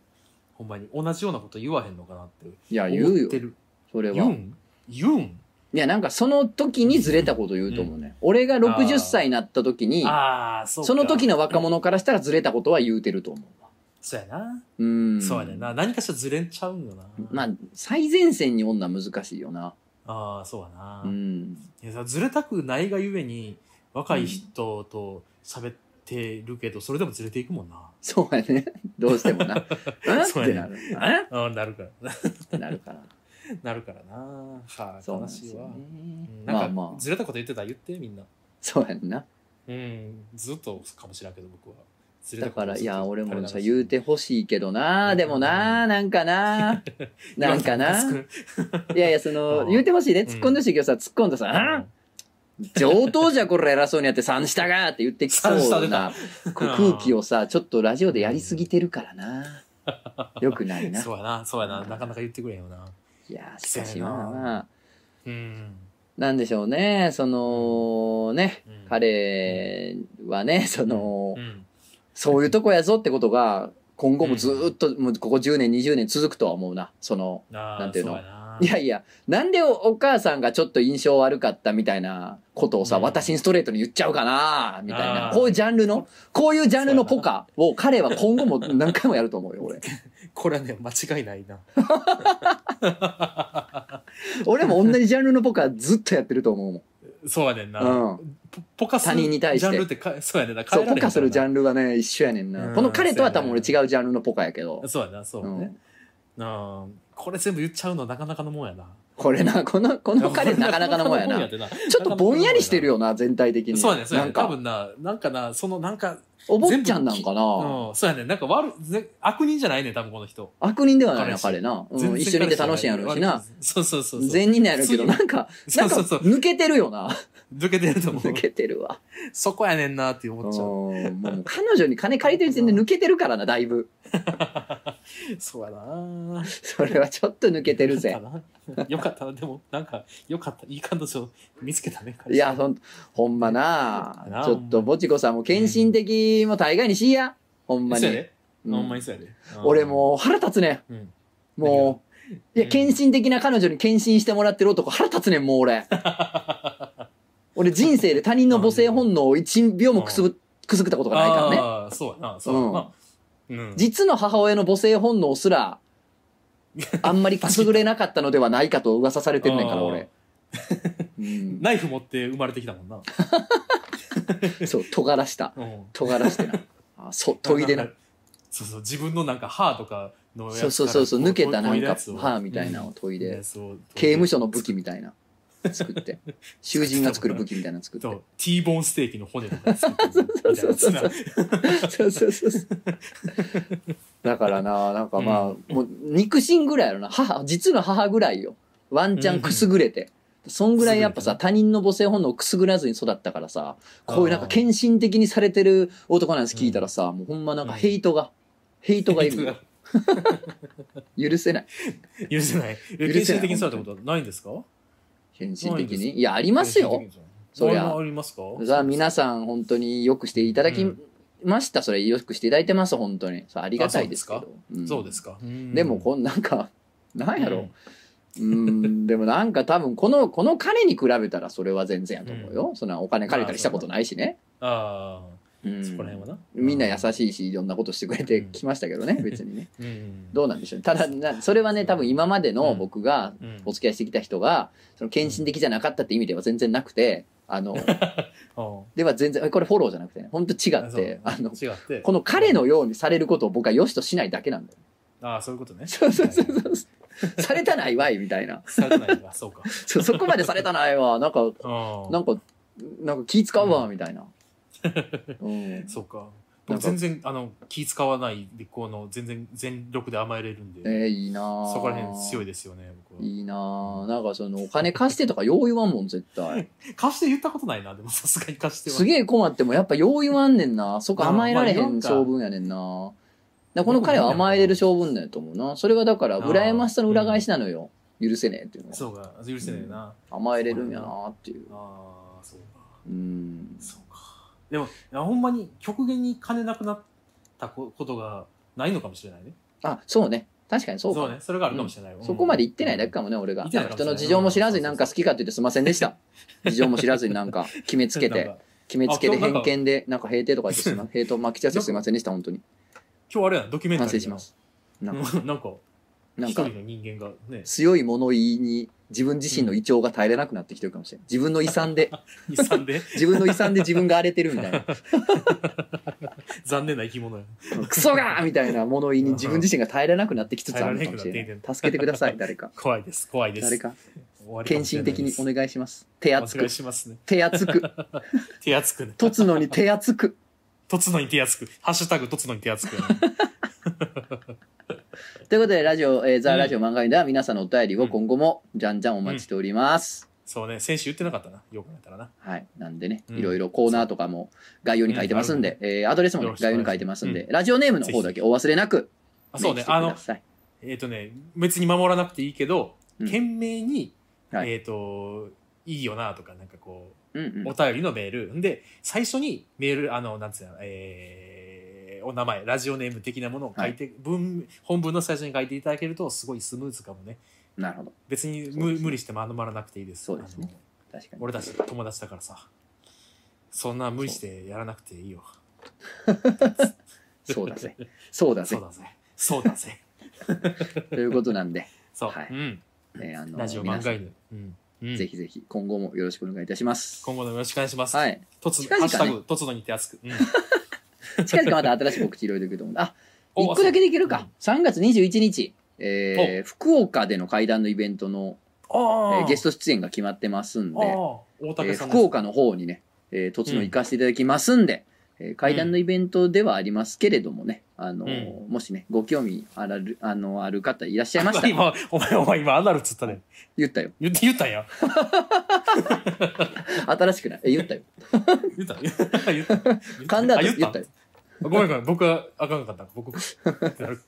[SPEAKER 2] ほんまに同じようなこと言わへんのかなって
[SPEAKER 1] いや言う
[SPEAKER 2] 思っ
[SPEAKER 1] よ
[SPEAKER 2] てる
[SPEAKER 1] それ
[SPEAKER 2] 言う
[SPEAKER 1] は
[SPEAKER 2] ん言うん
[SPEAKER 1] いやなんかその時にずれたこと言うと思うね、俺が60歳になった時に
[SPEAKER 2] ああそうか
[SPEAKER 1] その時の若者からしたらずれたことは言うてると思うわ
[SPEAKER 2] そうやな、
[SPEAKER 1] うん
[SPEAKER 2] そうやねんな何かしらずれんちゃうんよな
[SPEAKER 1] まあ最前線に女は難しいよな
[SPEAKER 2] ああそうやな、
[SPEAKER 1] うん
[SPEAKER 2] いやさずれたくないがゆえに若い人と喋ってるけど、それでもずれていくもんな。
[SPEAKER 1] そうやねどうしても
[SPEAKER 2] [laughs]
[SPEAKER 1] なあっ
[SPEAKER 2] そう
[SPEAKER 1] て
[SPEAKER 2] や
[SPEAKER 1] なるあっ
[SPEAKER 2] あなるから。 [laughs]
[SPEAKER 1] てなるから
[SPEAKER 2] なるからな。はあ、
[SPEAKER 1] そうなん
[SPEAKER 2] [laughs] 悲
[SPEAKER 1] です
[SPEAKER 2] しい
[SPEAKER 1] よ
[SPEAKER 2] わ。
[SPEAKER 1] ね
[SPEAKER 2] うんなん
[SPEAKER 1] ま
[SPEAKER 2] か、
[SPEAKER 1] あまあ
[SPEAKER 2] ずれたこと言ってたら言ってみんな。
[SPEAKER 1] そうやんな
[SPEAKER 2] うん、ずっとかもしれんけど僕は。ずれた
[SPEAKER 1] だ
[SPEAKER 2] こと
[SPEAKER 1] からいや俺もさ
[SPEAKER 2] 垂れ流し
[SPEAKER 1] 言うてほしいけどなでもななんか
[SPEAKER 2] [laughs]
[SPEAKER 1] ななんかな
[SPEAKER 2] 今の
[SPEAKER 1] いやいやそ
[SPEAKER 2] あ
[SPEAKER 1] の
[SPEAKER 2] ー
[SPEAKER 1] 言うてほしいね突っ込んでほしいけどさ突っ込んでさ「あー上等じゃこれ偉そうにやって三下が」って言ってきそ
[SPEAKER 2] 三下
[SPEAKER 1] う
[SPEAKER 2] 出
[SPEAKER 1] な
[SPEAKER 2] た
[SPEAKER 1] こう空気をさちょっとラジオでやりすぎてるから
[SPEAKER 2] [laughs]
[SPEAKER 1] なよくないな
[SPEAKER 2] そうやな、そうやな、なかなか言ってくれんよな。
[SPEAKER 1] いやしかし
[SPEAKER 2] せやな
[SPEAKER 1] まあまあ
[SPEAKER 2] うん。
[SPEAKER 1] なんでしょうねそのね
[SPEAKER 2] うん
[SPEAKER 1] 彼はねその
[SPEAKER 2] うん
[SPEAKER 1] そういうとこやぞってことが今後もずーっともうここ10年20年続くとは思うなその
[SPEAKER 2] なあ
[SPEAKER 1] なんていうの
[SPEAKER 2] そうやない
[SPEAKER 1] やいや、なんでおお母さんがちょっと印象悪かったみたいなことをさ、
[SPEAKER 2] うん
[SPEAKER 1] 私にストレートに言っちゃうかな、みたいな
[SPEAKER 2] あ。ー
[SPEAKER 1] こういうジャンルの、こういうジャンルのポカを彼は今後も何回もやると思うよ、俺。
[SPEAKER 2] これはね、間違いないな。
[SPEAKER 1] 俺も同じジャンルのポカずっとやってると思うもん。
[SPEAKER 2] そうやねんな。
[SPEAKER 1] うん
[SPEAKER 2] ポポカする
[SPEAKER 1] 他人に対して
[SPEAKER 2] ジャンルってかそうやねんな。
[SPEAKER 1] そう、ポカするジャ
[SPEAKER 2] ン
[SPEAKER 1] ンルはね、一緒やねんな。
[SPEAKER 2] うん
[SPEAKER 1] この彼とは多分俺違うジャンルのポカやけど。
[SPEAKER 2] そうやな、そう
[SPEAKER 1] う
[SPEAKER 2] やね。
[SPEAKER 1] ん、
[SPEAKER 2] なあこれ全部言っちゃうのなかなかのもんやな。
[SPEAKER 1] これな、この、この
[SPEAKER 2] [laughs]
[SPEAKER 1] 彼なかなかのもんやな。
[SPEAKER 2] でな。
[SPEAKER 1] ちょっとぼんやりしてるよな、全体的に。
[SPEAKER 2] そうやね、そうや
[SPEAKER 1] な
[SPEAKER 2] ね。
[SPEAKER 1] ん
[SPEAKER 2] 多
[SPEAKER 1] か、
[SPEAKER 2] 分な、なんかな、そのなんか、
[SPEAKER 1] お坊ちゃんなんかな。
[SPEAKER 2] うん、そうやね。なんか悪い、ぜ悪人じゃないね、多分この人。
[SPEAKER 1] 悪人ではないな、
[SPEAKER 2] 彼
[SPEAKER 1] 彼な。う
[SPEAKER 2] 全
[SPEAKER 1] ん、
[SPEAKER 2] 然
[SPEAKER 1] 一緒にいて楽しいんやろうしな
[SPEAKER 2] 悪。い。そうそうそうそう。
[SPEAKER 1] 善人なんやろうけど、
[SPEAKER 2] 普
[SPEAKER 1] なんか、な
[SPEAKER 2] そ
[SPEAKER 1] ん
[SPEAKER 2] う
[SPEAKER 1] か
[SPEAKER 2] そ
[SPEAKER 1] [laughs]
[SPEAKER 2] うそう。
[SPEAKER 1] 抜けてるよな。
[SPEAKER 2] [laughs] 抜けてると思う
[SPEAKER 1] 抜。けてるわ。
[SPEAKER 2] そこやねんなって
[SPEAKER 1] うん
[SPEAKER 2] 思っちゃう。
[SPEAKER 1] もうもう彼女に金借りてる時点で抜けてるからな、だいぶ。
[SPEAKER 2] [laughs] そうやな。
[SPEAKER 1] それはちょっと抜けてる
[SPEAKER 2] よ [laughs]
[SPEAKER 1] ぜ。
[SPEAKER 2] かったな。よかったな。でも、なんか、よかった。いい感動見つけたね。
[SPEAKER 1] いや、ほん、ほんまな
[SPEAKER 2] なあ
[SPEAKER 1] ちょっと、ぼちこさんも献身的も大概にしいや。ほんま
[SPEAKER 2] そうや
[SPEAKER 1] に。
[SPEAKER 2] で。
[SPEAKER 1] うん
[SPEAKER 2] ほんまにそうやで。うん
[SPEAKER 1] 俺、もう腹立つね。
[SPEAKER 2] うん
[SPEAKER 1] もう、い
[SPEAKER 2] 何が
[SPEAKER 1] や、献身的な彼女に献身してもらってる男腹立つねん、もう
[SPEAKER 2] [laughs]
[SPEAKER 1] 俺。俺人生で他人の母性本能を一秒もくすぶ、くすぐったことがないからね。
[SPEAKER 2] ああ、そうやな、そうやな。うん。
[SPEAKER 1] 実の母親の母性本能すら、あんまりくすぐれなかったのではないかと噂されてんねんから、
[SPEAKER 2] あー
[SPEAKER 1] 俺。うん、
[SPEAKER 2] ナイフ持って生まれてきたもんな。
[SPEAKER 1] そう、尖らした。
[SPEAKER 2] うん。
[SPEAKER 1] 尖ら [laughs] してな。あそう、研いでな。。
[SPEAKER 2] そうそう、自分のなんか歯とかのやつ
[SPEAKER 1] そうそうそう、そう抜けたなんか、
[SPEAKER 2] 歯
[SPEAKER 1] 歯みたいなのを研いで、刑
[SPEAKER 2] 刑
[SPEAKER 1] 務所の武器みたいな、作って。囚人が作る武器みたいなの作って。
[SPEAKER 2] と、T ボーンステーキの骨とか作ってるみたいなやつな。
[SPEAKER 1] [laughs] そうそうそうそうそうそう。だからな、なんかまあ、もう肉親ぐらいやろな。母、実の母ぐらいよ。ワンチャンくすぐれて。そんぐらいやっぱさ、
[SPEAKER 2] くすぐれ
[SPEAKER 1] 他人の母性本能をくすぐらずに育ったからさ、こういうなんか
[SPEAKER 2] あー
[SPEAKER 1] 献身的にされてる男なんです聞いたらさ、もうほんまなんかヘイトが、ヘイトがいる。許せない。
[SPEAKER 2] 許せない。
[SPEAKER 1] ない
[SPEAKER 2] 献身的にそうだってことはないんですか
[SPEAKER 1] 献身
[SPEAKER 2] ないん
[SPEAKER 1] 的
[SPEAKER 2] です
[SPEAKER 1] に。いや、あります
[SPEAKER 2] 献身
[SPEAKER 1] よ
[SPEAKER 2] 的。にじゃん
[SPEAKER 1] そりゃ
[SPEAKER 2] あんまありますか
[SPEAKER 1] さあ、皆さん本当によくしていただき
[SPEAKER 2] うん
[SPEAKER 1] ました。それ、よくしていただいてます、本当に。そうありがたいですけ
[SPEAKER 2] あ
[SPEAKER 1] ど。ん
[SPEAKER 2] そうですか。うん
[SPEAKER 1] でもこんなんか、なんや
[SPEAKER 2] う
[SPEAKER 1] ろ
[SPEAKER 2] ん。
[SPEAKER 1] うーん、でもなんか多分この、この彼に比べたらそれは全然やと思うよ。そんなお金借りたりしたことないしね。
[SPEAKER 2] あ
[SPEAKER 1] う
[SPEAKER 2] あ、
[SPEAKER 1] ん
[SPEAKER 2] そこら辺はな。
[SPEAKER 1] みんな優
[SPEAKER 2] い。
[SPEAKER 1] しいし、いろんなことしてくれてきましたけどね、別にね。
[SPEAKER 2] うん。
[SPEAKER 1] どうなんでしょうね。ただ、なそれはね、多分今までの僕が
[SPEAKER 2] うん [laughs]
[SPEAKER 1] お付き合いしてきた人が、その献身的じゃなかったって意味では全然なくて、あの、
[SPEAKER 2] うん
[SPEAKER 1] では全然これフォローじゃなくてね本当違ってあ
[SPEAKER 2] そう
[SPEAKER 1] の
[SPEAKER 2] 違って
[SPEAKER 1] この彼のようにされることを僕は良しとしないだけなんだよ。
[SPEAKER 2] ああそういうこと
[SPEAKER 1] [laughs]
[SPEAKER 2] ね
[SPEAKER 1] そうそうそうそうされたないわいみたい
[SPEAKER 2] [laughs]
[SPEAKER 1] な
[SPEAKER 2] されてないわそうか
[SPEAKER 1] そそこまでされたないわなんか
[SPEAKER 2] うん
[SPEAKER 1] なんかなんか気使うわみ
[SPEAKER 2] [laughs]
[SPEAKER 1] たいな。うん
[SPEAKER 2] そうか
[SPEAKER 1] なん
[SPEAKER 2] 僕
[SPEAKER 1] か
[SPEAKER 2] 全然あの気使わないでこの全然全力で甘えれるんで、
[SPEAKER 1] えー、いいな
[SPEAKER 2] そこら辺強い
[SPEAKER 1] い
[SPEAKER 2] ですよね僕はい
[SPEAKER 1] いなぁなんかそのお金貸してとかよう言わんもん絶
[SPEAKER 2] [laughs]
[SPEAKER 1] 対
[SPEAKER 2] 貸して言ったことないなでもさすがに貸しては
[SPEAKER 1] すげえ困ってもやっぱよう言わんねんなそこ甘えられへ
[SPEAKER 2] まあま
[SPEAKER 1] ん
[SPEAKER 2] あ言わんか
[SPEAKER 1] 性分やねんなだからこの彼は甘えれる性分だよと思うなそれがだから羨ましさの裏返しなのよ許せねえっていうのは
[SPEAKER 2] そうか許せないな、
[SPEAKER 1] 甘えれるんやなーっていう
[SPEAKER 2] ああそうか
[SPEAKER 1] うん
[SPEAKER 2] そうかでもいやほんまに極限に金なくなったこことがないのかもしれないね
[SPEAKER 1] あそうね確かにそ
[SPEAKER 2] そうう
[SPEAKER 1] か
[SPEAKER 2] ねそれがあるかもしれない、うん
[SPEAKER 1] そこまで言ってないだけかもね、俺が。
[SPEAKER 2] 言ってないかもし
[SPEAKER 1] 人
[SPEAKER 2] れない
[SPEAKER 1] の事情も知らずになんか好きかって言ってすいませんで
[SPEAKER 2] [laughs]
[SPEAKER 1] した。事情も知らずになんか決めつけ
[SPEAKER 2] な
[SPEAKER 1] て
[SPEAKER 2] ん、か
[SPEAKER 1] 決めつけ
[SPEAKER 2] あ
[SPEAKER 1] て
[SPEAKER 2] 今日なんか
[SPEAKER 1] 偏見で、なんか平定とか言ってすいま、平等巻き散らしてすいませんでした、本当に。
[SPEAKER 2] 今日あれやなドキュメンタ
[SPEAKER 1] 反
[SPEAKER 2] リー
[SPEAKER 1] 省します。
[SPEAKER 2] や
[SPEAKER 1] な
[SPEAKER 2] [laughs] なん
[SPEAKER 1] か、
[SPEAKER 2] うんなんか
[SPEAKER 1] な
[SPEAKER 2] 一
[SPEAKER 1] ん
[SPEAKER 2] 人
[SPEAKER 1] か
[SPEAKER 2] の、人間がね
[SPEAKER 1] 強い物言いに自分自身の胃腸が耐えれなくなってきてるかもしれない。自分の遺産で、
[SPEAKER 2] 遺産で [laughs]
[SPEAKER 1] 自分の遺産で自分が荒れてるみたいな。
[SPEAKER 2] 残念な生き物や
[SPEAKER 1] クソがーみたいな物言いに自分自身が耐えれなくなってきつつあるのかもしれ
[SPEAKER 2] 耐えられなくなってき
[SPEAKER 1] な
[SPEAKER 2] て
[SPEAKER 1] い。
[SPEAKER 2] る
[SPEAKER 1] 助けてください、誰か。
[SPEAKER 2] 怖いです怖いです
[SPEAKER 1] 誰か、
[SPEAKER 2] 終わりか
[SPEAKER 1] 献
[SPEAKER 2] もしれ
[SPEAKER 1] 身
[SPEAKER 2] ない
[SPEAKER 1] 的
[SPEAKER 2] で
[SPEAKER 1] に
[SPEAKER 2] す
[SPEAKER 1] お願いします。手厚
[SPEAKER 2] お願
[SPEAKER 1] く
[SPEAKER 2] い、しますね
[SPEAKER 1] 手厚く、
[SPEAKER 2] 手厚くね
[SPEAKER 1] とつのに手厚く。
[SPEAKER 2] とつのに手厚くハッシュタグとつのに手厚くや
[SPEAKER 1] [laughs]
[SPEAKER 2] な
[SPEAKER 1] ということで、ラジオ、えーザ・
[SPEAKER 2] うん
[SPEAKER 1] ラジオ漫画員では皆さんのお便りを今後もじゃんじゃんお待ちしております。
[SPEAKER 2] そうね先週言ってなかったなよく考えたらな
[SPEAKER 1] はい。なんでね、
[SPEAKER 2] うん
[SPEAKER 1] いろいろコーナーとかも概要に書いてますんで、えーアドレスも、ね
[SPEAKER 2] よろ、しくお
[SPEAKER 1] 概要
[SPEAKER 2] 願いし
[SPEAKER 1] に
[SPEAKER 2] ます
[SPEAKER 1] 書いてますんで、
[SPEAKER 2] う
[SPEAKER 1] ラジオネームの方だけお忘れなく、
[SPEAKER 2] あそうね
[SPEAKER 1] 来て
[SPEAKER 2] あ
[SPEAKER 1] く
[SPEAKER 2] の
[SPEAKER 1] ださい。
[SPEAKER 2] えっ、とね別に守らなくていいけど、
[SPEAKER 1] うん
[SPEAKER 2] 懸命に、
[SPEAKER 1] はい
[SPEAKER 2] えっ、といいよなとかなんかこう
[SPEAKER 1] うんうん
[SPEAKER 2] お。便りのメール。で、最初にメール、あの、なんつうの、えーお名前、ラジオネーム的なものを書いて、文、本文の最初に書いていただけると、すごいスムーズかもね。
[SPEAKER 1] なるほど。
[SPEAKER 2] 別に
[SPEAKER 1] そう
[SPEAKER 2] 無,、
[SPEAKER 1] ですね
[SPEAKER 2] 無理してまとまらなくていいです。
[SPEAKER 1] そうですね
[SPEAKER 2] あの
[SPEAKER 1] 確かに。
[SPEAKER 2] 俺たち友達だからさ。そんな無理してやらなくていいよ。
[SPEAKER 1] そうだ
[SPEAKER 2] [laughs]
[SPEAKER 1] ぜ。そうだ
[SPEAKER 2] そ
[SPEAKER 1] ぜ
[SPEAKER 2] う。だぜ。そうだぜ。
[SPEAKER 1] ということなんで、 [laughs]
[SPEAKER 2] そう。
[SPEAKER 1] はい
[SPEAKER 2] うん。
[SPEAKER 1] えーあの
[SPEAKER 2] ラジオ
[SPEAKER 1] 皆
[SPEAKER 2] 漫
[SPEAKER 1] さ
[SPEAKER 2] 画
[SPEAKER 1] ん
[SPEAKER 2] 犬。うん。うん
[SPEAKER 1] ぜひぜひ今後もよろしくお願いいたします。
[SPEAKER 2] 今後のよろしくお願いします。。
[SPEAKER 1] はいい。
[SPEAKER 2] とつ、
[SPEAKER 1] 近
[SPEAKER 2] ハ
[SPEAKER 1] 々
[SPEAKER 2] ッシュタ
[SPEAKER 1] ね
[SPEAKER 2] グ、とつのに手厚く。うん。
[SPEAKER 1] 近々また新しい告知いろいろできると思うんで。あ、
[SPEAKER 2] お
[SPEAKER 1] 一個だけできる
[SPEAKER 2] う
[SPEAKER 1] か
[SPEAKER 2] ん。
[SPEAKER 1] 3月21日、えー福岡での会談のイベントの、
[SPEAKER 2] あ
[SPEAKER 1] えーゲスト
[SPEAKER 2] ト
[SPEAKER 1] 出演が決まってますんで、
[SPEAKER 2] 大
[SPEAKER 1] え
[SPEAKER 2] 竹
[SPEAKER 1] ー
[SPEAKER 2] さん
[SPEAKER 1] 福岡の方にね、えー、突の行かせていただきますんで、えー会談のイベントではありますけれどもね、あのーもしね、ご興味あらる、あの、ある方いらっしゃいましたら、
[SPEAKER 2] 今、お前、お前、今、アナルっつったね。
[SPEAKER 1] 言ったよ。
[SPEAKER 2] 言って言ったんや。
[SPEAKER 1] 新しくない。え、
[SPEAKER 2] [laughs]
[SPEAKER 1] 言ったよ。
[SPEAKER 2] 言った。言った。言った
[SPEAKER 1] 噛んだ
[SPEAKER 2] あ
[SPEAKER 1] 後
[SPEAKER 2] 言
[SPEAKER 1] 言ったよ
[SPEAKER 2] よ。。ごめんごめん。僕はあかんかった。僕。
[SPEAKER 1] [laughs]
[SPEAKER 2] ってなる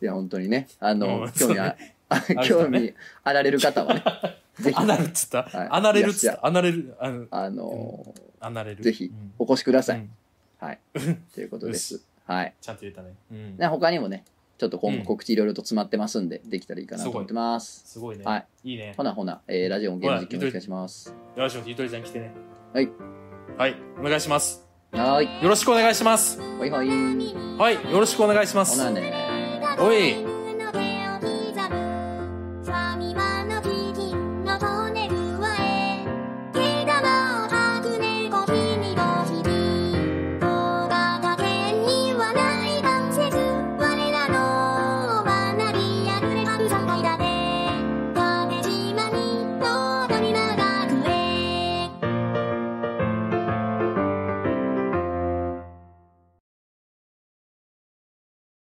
[SPEAKER 1] いや、本当にね、あの、
[SPEAKER 2] うん
[SPEAKER 1] 興味あ、あ
[SPEAKER 2] ね
[SPEAKER 1] 興味あられる方は
[SPEAKER 2] [laughs]
[SPEAKER 1] ね、ぜひ、
[SPEAKER 2] アナルっつった
[SPEAKER 1] はい。
[SPEAKER 2] アナレルっつっ
[SPEAKER 1] いや
[SPEAKER 2] た。アナレル。あの
[SPEAKER 1] あのー
[SPEAKER 2] アナレル。
[SPEAKER 1] ぜひ
[SPEAKER 2] うん
[SPEAKER 1] お越しください。
[SPEAKER 2] うん
[SPEAKER 1] はい。ということです。はい。
[SPEAKER 2] ちゃんと言ったね。うん
[SPEAKER 1] ね、他にもね、ちょっと今後告知いろいろと詰まってますんで、できたらいいかなと思ってます。
[SPEAKER 2] すごいね
[SPEAKER 1] はい。
[SPEAKER 2] いいね
[SPEAKER 1] ほ。なほな、えーラジオもゲーム実況お願いします。
[SPEAKER 2] よろしく、ゆとりちゃん来てね。
[SPEAKER 1] はい。
[SPEAKER 2] はい。お願いします。
[SPEAKER 1] はーい。
[SPEAKER 2] よろしくお願いします。
[SPEAKER 1] ほいほい。
[SPEAKER 2] はい。よろしくお願いしま
[SPEAKER 1] ほ
[SPEAKER 2] す
[SPEAKER 1] な。ね
[SPEAKER 2] おい。